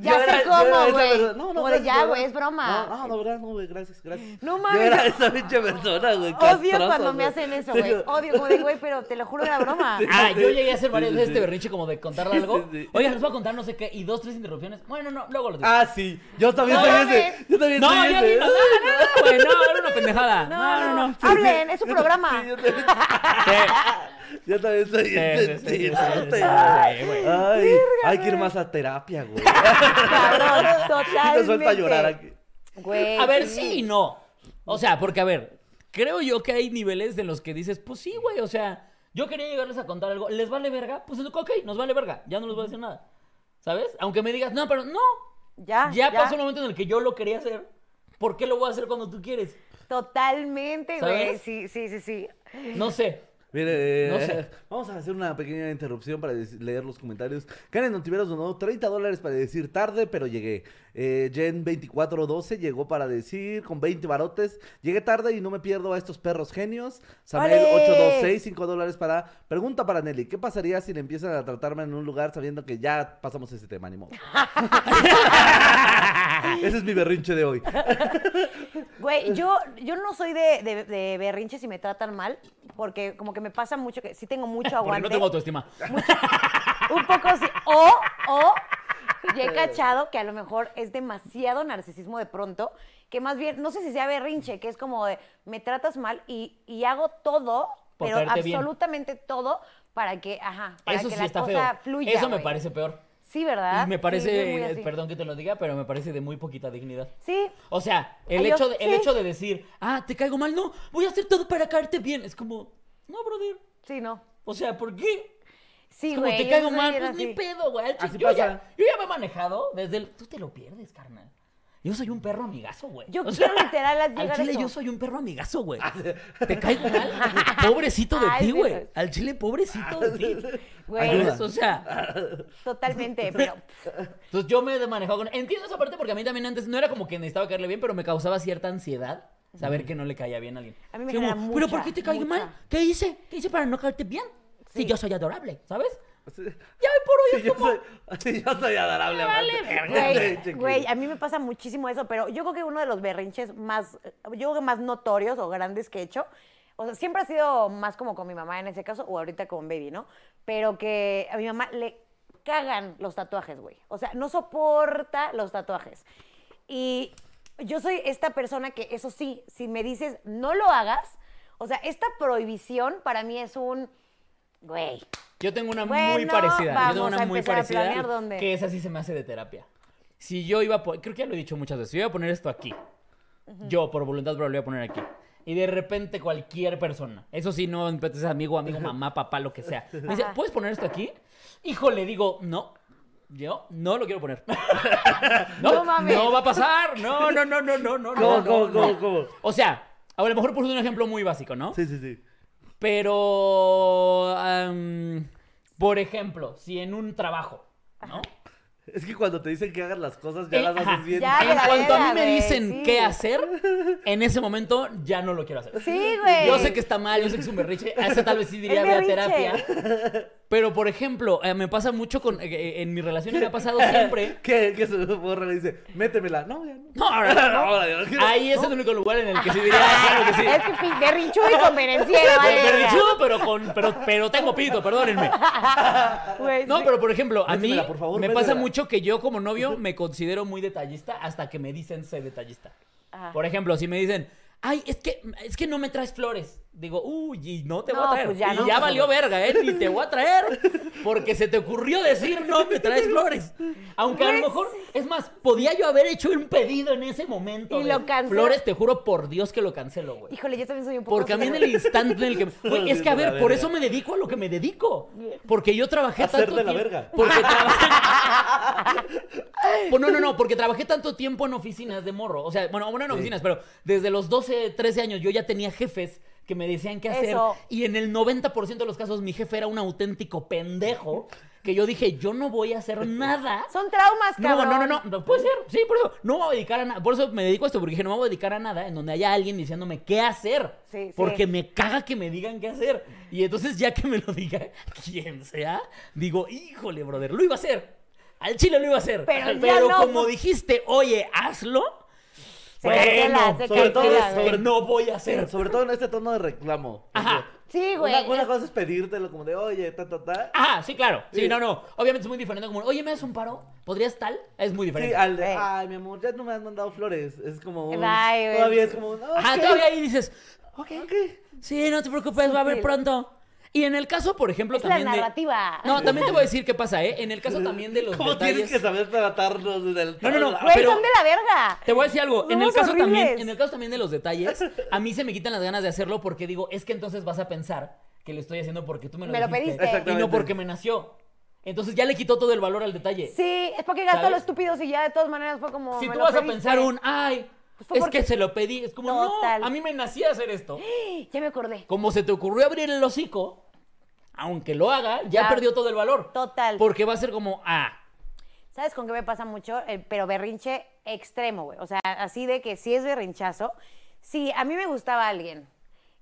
Speaker 2: Ya
Speaker 1: Yo
Speaker 2: sé
Speaker 1: era- yo
Speaker 2: cómo,
Speaker 1: era esa
Speaker 2: güey.
Speaker 1: persona- No, no,
Speaker 2: Como de,
Speaker 1: gracias,
Speaker 2: ya,
Speaker 1: de verdad.
Speaker 2: güey, es broma.
Speaker 1: No, no, no, verdad, no, güey, gracias, gracias.
Speaker 2: No
Speaker 1: Yo
Speaker 2: mames.
Speaker 1: era esa pinche persona, güey.
Speaker 2: *laughs* Odio
Speaker 1: castroso,
Speaker 2: cuando me
Speaker 1: güey.
Speaker 2: hacen
Speaker 1: *laughs*
Speaker 2: eso,
Speaker 1: Sí,
Speaker 2: güey.
Speaker 1: no.
Speaker 2: Odio, como de, güey, pero te lo juro, era broma.
Speaker 1: Sí.
Speaker 3: Ah, yo llegué a hacer varias
Speaker 1: Sí, sí,
Speaker 3: veces este
Speaker 1: sí.
Speaker 3: berrinche como de contarle
Speaker 1: Sí,
Speaker 3: algo.
Speaker 1: sí, sí.
Speaker 3: Oiga, les voy a contar no sé qué. Y dos, tres interrupciones. Bueno, no, luego lo digo.
Speaker 1: Ah, sí, yo también
Speaker 2: No,
Speaker 1: soy
Speaker 2: mames.
Speaker 1: ese. Yo también
Speaker 3: no,
Speaker 1: soy
Speaker 3: ya
Speaker 1: ese.
Speaker 3: ni
Speaker 1: *laughs*
Speaker 3: no, no, no, no, güey, no, era una pendejada.
Speaker 2: No,
Speaker 3: No, no, no.
Speaker 2: no. Hablen, es su programa.
Speaker 1: Sí, yo también-
Speaker 3: Sí.
Speaker 1: Yo también soy
Speaker 3: sí, sí, sí,
Speaker 1: insensible.
Speaker 3: sí, sí, sí, güey.
Speaker 1: Ay, hay que ir más a terapia, güey.
Speaker 3: *laughs*
Speaker 1: *laughs*
Speaker 2: Cabrón, totalmente.
Speaker 1: Te suelta a llorar aquí.
Speaker 2: Güey.
Speaker 3: A ver, sí y no. O sea, porque a ver, creo yo que hay niveles de los que dices, pues sí, güey, o sea, yo quería llegarles a contar algo, ¿les vale verga? Pues ok, nos vale verga, ya no les voy a decir nada. ¿Sabes? Aunque me digas, no, pero no,
Speaker 2: Ah, Ya,
Speaker 3: ya, pasó el momento en el que yo lo quería hacer. ¿Por qué lo voy a hacer cuando tú quieres?
Speaker 2: Totalmente, güey.
Speaker 3: ¿Sabes?
Speaker 2: Sí, sí, sí, sí.
Speaker 3: No sé.
Speaker 1: Mire, eh,
Speaker 3: No sé.
Speaker 1: *laughs* vamos a hacer una pequeña interrupción para des- leer los comentarios. Karen Ontiveros donó 30 dólares para decir tarde, pero llegué. Eh, Jen2412 llegó para decir con 20 barotes. Llegué tarde y no me pierdo a estos perros genios. Samuel826, 5 dólares para... Pregunta para Nelly, ¿qué pasaría si le empiezan a tratarme en un lugar sabiendo que ya pasamos ese tema,
Speaker 3: *laughs*
Speaker 1: ni modo? Ese es mi berrinche de hoy.
Speaker 2: Güey, yo, yo no soy de, de, de berrinches si me tratan mal, porque como que me pasa mucho que sí tengo mucho
Speaker 3: Porque
Speaker 2: aguante.
Speaker 3: no tengo autoestima.
Speaker 2: Un poco sí. O, o, ya
Speaker 3: Eh.
Speaker 2: he cachado que a lo mejor es demasiado narcisismo de pronto, que más bien, no sé si sea berrinche, que es como de, me tratas mal y, y hago todo,
Speaker 3: Por
Speaker 2: pero
Speaker 3: caerte bien.
Speaker 2: absolutamente todo para que, ajá, para
Speaker 3: Eso
Speaker 2: que
Speaker 3: sí
Speaker 2: la
Speaker 3: está
Speaker 2: cosa
Speaker 3: feo.
Speaker 2: fluya.
Speaker 3: Eso me
Speaker 2: güey.
Speaker 3: parece peor.
Speaker 2: Sí, ¿verdad?
Speaker 3: Y me
Speaker 2: Sí, soy muy
Speaker 3: parece,
Speaker 2: así.
Speaker 3: perdón que te lo diga, pero me parece de muy poquita dignidad.
Speaker 2: Sí,
Speaker 3: O sea, el,
Speaker 2: Ay, yo-
Speaker 3: hecho de, el
Speaker 2: sí.
Speaker 3: hecho de decir, ah, te caigo mal, no, voy a hacer todo para caerte bien. Es como, no, brother.
Speaker 2: sí, no.
Speaker 3: O sea, ¿por qué?
Speaker 2: Sí,
Speaker 3: es como,
Speaker 2: güey,
Speaker 3: te
Speaker 2: yo
Speaker 3: caigo
Speaker 2: soy
Speaker 3: mal,
Speaker 2: bien
Speaker 3: pues ni
Speaker 2: así.
Speaker 3: pedo, güey. Al chi-
Speaker 1: Así
Speaker 3: Yo
Speaker 1: pasa.
Speaker 3: ya, yo ya me he manejado desde el. Tú te lo pierdes, carnal. Yo soy un perro amigazo, güey.
Speaker 2: Yo
Speaker 3: O
Speaker 2: quiero literal
Speaker 3: al
Speaker 2: llegar a
Speaker 3: chile
Speaker 2: eso.
Speaker 3: yo soy un perro amigazo, güey. Te caigo
Speaker 2: *laughs*
Speaker 3: mal. Pobrecito de
Speaker 2: Ay,
Speaker 3: ti, güey.
Speaker 2: vergas.
Speaker 3: Al chile,
Speaker 1: Ah,
Speaker 3: pobrecito de
Speaker 1: *laughs*
Speaker 3: ti.
Speaker 2: Güey.
Speaker 3: ¿Sabes? O sea, *laughs*
Speaker 2: Totalmente, pero pues,
Speaker 3: Entonces yo me he manejado con... Entiendo esa parte porque a mí también antes no era como que necesitaba caerle bien, pero me causaba cierta ansiedad saber que no le caía bien a alguien.
Speaker 2: Mm. A mí me
Speaker 3: Sí, como,
Speaker 2: genera
Speaker 3: ¿Pero
Speaker 2: mucha,
Speaker 3: por qué te caigo mal?
Speaker 2: mucha.
Speaker 3: ¿Qué hice? ¿Qué hice para no caerte bien?
Speaker 2: Sí.
Speaker 3: Si yo soy adorable, ¿sabes?
Speaker 1: Sí,
Speaker 3: Ya hoy por hoy
Speaker 1: sí,
Speaker 3: es
Speaker 1: yo
Speaker 3: como...
Speaker 1: soy, *laughs* sí, yo soy adorable. aparte. *laughs*
Speaker 2: Güey,
Speaker 1: Sí,
Speaker 2: güey, a mí me pasa muchísimo eso, pero yo creo que uno de los berrinches más, yo creo que más notorios o grandes que he hecho, o sea, siempre ha sido más como con mi mamá en ese caso, o ahorita con Baby, ¿no? Pero que a mi mamá le cagan los tatuajes, güey. O sea, no soporta los tatuajes. Y yo soy esta persona que, eso sí, si me dices, no lo hagas, o sea, esta prohibición para mí es un, güey,
Speaker 3: Yo tengo una muy
Speaker 2: Bueno,
Speaker 3: parecida. Yo
Speaker 2: vamos
Speaker 3: tengo
Speaker 2: a
Speaker 3: una muy
Speaker 2: empezar a
Speaker 3: parecida.
Speaker 2: planear dónde.
Speaker 3: Que esa sí se me hace de terapia. Si yo iba a po- creo que ya lo he dicho muchas veces, si yo iba a poner esto aquí. Yo, por voluntad propia, lo voy a poner aquí. Y de repente cualquier persona, eso sí, no empieces amigo,
Speaker 2: *laughs*
Speaker 3: amigo, mamá, papá, lo que sea. Me dice,
Speaker 2: Ajá.
Speaker 3: ¿puedes poner esto aquí? Híjole, digo, no. Yo no lo quiero poner.
Speaker 2: *laughs*
Speaker 3: no,
Speaker 2: No
Speaker 3: no,
Speaker 2: mames.
Speaker 3: va a pasar. No, no, no, no, no, no.
Speaker 1: ¿Cómo,
Speaker 3: no,
Speaker 1: cómo,
Speaker 3: no.
Speaker 1: cómo, cómo?
Speaker 3: O sea, a lo mejor puse un ejemplo muy básico, ¿no?
Speaker 1: Sí, sí, sí.
Speaker 3: Pero, am, por ejemplo, si en un trabajo, ¿no?
Speaker 1: Es que cuando te dicen que hagas las cosas, ya
Speaker 3: Eh,
Speaker 1: las
Speaker 3: ajá.
Speaker 1: haces bien.
Speaker 2: Ya,
Speaker 3: en
Speaker 2: la
Speaker 3: cuanto a
Speaker 2: verga,
Speaker 3: mí me
Speaker 2: güey,
Speaker 3: dicen
Speaker 2: sí.
Speaker 3: qué hacer, en ese momento ya no lo quiero hacer.
Speaker 2: sí, güey.
Speaker 3: Yo sé que está mal, yo sé que es un berriche, a ese tal vez sí diría
Speaker 2: *laughs* El
Speaker 3: ve a
Speaker 2: berrinche.
Speaker 3: terapia. Pero, por ejemplo, eh, me pasa mucho con, eh, eh, en mi relación me ha pasado
Speaker 1: *laughs*
Speaker 3: siempre.
Speaker 1: Que, que su borra le dice, métemela. No, ya no. *laughs*
Speaker 3: No, ahora no.
Speaker 1: Ahora ya no quiero.
Speaker 3: Ahí es el único lugar en el que sí
Speaker 2: *laughs*
Speaker 3: diría, claro que sí.
Speaker 2: Es que pin- berrinchudo
Speaker 3: *laughs*
Speaker 2: y convenenciero, vale, verga.
Speaker 3: Berrinchudo, pero, con, pero, pero tengo pito, perdónenme.
Speaker 2: Güey,
Speaker 3: No,
Speaker 2: sí.
Speaker 3: pero por ejemplo, a mí
Speaker 1: Métemela, por favor,
Speaker 3: me pasa
Speaker 1: métemela.
Speaker 3: mucho que yo como novio me considero muy detallista hasta que me dicen sé detallista.
Speaker 2: Ajá.
Speaker 3: Por ejemplo, si me dicen, ay, es que, es que no me traes flores. Digo, uy, y no te voy
Speaker 2: No,
Speaker 3: a traer.
Speaker 2: pues ya
Speaker 3: y
Speaker 2: no,
Speaker 3: ya
Speaker 2: por
Speaker 3: valió verga, ¿eh? Ni te voy a traer. Porque se te ocurrió decir, no me traes flores. Aunque a lo
Speaker 2: Pues
Speaker 3: mejor, es más, podía yo haber hecho un pedido en ese momento.
Speaker 2: Y
Speaker 3: de
Speaker 2: lo canceló.
Speaker 3: Flores, te juro por Dios que lo cancelo, güey.
Speaker 2: Híjole, yo también soy un poco.
Speaker 3: Porque a mí en
Speaker 2: así,
Speaker 3: el instante en el que... Güey, es que a
Speaker 1: Haciendo la
Speaker 3: ver, por
Speaker 1: verga.
Speaker 3: eso me dedico a lo que me dedico. Porque yo trabajé
Speaker 1: Hacer
Speaker 3: tanto
Speaker 1: de la *laughs*
Speaker 3: tiempo-
Speaker 1: verga.
Speaker 3: Porque trabajé... Pues no, no, no, porque trabajé tanto tiempo en oficinas de morro. O sea, bueno, bueno, en
Speaker 1: Sí.
Speaker 3: oficinas, pero desde los 12, 13 años yo ya tenía jefes que me decían qué hacer.
Speaker 2: Eso.
Speaker 3: Y en el 90% de los casos mi jefe era un auténtico pendejo que yo dije, yo no voy a hacer nada.
Speaker 2: Son traumas,
Speaker 3: No,
Speaker 2: cabrón.
Speaker 3: no, no, no, no, puede ser, sí, por eso, no me voy a dedicar a nada, por eso me dedico a esto, porque dije, no me voy a dedicar a nada, en donde haya alguien diciéndome qué hacer,
Speaker 2: Sí, sí.
Speaker 3: porque me caga que me digan qué hacer, y entonces ya que me lo diga *laughs* quien sea, digo, híjole, brother, lo iba a hacer, al chile lo iba a hacer,
Speaker 2: Pero ya no. pues.
Speaker 3: como dijiste, oye, hazlo,
Speaker 2: Se
Speaker 3: bueno,
Speaker 2: cancela, se
Speaker 3: sobre todo
Speaker 2: cancela,
Speaker 3: es
Speaker 2: güey.
Speaker 3: que no voy a hacer,
Speaker 1: Sobre todo en este tono de reclamo.
Speaker 3: Ajá.
Speaker 1: Porque
Speaker 2: Sí, güey.
Speaker 1: Una, una cosa es pedírtelo como de, oye, ta, ta, ta.
Speaker 3: ah, sí, claro, sí,
Speaker 1: Sí.
Speaker 3: no, no, obviamente es muy diferente, como, oye, ¿me das un paro? ¿Podrías tal? Es muy
Speaker 1: Sí,
Speaker 3: diferente.
Speaker 1: al de,
Speaker 2: Sí. ah,
Speaker 1: ay, mi amor, ya no me has mandado flores. Es como un.
Speaker 2: Ay, güey.
Speaker 1: todavía es como un. "Ah,
Speaker 3: Ajá,
Speaker 1: ok,
Speaker 3: todavía ahí dices,
Speaker 1: Ok, ok.
Speaker 3: Sí, no te preocupes, va a haber
Speaker 2: Sutil.
Speaker 3: pronto. Y en el caso, por ejemplo,
Speaker 2: Es la
Speaker 3: también. de-
Speaker 2: narrativa.
Speaker 3: No, también te voy a decir qué pasa, ¿eh? En el caso también de
Speaker 1: *laughs*
Speaker 3: los
Speaker 1: ¿Cómo
Speaker 3: detalles.
Speaker 1: tienes que saber tratarnos desde el
Speaker 3: No, no, no,
Speaker 2: Güey,
Speaker 3: pero-
Speaker 2: son de la verga.
Speaker 3: Te voy a decir algo. En el,
Speaker 2: Somos
Speaker 3: caso también,
Speaker 2: horribles.
Speaker 3: en el caso también de los detalles, a mí se me quitan las ganas de hacerlo porque digo, es que entonces vas a pensar que lo estoy haciendo porque tú me lo,
Speaker 2: Me lo
Speaker 3: dijiste
Speaker 2: pediste.
Speaker 3: Y
Speaker 1: Exactamente.
Speaker 3: no porque me nació. Entonces ya le quitó todo el valor al detalle.
Speaker 2: Sí, es porque gastó
Speaker 3: ¿Sabes?
Speaker 2: lo estúpido y ya de todas maneras fue como.
Speaker 3: si
Speaker 2: me
Speaker 3: tú
Speaker 2: lo
Speaker 3: vas a
Speaker 2: pediste.
Speaker 3: pensar un, ay,
Speaker 2: Pues fue
Speaker 3: es
Speaker 2: porque-
Speaker 3: que se lo pedí, es como,
Speaker 2: Total.
Speaker 3: no, a mí me nacía hacer esto.
Speaker 2: Ya me acordé.
Speaker 3: Como se te ocurrió abrir el hocico, aunque lo haga, ya
Speaker 2: Ya.
Speaker 3: perdió todo el valor.
Speaker 2: Total.
Speaker 3: Porque va a ser como, ah,
Speaker 2: ¿Sabes con qué me pasa mucho? Eh, pero berrinche extremo, güey. O sea, así de que si es berrinchazo. Si a mí me gustaba alguien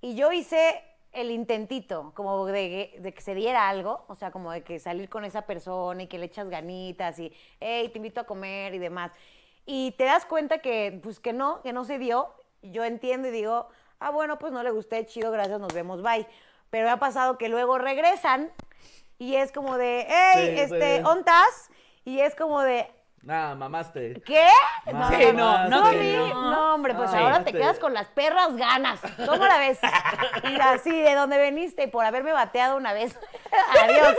Speaker 2: y yo hice el intentito, como de, que- de que se diera algo, o sea, como de que salir con esa persona y que le echas ganitas y, hey, te invito a comer y demás. Y te das cuenta que, pues que no, que no se dio. Yo entiendo y digo, ah, bueno, pues no le gusté, chido, gracias, nos vemos, bye. Pero me ha pasado que luego regresan y es como de, hey,
Speaker 1: Sí,
Speaker 2: este,
Speaker 1: sí.
Speaker 2: juntas y es como de,
Speaker 1: Nah, mamaste.
Speaker 2: ¿qué?
Speaker 1: No,
Speaker 3: Sí, no, no,
Speaker 2: mami,
Speaker 3: que
Speaker 2: no,
Speaker 3: no.
Speaker 2: hombre, pues
Speaker 1: No,
Speaker 2: ahora
Speaker 1: sí.
Speaker 2: te quedas con las perras ganas. ¿Cómo la ves? Y así, de donde veniste y por haberme bateado una vez. *laughs* Adiós.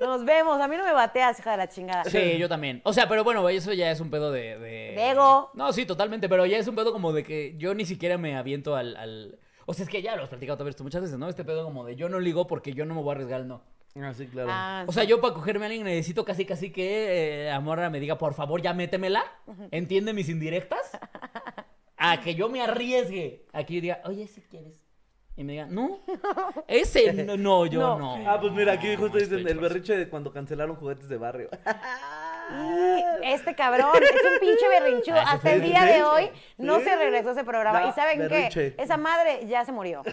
Speaker 2: Nos vemos. A mí no me bateas, hija de la chingada.
Speaker 3: sí, yo también. O sea, pero bueno, eso ya es un pedo de... De,
Speaker 2: De ego.
Speaker 3: No, sí, totalmente, pero ya es un pedo como de que yo ni siquiera me aviento al... al- O sea, es que ya lo has platicado vez tú muchas veces, ¿no? Este pedo como de yo no ligo porque yo no me voy a arriesgar, al no.
Speaker 1: Ah, sí, claro.
Speaker 2: Ah,
Speaker 3: O sea, yo para cogerme a alguien necesito casi casi que eh, la morra me diga, por favor, ya métemela. ¿Entiende mis indirectas? A que yo me arriesgue. A que yo diga, oye, si quieres. Y me diga,
Speaker 2: *laughs*
Speaker 3: no. Ese, no, no, yo
Speaker 2: No.
Speaker 3: no.
Speaker 1: Ah, pues mira, aquí justo
Speaker 3: No, este estoy
Speaker 1: dicen el
Speaker 3: chorzo.
Speaker 1: berriche de cuando cancelaron juguetes de barrio. *laughs*
Speaker 2: y este cabrón es un pinche berrinchudo.
Speaker 3: Ah, ese
Speaker 2: Hasta
Speaker 3: fue
Speaker 2: el día de
Speaker 1: berrinche.
Speaker 2: hoy no
Speaker 1: Sí.
Speaker 2: se regresó ese programa.
Speaker 1: No,
Speaker 2: ¿Y saben
Speaker 1: berrinche.
Speaker 2: qué? Esa madre ya se
Speaker 1: *laughs*
Speaker 2: murió. Y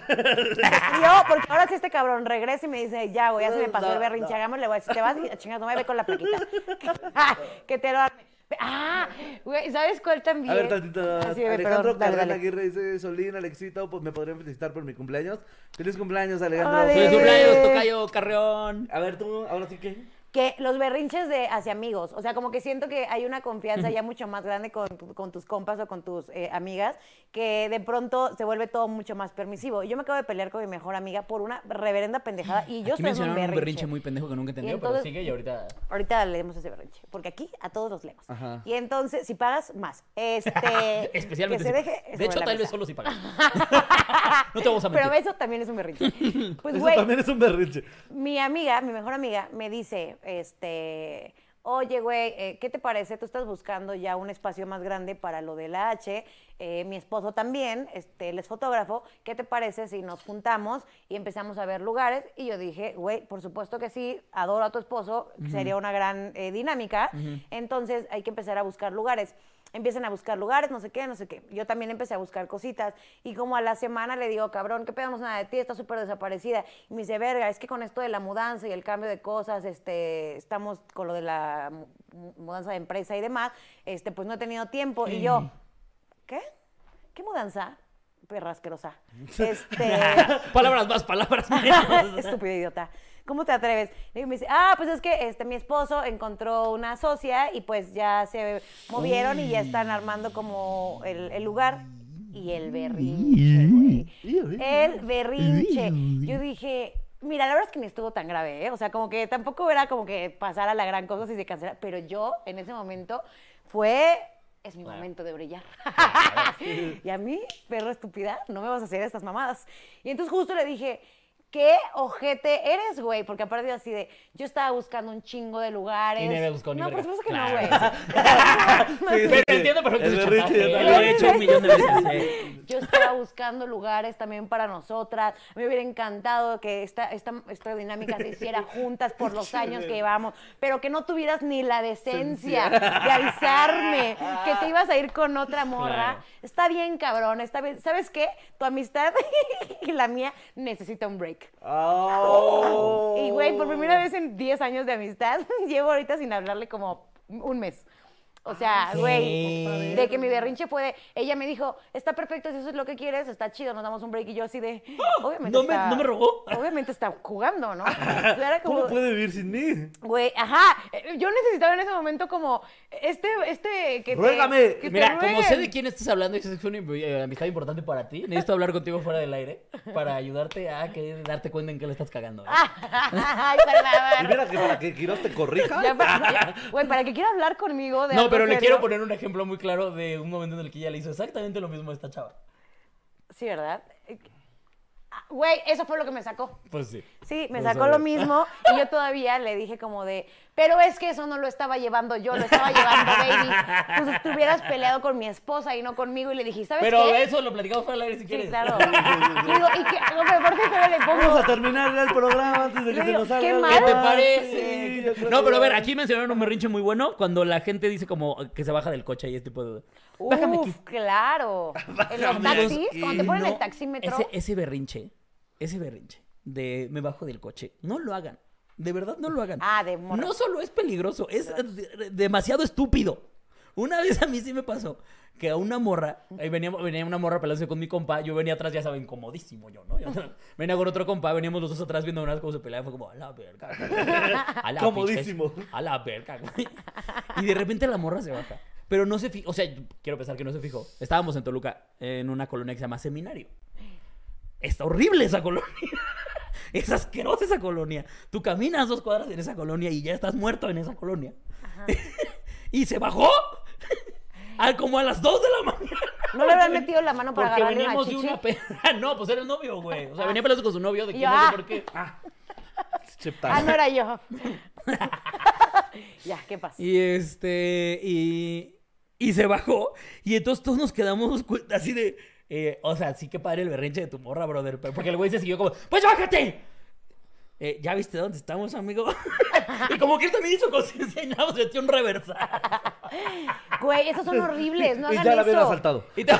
Speaker 2: yo, porque ahora si este cabrón regresa y me dice, ya, güey, ya se me pasó el
Speaker 1: No,
Speaker 2: berrinche,
Speaker 1: no.
Speaker 2: hagamos, le voy a decir, te vas y chingas, no me ve con la
Speaker 1: *laughs*
Speaker 2: plaquita. *laughs* Ah, que te lo arme. Ah, güey, ¿sabes cuál también?
Speaker 1: A ver, tantito.
Speaker 2: Ah, sí, güey,
Speaker 1: Alejandro
Speaker 2: perdón, dale,
Speaker 1: Carrera
Speaker 2: dale.
Speaker 1: Aguirre dice, Solín, Alexito, pues me podrían felicitar por mi cumpleaños. Feliz cumpleaños, Alejandro.
Speaker 2: Órale.
Speaker 3: Feliz
Speaker 2: Eh.
Speaker 3: cumpleaños, tocayo, carreón.
Speaker 1: A ver, tú, ahora sí que.
Speaker 2: Que los berrinches de hacia amigos, o sea, como que siento que hay una confianza ya mucho más grande con, tu- con tus compas o con tus eh, amigas, que de pronto se vuelve todo mucho más permisivo. Yo me acabo de pelear con mi mejor amiga por una reverenda pendejada y yo
Speaker 3: Aquí
Speaker 2: soy un
Speaker 3: mencionaron
Speaker 2: berrinche.
Speaker 3: un berrinche muy pendejo que nunca entendió, pero
Speaker 2: entonces-
Speaker 3: sigue y ahorita.
Speaker 2: Ahorita leemos ese berrinche, porque aquí a todos los leemos.
Speaker 1: Ajá.
Speaker 2: Y entonces, si pagas, más. Este,
Speaker 3: *laughs* Especialmente.
Speaker 2: que se
Speaker 3: si-
Speaker 2: deje sobre
Speaker 3: de hecho,
Speaker 2: la
Speaker 3: tal vez
Speaker 2: mesa.
Speaker 3: solo si
Speaker 2: *laughs*
Speaker 3: pagas. no te vamos a mentir. *laughs*
Speaker 2: Pero eso también es un berrinche. Pues,
Speaker 1: Eso
Speaker 2: güey,
Speaker 1: también es un berriche.
Speaker 2: mi amiga, mi mejor amiga, me dice, este, oye, güey, eh, ¿qué te parece? Tú estás buscando ya un espacio más grande para lo de la H. eh, mi esposo también, este, él es fotógrafo. ¿Qué te parece si nos juntamos y empezamos a ver lugares? Y yo dije, güey, por supuesto que sí, adoro a tu esposo, sería una gran eh, dinámica. Entonces hay que empezar a buscar lugares empiezan a buscar lugares, no sé qué, no sé qué. Yo también empecé a buscar cositas y como a la semana le digo, cabrón, ¿qué pedamos nada de ti? Estás súper desaparecida. Y me dice, verga, es que con esto de la mudanza y el cambio de cosas, este, estamos con lo de la mu- mudanza de empresa y demás, este, pues no he tenido tiempo. Y yo, ¿qué? ¿Qué mudanza? Perra asquerosa. Este...
Speaker 3: palabras más, palabras
Speaker 2: *laughs*
Speaker 3: menos.
Speaker 2: Estúpido idiota. ¿Cómo te atreves? Y me dice, ah, pues es que este, mi esposo encontró una socia y pues ya se movieron y ya están armando como el, el lugar. Y el berrinche,
Speaker 1: *laughs*
Speaker 2: güey. El berrinche. Yo dije, mira, la verdad es que ni estuvo tan grave, ¿eh? O sea, como que tampoco era como que pasara la gran cosa si se cancelara. Pero yo, en ese momento, fue... Es mi momento
Speaker 3: *laughs*
Speaker 2: de brillar.
Speaker 3: Ah,
Speaker 2: *laughs* Y a mí, perro estúpida, no me vas a hacer estas mamadas. Y entonces justo le dije, qué ojete eres, güey. Porque aparte así de, yo estaba buscando un chingo de lugares.
Speaker 3: Y nadie buscó ni
Speaker 2: No, por
Speaker 3: verga.
Speaker 2: supuesto que
Speaker 3: Claro. *laughs*
Speaker 2: no, güey.
Speaker 3: Pero entiendo perfecto
Speaker 1: El
Speaker 3: su
Speaker 1: de
Speaker 3: chantaje.
Speaker 1: Richie,
Speaker 3: Lo
Speaker 1: ¿no?
Speaker 3: he hecho un millón de
Speaker 2: *laughs*
Speaker 3: veces. eh.
Speaker 2: Yo estaba buscando lugares también para nosotras. Me hubiera encantado que esta, esta, esta dinámica se hiciera juntas por los años que llevamos, pero que no tuvieras ni la decencia de avisarme que te ibas a ir con otra morra.
Speaker 3: Claro.
Speaker 2: Está bien, cabrón. Está bien. ¿Sabes qué? Tu amistad *laughs* y la mía necesita un break.
Speaker 1: Oh.
Speaker 2: Y, güey, pues, por primera vez en 10 años de amistad, *laughs* llevo ahorita sin hablarle como un mes. O
Speaker 3: Ah,
Speaker 2: sea, güey,
Speaker 3: sí.
Speaker 2: de que mi berrinche fue de, ella me dijo, está perfecto, si eso es lo que quieres, está chido, nos damos un break. Y yo
Speaker 3: *gasps*
Speaker 2: así de, obviamente
Speaker 3: ¿No me-
Speaker 2: está-
Speaker 3: no me rogó?
Speaker 2: Obviamente está jugando, ¿no?
Speaker 3: *laughs*
Speaker 2: Yo era como-
Speaker 1: ¿Cómo puede vivir sin mí?
Speaker 2: Güey, ajá, eh, yo necesitaba en ese momento como, este, este, que te-
Speaker 1: Ruégame.
Speaker 2: que te
Speaker 3: Mira, como sé
Speaker 2: rueguen. *laughs*
Speaker 3: de quién estás hablando y sé que fue una eh, amistad importante para ti, necesito hablar contigo fuera del aire para ayudarte a que darte cuenta en qué le estás cagando. ¿eh?
Speaker 2: Ah, Ay, para
Speaker 1: Y mira que para que Quiroz te corrija.
Speaker 2: Ya,
Speaker 3: *laughs*
Speaker 2: pues, para- ya, Güey, para que quiera hablar conmigo de
Speaker 3: No,
Speaker 2: algo
Speaker 3: pero le
Speaker 2: serio.
Speaker 3: quiero poner un ejemplo muy claro de un momento en el que ella le hizo exactamente lo mismo a esta chava.
Speaker 2: Sí, ¿verdad? Eh, ah, Güey, eso fue lo que me sacó.
Speaker 3: Pues sí.
Speaker 2: Sí, me
Speaker 3: Lo
Speaker 2: sacó
Speaker 3: sabía.
Speaker 2: lo mismo *laughs* y yo todavía le dije como de, pero es que eso no lo estaba llevando yo, lo estaba llevando baby. Entonces tú hubieras peleado con mi esposa y no conmigo y le dije, ¿sabes
Speaker 3: Pero
Speaker 2: qué?
Speaker 3: eso lo platicamos fuera del aire si quieres.
Speaker 2: Sí, claro. Y digo, ¿y qué? No, pero ¿por qué todavía le
Speaker 1: Vamos
Speaker 2: pongo?
Speaker 1: a terminar el programa antes de que
Speaker 2: Yo
Speaker 1: se
Speaker 2: digo,
Speaker 1: nos salga.
Speaker 2: qué
Speaker 1: algo.
Speaker 3: *laughs* ¿Qué
Speaker 2: mal.
Speaker 3: te
Speaker 1: Ah, sí,
Speaker 3: parece?
Speaker 1: yo creo
Speaker 3: no,
Speaker 1: que
Speaker 3: pero a ver,
Speaker 1: ya.
Speaker 3: aquí mencionaron un berrinche muy bueno cuando la gente dice como que se baja del coche y este tipo de... Bájame aquí.
Speaker 2: Uf, claro.
Speaker 3: *laughs*
Speaker 2: En los
Speaker 1: Bájame
Speaker 2: taxis,
Speaker 1: aquí.
Speaker 2: cuando te ponen
Speaker 3: No,
Speaker 2: el taxímetro,
Speaker 3: Ese, ese berrinche, ese berrinche de me bajo del coche, no lo hagan. De verdad no lo hagan.
Speaker 2: Ah, de morro.
Speaker 3: No solo es peligroso, es eh, de- demasiado estúpido. Una vez a mí sí me pasó que a una morra, ahí venía, venía una morra pelándose con mi compa, yo venía atrás, ya saben, comodísimo yo, ¿no? Yo, *laughs* venía con otro compa, veníamos los dos atrás viendo unas cómo se peleaban, fue como, a la verga.
Speaker 2: *laughs*
Speaker 3: A la
Speaker 1: Comodísimo.
Speaker 3: pinche- a la verga, güey. Y de repente la morra se baja. Pero no se fijó, o sea, yo quiero pensar que no se fijó. Estábamos en Toluca, en una colonia que se llama Seminario. Está horrible esa colonia. *laughs* Es asquerosa esa colonia. Tú caminas dos cuadras en esa colonia y ya estás muerto en esa colonia. *laughs* y se bajó *laughs* a como a las 2 de la mañana.
Speaker 2: no le habrán metido la mano para
Speaker 3: Porque
Speaker 2: agarrarle una
Speaker 3: veníamos de
Speaker 2: chichi. Ah.
Speaker 3: una peda. *laughs* No, pues era el novio, güey. O sea, venía peleando con su novio de que
Speaker 2: Ya.
Speaker 3: no sé por qué.
Speaker 1: Che,
Speaker 2: Ah, no
Speaker 1: padre.
Speaker 2: era *laughs* yo. ya, ¿qué pasa?
Speaker 3: Y este, y, y se bajó. Y entonces todos nos quedamos cu- así de, eh, o sea, sí que padre el berrinche de tu morra, brother. pero- Porque el güey se siguió como, pues bájate. Eh, ¿Ya viste dónde estamos, amigo? *laughs* y como que él también hizo conciencia y nada, se echó un reversa.
Speaker 2: Güey, esos son horribles, no
Speaker 1: *laughs* Y
Speaker 2: hagan
Speaker 1: ya la habían
Speaker 2: eso. *laughs*
Speaker 1: asaltado.
Speaker 3: Y te- *laughs*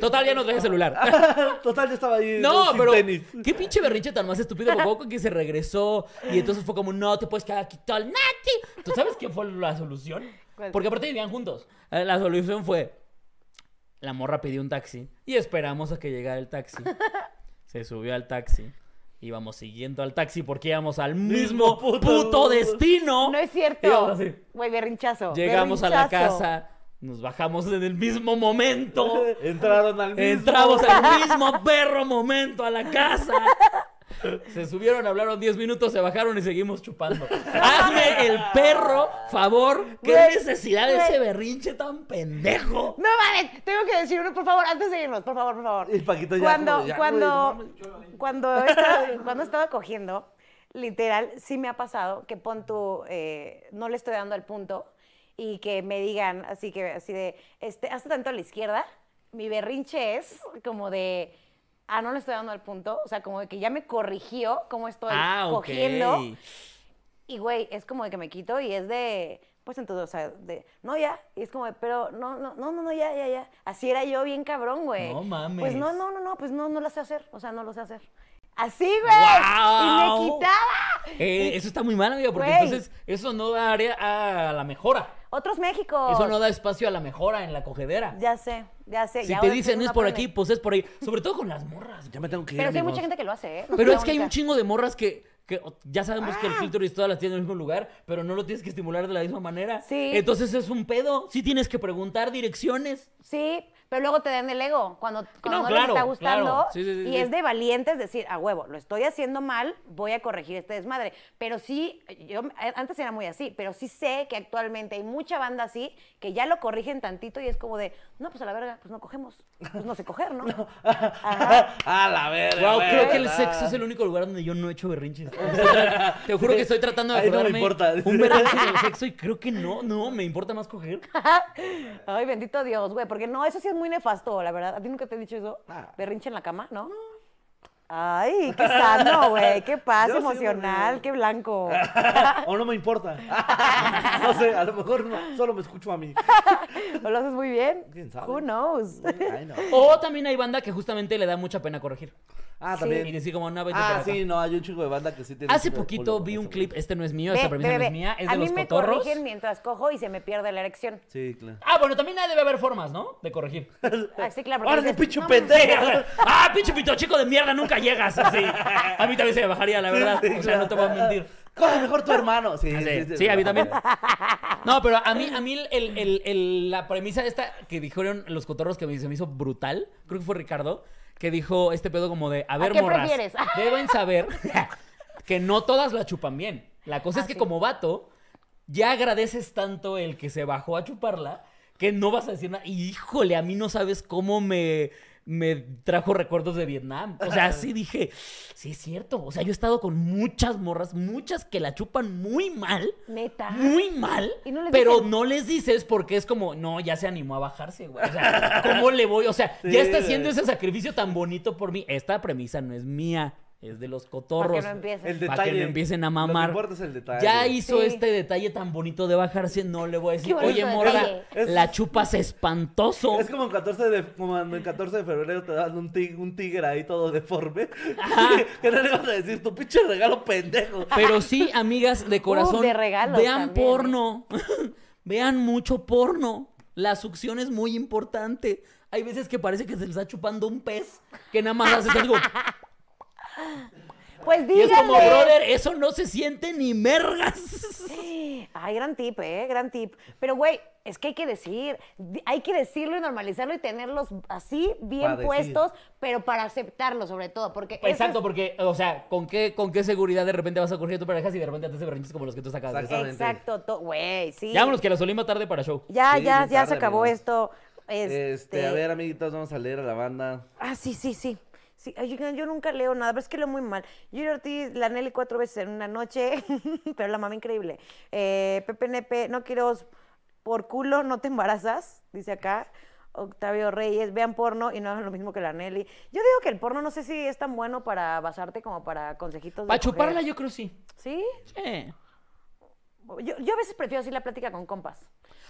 Speaker 3: Total, ya no traje celular.
Speaker 1: Total, yo estaba *laughs* ahí.
Speaker 3: No,
Speaker 1: sin
Speaker 3: pero
Speaker 1: tenis.
Speaker 3: *laughs* qué pinche berrinche tan más estúpido Coco que se regresó
Speaker 1: *laughs*
Speaker 3: y entonces fue como, no, te puedes quedar aquí todo el noche. ¿Tú sabes qué fue la solución?
Speaker 2: ¿Cuál?
Speaker 3: Porque aparte vivían juntos. Eh, La solución fue, la morra pidió un taxi y esperamos a que llegara el
Speaker 2: *laughs*
Speaker 3: taxi. Se subió al taxi. Íbamos siguiendo al taxi porque íbamos al mismo,
Speaker 1: Mismo
Speaker 3: puto,
Speaker 1: puto.
Speaker 3: destino.
Speaker 2: No es
Speaker 3: Íbamos
Speaker 2: cierto.
Speaker 3: así.
Speaker 2: Güey, berrinchazo.
Speaker 3: Llegamos a la
Speaker 2: berrinchazo.
Speaker 3: casa, nos bajamos en el mismo
Speaker 1: *laughs*
Speaker 3: momento.
Speaker 1: *laughs* Entraron al mismo.
Speaker 3: Entramos al mismo perro momento a la casa. Se subieron, hablaron 10 minutos, se bajaron y seguimos chupando. Hazme el perro favor. ¿Qué
Speaker 2: Güey,
Speaker 3: necesidad de
Speaker 2: güey.
Speaker 3: ese berrinche tan pendejo?
Speaker 2: No mames, tengo que decir uno, por favor, antes de irnos, por favor, por favor.
Speaker 1: Y Paquito ya
Speaker 2: Cuando,
Speaker 1: como, ya,
Speaker 2: cuando,
Speaker 1: güey, no
Speaker 2: cuando, estaba, cuando estaba cogiendo, literal, sí me ha pasado que pon tu, eh, no le estoy dando al punto y que me digan así que, así de, este, hazte tanto a la izquierda, mi berrinche es como de, ah, no le estoy dando al punto, o sea, como de que ya me corrigió cómo estoy
Speaker 3: Ah, ok.
Speaker 2: cogiendo. Y güey, es como de que me quito y es de, pues entonces, o sea, de, no, ya. Y es como de, pero no, no, no, no, no, ya, ya, ya. Así era yo bien cabrón, güey.
Speaker 3: No mames.
Speaker 2: Pues no, no, no, no, pues no, no la sé hacer. O sea, no lo sé hacer. Así, güey. Y me
Speaker 3: ¡Guau!
Speaker 2: quitaba.
Speaker 3: Eh, eso está muy mal, amiga, porque
Speaker 2: Güey.
Speaker 3: entonces eso no da área a la mejora.
Speaker 2: Otros México.
Speaker 3: Eso no da espacio a la mejora en la cogedera.
Speaker 2: Ya sé, ya sé.
Speaker 3: Si
Speaker 2: ya
Speaker 3: te
Speaker 2: ahora
Speaker 3: dicen
Speaker 2: uno
Speaker 3: es por aquí,
Speaker 2: aprende.
Speaker 3: pues es por ahí. Sobre todo con las morras,
Speaker 1: Ya me tengo que ir.
Speaker 2: Pero sí hay
Speaker 1: amigos.
Speaker 2: mucha gente que lo hace, ¿eh? No soy
Speaker 3: Pero
Speaker 2: la
Speaker 3: es que hay un
Speaker 2: única. Ah.
Speaker 3: chingo de morras que, que o- ya sabemos que el clítoris todas las tienen en el mismo lugar, pero no lo tienes que estimular de la misma manera.
Speaker 2: Sí.
Speaker 3: Entonces es un pedo. Sí tienes que preguntar direcciones.
Speaker 2: Sí, pero luego te dan el ego cuando, cuando no, les
Speaker 3: claro,
Speaker 2: está gustando.
Speaker 3: claro. Sí, sí, sí,
Speaker 2: y
Speaker 3: sí.
Speaker 2: es de valientes decir, a huevo, lo estoy haciendo mal, voy a corregir este desmadre. Pero sí, yo eh, antes era muy así, pero sí sé que actualmente hay mucha banda así que ya lo corrigen tantito y es como de, no, pues a la verga, pues no cogemos. Pues no sé
Speaker 3: *laughs*
Speaker 2: coger, ¿no? Ajá.
Speaker 1: *laughs* A la verga.
Speaker 3: Wow,
Speaker 1: güey,
Speaker 3: creo que el
Speaker 1: ¿verdad?
Speaker 3: sexo es el único lugar donde yo no he hecho berrinches. Estoy tra- Te juro que estoy tratando de
Speaker 1: *laughs* Ahí no me
Speaker 3: acordarme
Speaker 1: importa.
Speaker 3: un berrinche del sexo y creo que no, no, me importa más coger.
Speaker 2: Ay, bendito Dios, güey, porque no, eso sí es muy nefasto, la verdad. ¿A ti nunca te he dicho eso?
Speaker 1: Ah.
Speaker 2: Berrinche en la cama, ¿no? Ay, qué sano, güey,
Speaker 3: *laughs*
Speaker 2: qué paz
Speaker 1: Yo sí,
Speaker 2: emocional,
Speaker 1: porque-
Speaker 2: qué blanco.
Speaker 1: *laughs* o no me importa. *laughs* no sé, a lo mejor no, solo me escucho a mí.
Speaker 2: ¿O lo haces muy bien? *laughs* Pues,
Speaker 1: ¿Quién sabe?
Speaker 2: Who knows?
Speaker 1: Ay, no.
Speaker 3: O también hay banda que justamente le da mucha pena corregir.
Speaker 1: Ah,
Speaker 3: Y
Speaker 1: también.
Speaker 3: decir como, no, vete para
Speaker 1: Ah,
Speaker 3: acá".
Speaker 1: sí, no, hay un chico de banda que sí tiene.
Speaker 3: Hace
Speaker 1: un chico de
Speaker 3: poquito
Speaker 1: culo
Speaker 3: vi
Speaker 1: con
Speaker 3: un
Speaker 1: eso,
Speaker 3: clip,
Speaker 1: güey.
Speaker 3: este no es mío,
Speaker 2: Ve,
Speaker 3: esta
Speaker 2: ve,
Speaker 3: premisa no
Speaker 2: ve.
Speaker 3: es mía, es
Speaker 2: a
Speaker 3: de
Speaker 2: mí
Speaker 3: los
Speaker 2: me
Speaker 3: cotorros.
Speaker 2: corrigen mientras cojo y se me pierde la erección.
Speaker 1: Sí, claro.
Speaker 3: Ah, bueno, también debe haber formas, ¿no? De corregir.
Speaker 2: Ah, sí, claro. porque
Speaker 1: ¡Ahora de
Speaker 2: dices,
Speaker 1: pinche
Speaker 2: "No, pues,
Speaker 1: pendejo!
Speaker 3: ¡Ah, pinche pito chico de mierda! Nunca llegas así. A mí también se me bajaría, la verdad.
Speaker 1: Sí, sí,
Speaker 3: O sea, no te voy a mentir.
Speaker 1: Coge mejor tu hermano. Sí,
Speaker 3: Ah,
Speaker 1: sí,
Speaker 3: Sí,
Speaker 1: sí,
Speaker 3: sí, a mí
Speaker 1: no,
Speaker 3: también.
Speaker 1: güey.
Speaker 3: No, pero a mí, a mí el- el- el- la premisa esta que dijeron los cotorros que me- se me hizo brutal, creo que fue Ricardo, que dijo este pedo como de, a ver,
Speaker 2: qué
Speaker 3: morras,
Speaker 2: prefieres? *laughs*
Speaker 3: deben saber que no todas la chupan bien. La cosa es
Speaker 2: Ah,
Speaker 3: que
Speaker 2: sí.
Speaker 3: como vato, ya agradeces tanto el que se bajó a chuparla que no vas a decir nada. Y híjole, a mí no sabes cómo me, me trajo recuerdos de Vietnam. O sea,
Speaker 2: *laughs*
Speaker 3: sí dije, sí es cierto. O sea, yo he estado con muchas morras, muchas que la chupan muy mal.
Speaker 2: Neta.
Speaker 3: Muy mal.
Speaker 2: Y no les
Speaker 3: pero
Speaker 2: dicen.
Speaker 3: no les dices porque es como, no, ya se animó a bajarse, güey. O sea,
Speaker 2: *laughs*
Speaker 3: ¿cómo le voy? O sea,
Speaker 1: Sí,
Speaker 3: ya está haciendo
Speaker 1: güey.
Speaker 3: ese sacrificio tan bonito por mí. Esta premisa no es mía, es de los
Speaker 2: Para que
Speaker 3: cotorros.
Speaker 2: no empiecen.
Speaker 1: El
Speaker 3: Para
Speaker 1: detalle.
Speaker 3: que no empiecen a
Speaker 1: Lo
Speaker 3: mamar.
Speaker 1: que importa es el detalle.
Speaker 3: Ya hizo
Speaker 2: Sí.
Speaker 3: este detalle tan bonito de bajarse, no le voy a
Speaker 2: Qué
Speaker 3: decir,
Speaker 2: bonito
Speaker 3: oye, morra,
Speaker 2: detalle.
Speaker 1: Es-
Speaker 3: la chupas espantoso.
Speaker 1: Es como en 14 de, como en 14 de febrero te dan un, ti- un tigre ahí todo deforme. *laughs* que no le vas a decir tu pinche regalo pendejo.
Speaker 3: Pero sí, amigas de corazón,
Speaker 2: de regalos
Speaker 3: vean
Speaker 2: también, ¿eh?
Speaker 3: porno, *laughs* vean mucho porno. La succión es muy importante. Hay veces que parece que se les está chupando un pez, que nada más hace algo.
Speaker 2: Pues
Speaker 3: Y es
Speaker 2: díganle.
Speaker 3: como, brother, eso no se siente ni mergas.
Speaker 2: Ay, gran tip, eh, gran tip. Pero, güey, es que hay que decir, di- hay que decirlo y normalizarlo y tenerlos así, bien
Speaker 1: Pa' decir.
Speaker 2: puestos, pero para aceptarlo sobre todo, porque
Speaker 3: *laughs*
Speaker 2: ese
Speaker 3: Exacto,
Speaker 2: es-
Speaker 3: porque, o sea, ¿con qué, ¿con qué seguridad de repente vas a correr a tu pareja si de repente te hace berrinches como los que tú sacas?
Speaker 1: Exacto. Exactamente.
Speaker 2: Exacto, to- güey, sí.
Speaker 3: Ya vámonos, que la solima tarde para show.
Speaker 2: Ya,
Speaker 1: Sí,
Speaker 2: ya,
Speaker 1: bien
Speaker 2: ya
Speaker 1: tarde,
Speaker 2: se acabó
Speaker 1: amigos.
Speaker 2: esto. Este...
Speaker 1: Este... a ver, amiguitos, vamos a leer a la banda.
Speaker 2: Ah, sí, sí, sí. Sí, ay, oigan, yo nunca leo nada, pero es que leo muy mal. Yuri Ortiz, la Nelly cuatro veces en una noche, *laughs* pero la mamá increíble. Eh, Pepe Nepe, no quiero, por culo no te embarazas, dice acá. Octavio Reyes, vean porno y no hagan lo mismo que la Nelly. Yo digo que el porno no sé si es tan bueno para basarte como para consejitos de
Speaker 3: Para
Speaker 2: coger.
Speaker 3: chuparla, yo creo sí.
Speaker 2: ¿Sí?
Speaker 3: Sí.
Speaker 2: Yo, yo a veces prefiero así la plática con compas.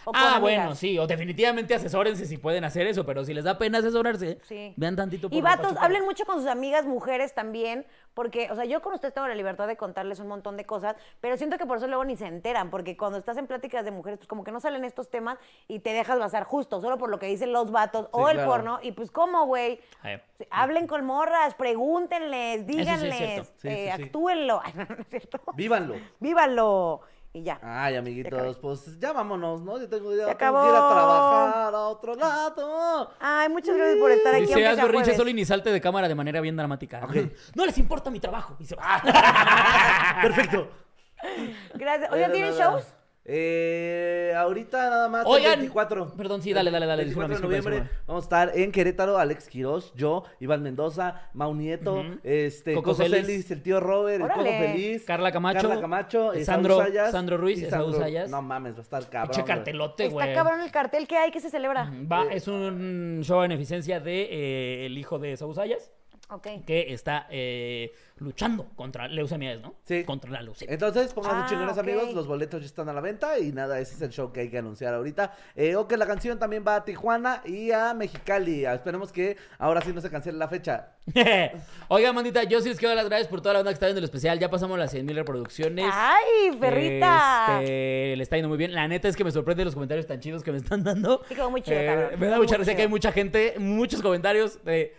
Speaker 2: o con
Speaker 3: Ah,
Speaker 2: amigas.
Speaker 3: bueno, sí. O definitivamente asesórense si pueden hacer eso, pero si les da pena asesorarse,
Speaker 2: Sí.
Speaker 3: vean tantito
Speaker 2: Y
Speaker 3: porno pa'
Speaker 2: vatos,
Speaker 3: chuparla.
Speaker 2: hablen mucho con sus amigas mujeres también, porque, o sea, yo con ustedes tengo la libertad de contarles un montón de cosas, pero siento que por eso luego ni se enteran, porque cuando estás en pláticas de mujeres, pues como que no salen estos temas y te dejas basar justo, solo por lo que dicen los vatos o el
Speaker 1: claro.
Speaker 2: porno, y pues, ¿cómo, güey?
Speaker 3: A ver.
Speaker 2: Sí, Hablen con morras, pregúntenles,
Speaker 3: es
Speaker 2: díganles,
Speaker 3: cierto.
Speaker 1: Sí,
Speaker 2: eh,
Speaker 1: sí, sí.
Speaker 2: actúenlo. *laughs* Ay, no, no es cierto.
Speaker 1: Vívanlo.
Speaker 2: Vívanlo. Y ya.
Speaker 1: Ay, amiguitos, pues ya vámonos, ¿no? Yo tengo ya
Speaker 2: Se
Speaker 1: tengo que ir a
Speaker 2: acabó.
Speaker 1: trabajar a otro lado.
Speaker 3: *laughs*
Speaker 2: Ay, muchas gracias por estar aquí.
Speaker 3: Dice,
Speaker 2: aunque
Speaker 3: haz
Speaker 2: sea
Speaker 3: berrinche
Speaker 2: jueves".
Speaker 3: solo y ni salte de cámara de manera bien dramática.
Speaker 1: Ok.
Speaker 3: *laughs* No les importa mi trabajo. Y se va.
Speaker 2: *laughs*
Speaker 1: Perfecto.
Speaker 2: Gracias.
Speaker 1: Oye,
Speaker 2: Oigan, ¿tienen shows?
Speaker 1: Eh, ahorita nada más. el
Speaker 3: Oigan.
Speaker 1: 24.
Speaker 3: Perdón, sí, dale, dale, dale, disculpa,
Speaker 1: 24 de
Speaker 3: disculpa,
Speaker 1: noviembre
Speaker 3: disculpa.
Speaker 1: vamos a estar en Querétaro, Alex Quirós, yo, Iván Mendoza, Mau Nieto, este,
Speaker 3: Coco
Speaker 1: Coco,
Speaker 3: Celis.
Speaker 1: Celis. el tío Robert, el
Speaker 2: Órale.
Speaker 1: Coco Feliz,
Speaker 3: Carla Camacho, eh,
Speaker 1: Carla Camacho, Esaú
Speaker 3: Sandro-
Speaker 1: Sayas
Speaker 3: Sandro Ruiz,
Speaker 1: y
Speaker 3: Esaú Sayas.
Speaker 1: No mames, va a estar cabrón.
Speaker 3: Pinche
Speaker 1: güey.
Speaker 3: cartelote,
Speaker 2: Está
Speaker 3: güey.
Speaker 2: cabrón el cartel que hay que se celebra.
Speaker 3: Va, es un show en eficiencia de eh, el hijo de Sausayas
Speaker 2: Ok.
Speaker 3: que está eh, luchando contra leucemia, ¿no?
Speaker 1: Sí.
Speaker 3: Contra la leucemia.
Speaker 1: Entonces, pongan
Speaker 2: Ah,
Speaker 1: sus chingones,
Speaker 2: ok.
Speaker 1: amigos. Los boletos ya están a la venta. Y nada, ese es el show que hay que anunciar ahorita. Eh, ok, la canción también va a Tijuana y a Mexicali. Ah, Esperemos que ahora sí no se cancele la fecha.
Speaker 3: *laughs* Oiga, mandita, yo sí les quiero dar las gracias por toda la onda que está viendo el especial. Ya pasamos las 100.000 reproducciones.
Speaker 4: Ah,
Speaker 2: ¡Ay, perrita!
Speaker 3: Este, le está yendo muy bien. La neta es que me sorprende los comentarios tan chidos que me están dando. Eh,
Speaker 2: Sí, quedó muy chido, cabrón.
Speaker 3: me da
Speaker 2: Quedó
Speaker 3: mucha risa
Speaker 2: muy
Speaker 3: que
Speaker 2: chido.
Speaker 3: hay mucha *laughs* gente, muchos comentarios de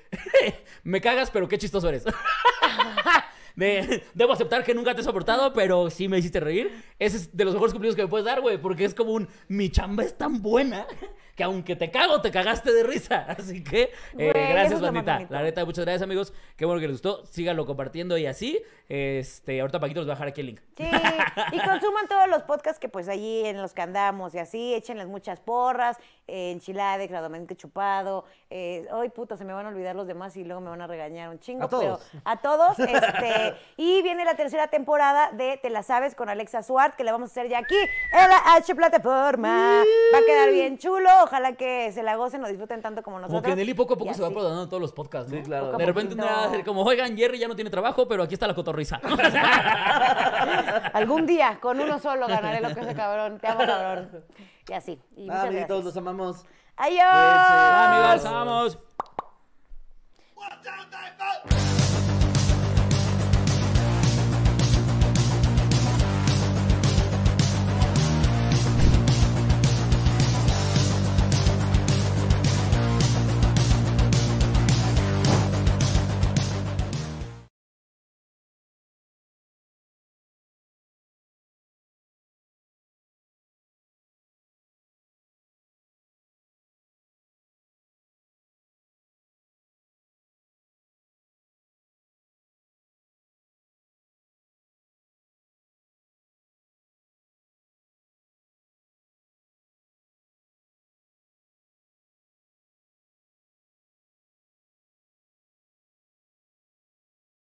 Speaker 3: me cagas, pero qué chistoso eres. *laughs* de, debo aceptar que nunca te he soportado, pero sí me hiciste reír. Ese es de los mejores cumplidos que me puedes dar, güey, porque es como un, mi chamba es tan buena *laughs* que aunque te cago, te cagaste de risa. *laughs* Así que, eh,
Speaker 2: Güey, eso
Speaker 3: gracias,
Speaker 2: es lo más
Speaker 3: bandita.
Speaker 2: bonito.
Speaker 3: La neta, muchas gracias, amigos. Qué bueno que les gustó. Síganlo compartiendo y así. Este, ahorita Paquito les va a dejar aquí el link.
Speaker 2: Sí, y consuman todos los podcasts que pues allí en los que andamos y así, échenles muchas porras, eh, enchilade, gradualmente chupado, eh, ay puta, se me van a olvidar los demás y luego me van a regañar un chingo,
Speaker 1: A todos.
Speaker 2: pero a
Speaker 3: *laughs*
Speaker 2: todos, este, y viene la tercera temporada de Te la sabes con Alexa Suart, que la vamos a hacer ya aquí en la H plataforma, va a quedar bien chulo, ojalá que se la gocen, lo disfruten tanto como
Speaker 3: Como
Speaker 2: nosotros.
Speaker 3: que Nelly poco a poco
Speaker 2: Y
Speaker 3: se va
Speaker 2: así.
Speaker 3: perdonando todos los podcasts, ¿no?
Speaker 1: Sí, claro. Poco a
Speaker 3: De repente un día va a ser
Speaker 2: poquito.
Speaker 3: como, oigan, Jerry ya no tiene trabajo, pero aquí está la
Speaker 2: *laughs*
Speaker 3: cotorriza. *laughs*
Speaker 2: Algún día, con uno solo ganaré lo que ese cabrón, te amo cabrón, y así. Y
Speaker 1: Ah,
Speaker 2: muchas
Speaker 1: amiguitos,
Speaker 2: gracias.
Speaker 1: los amamos.
Speaker 2: Adiós.
Speaker 1: Cuídense.
Speaker 3: Amigos, vamos.
Speaker 5: One time, time, vote.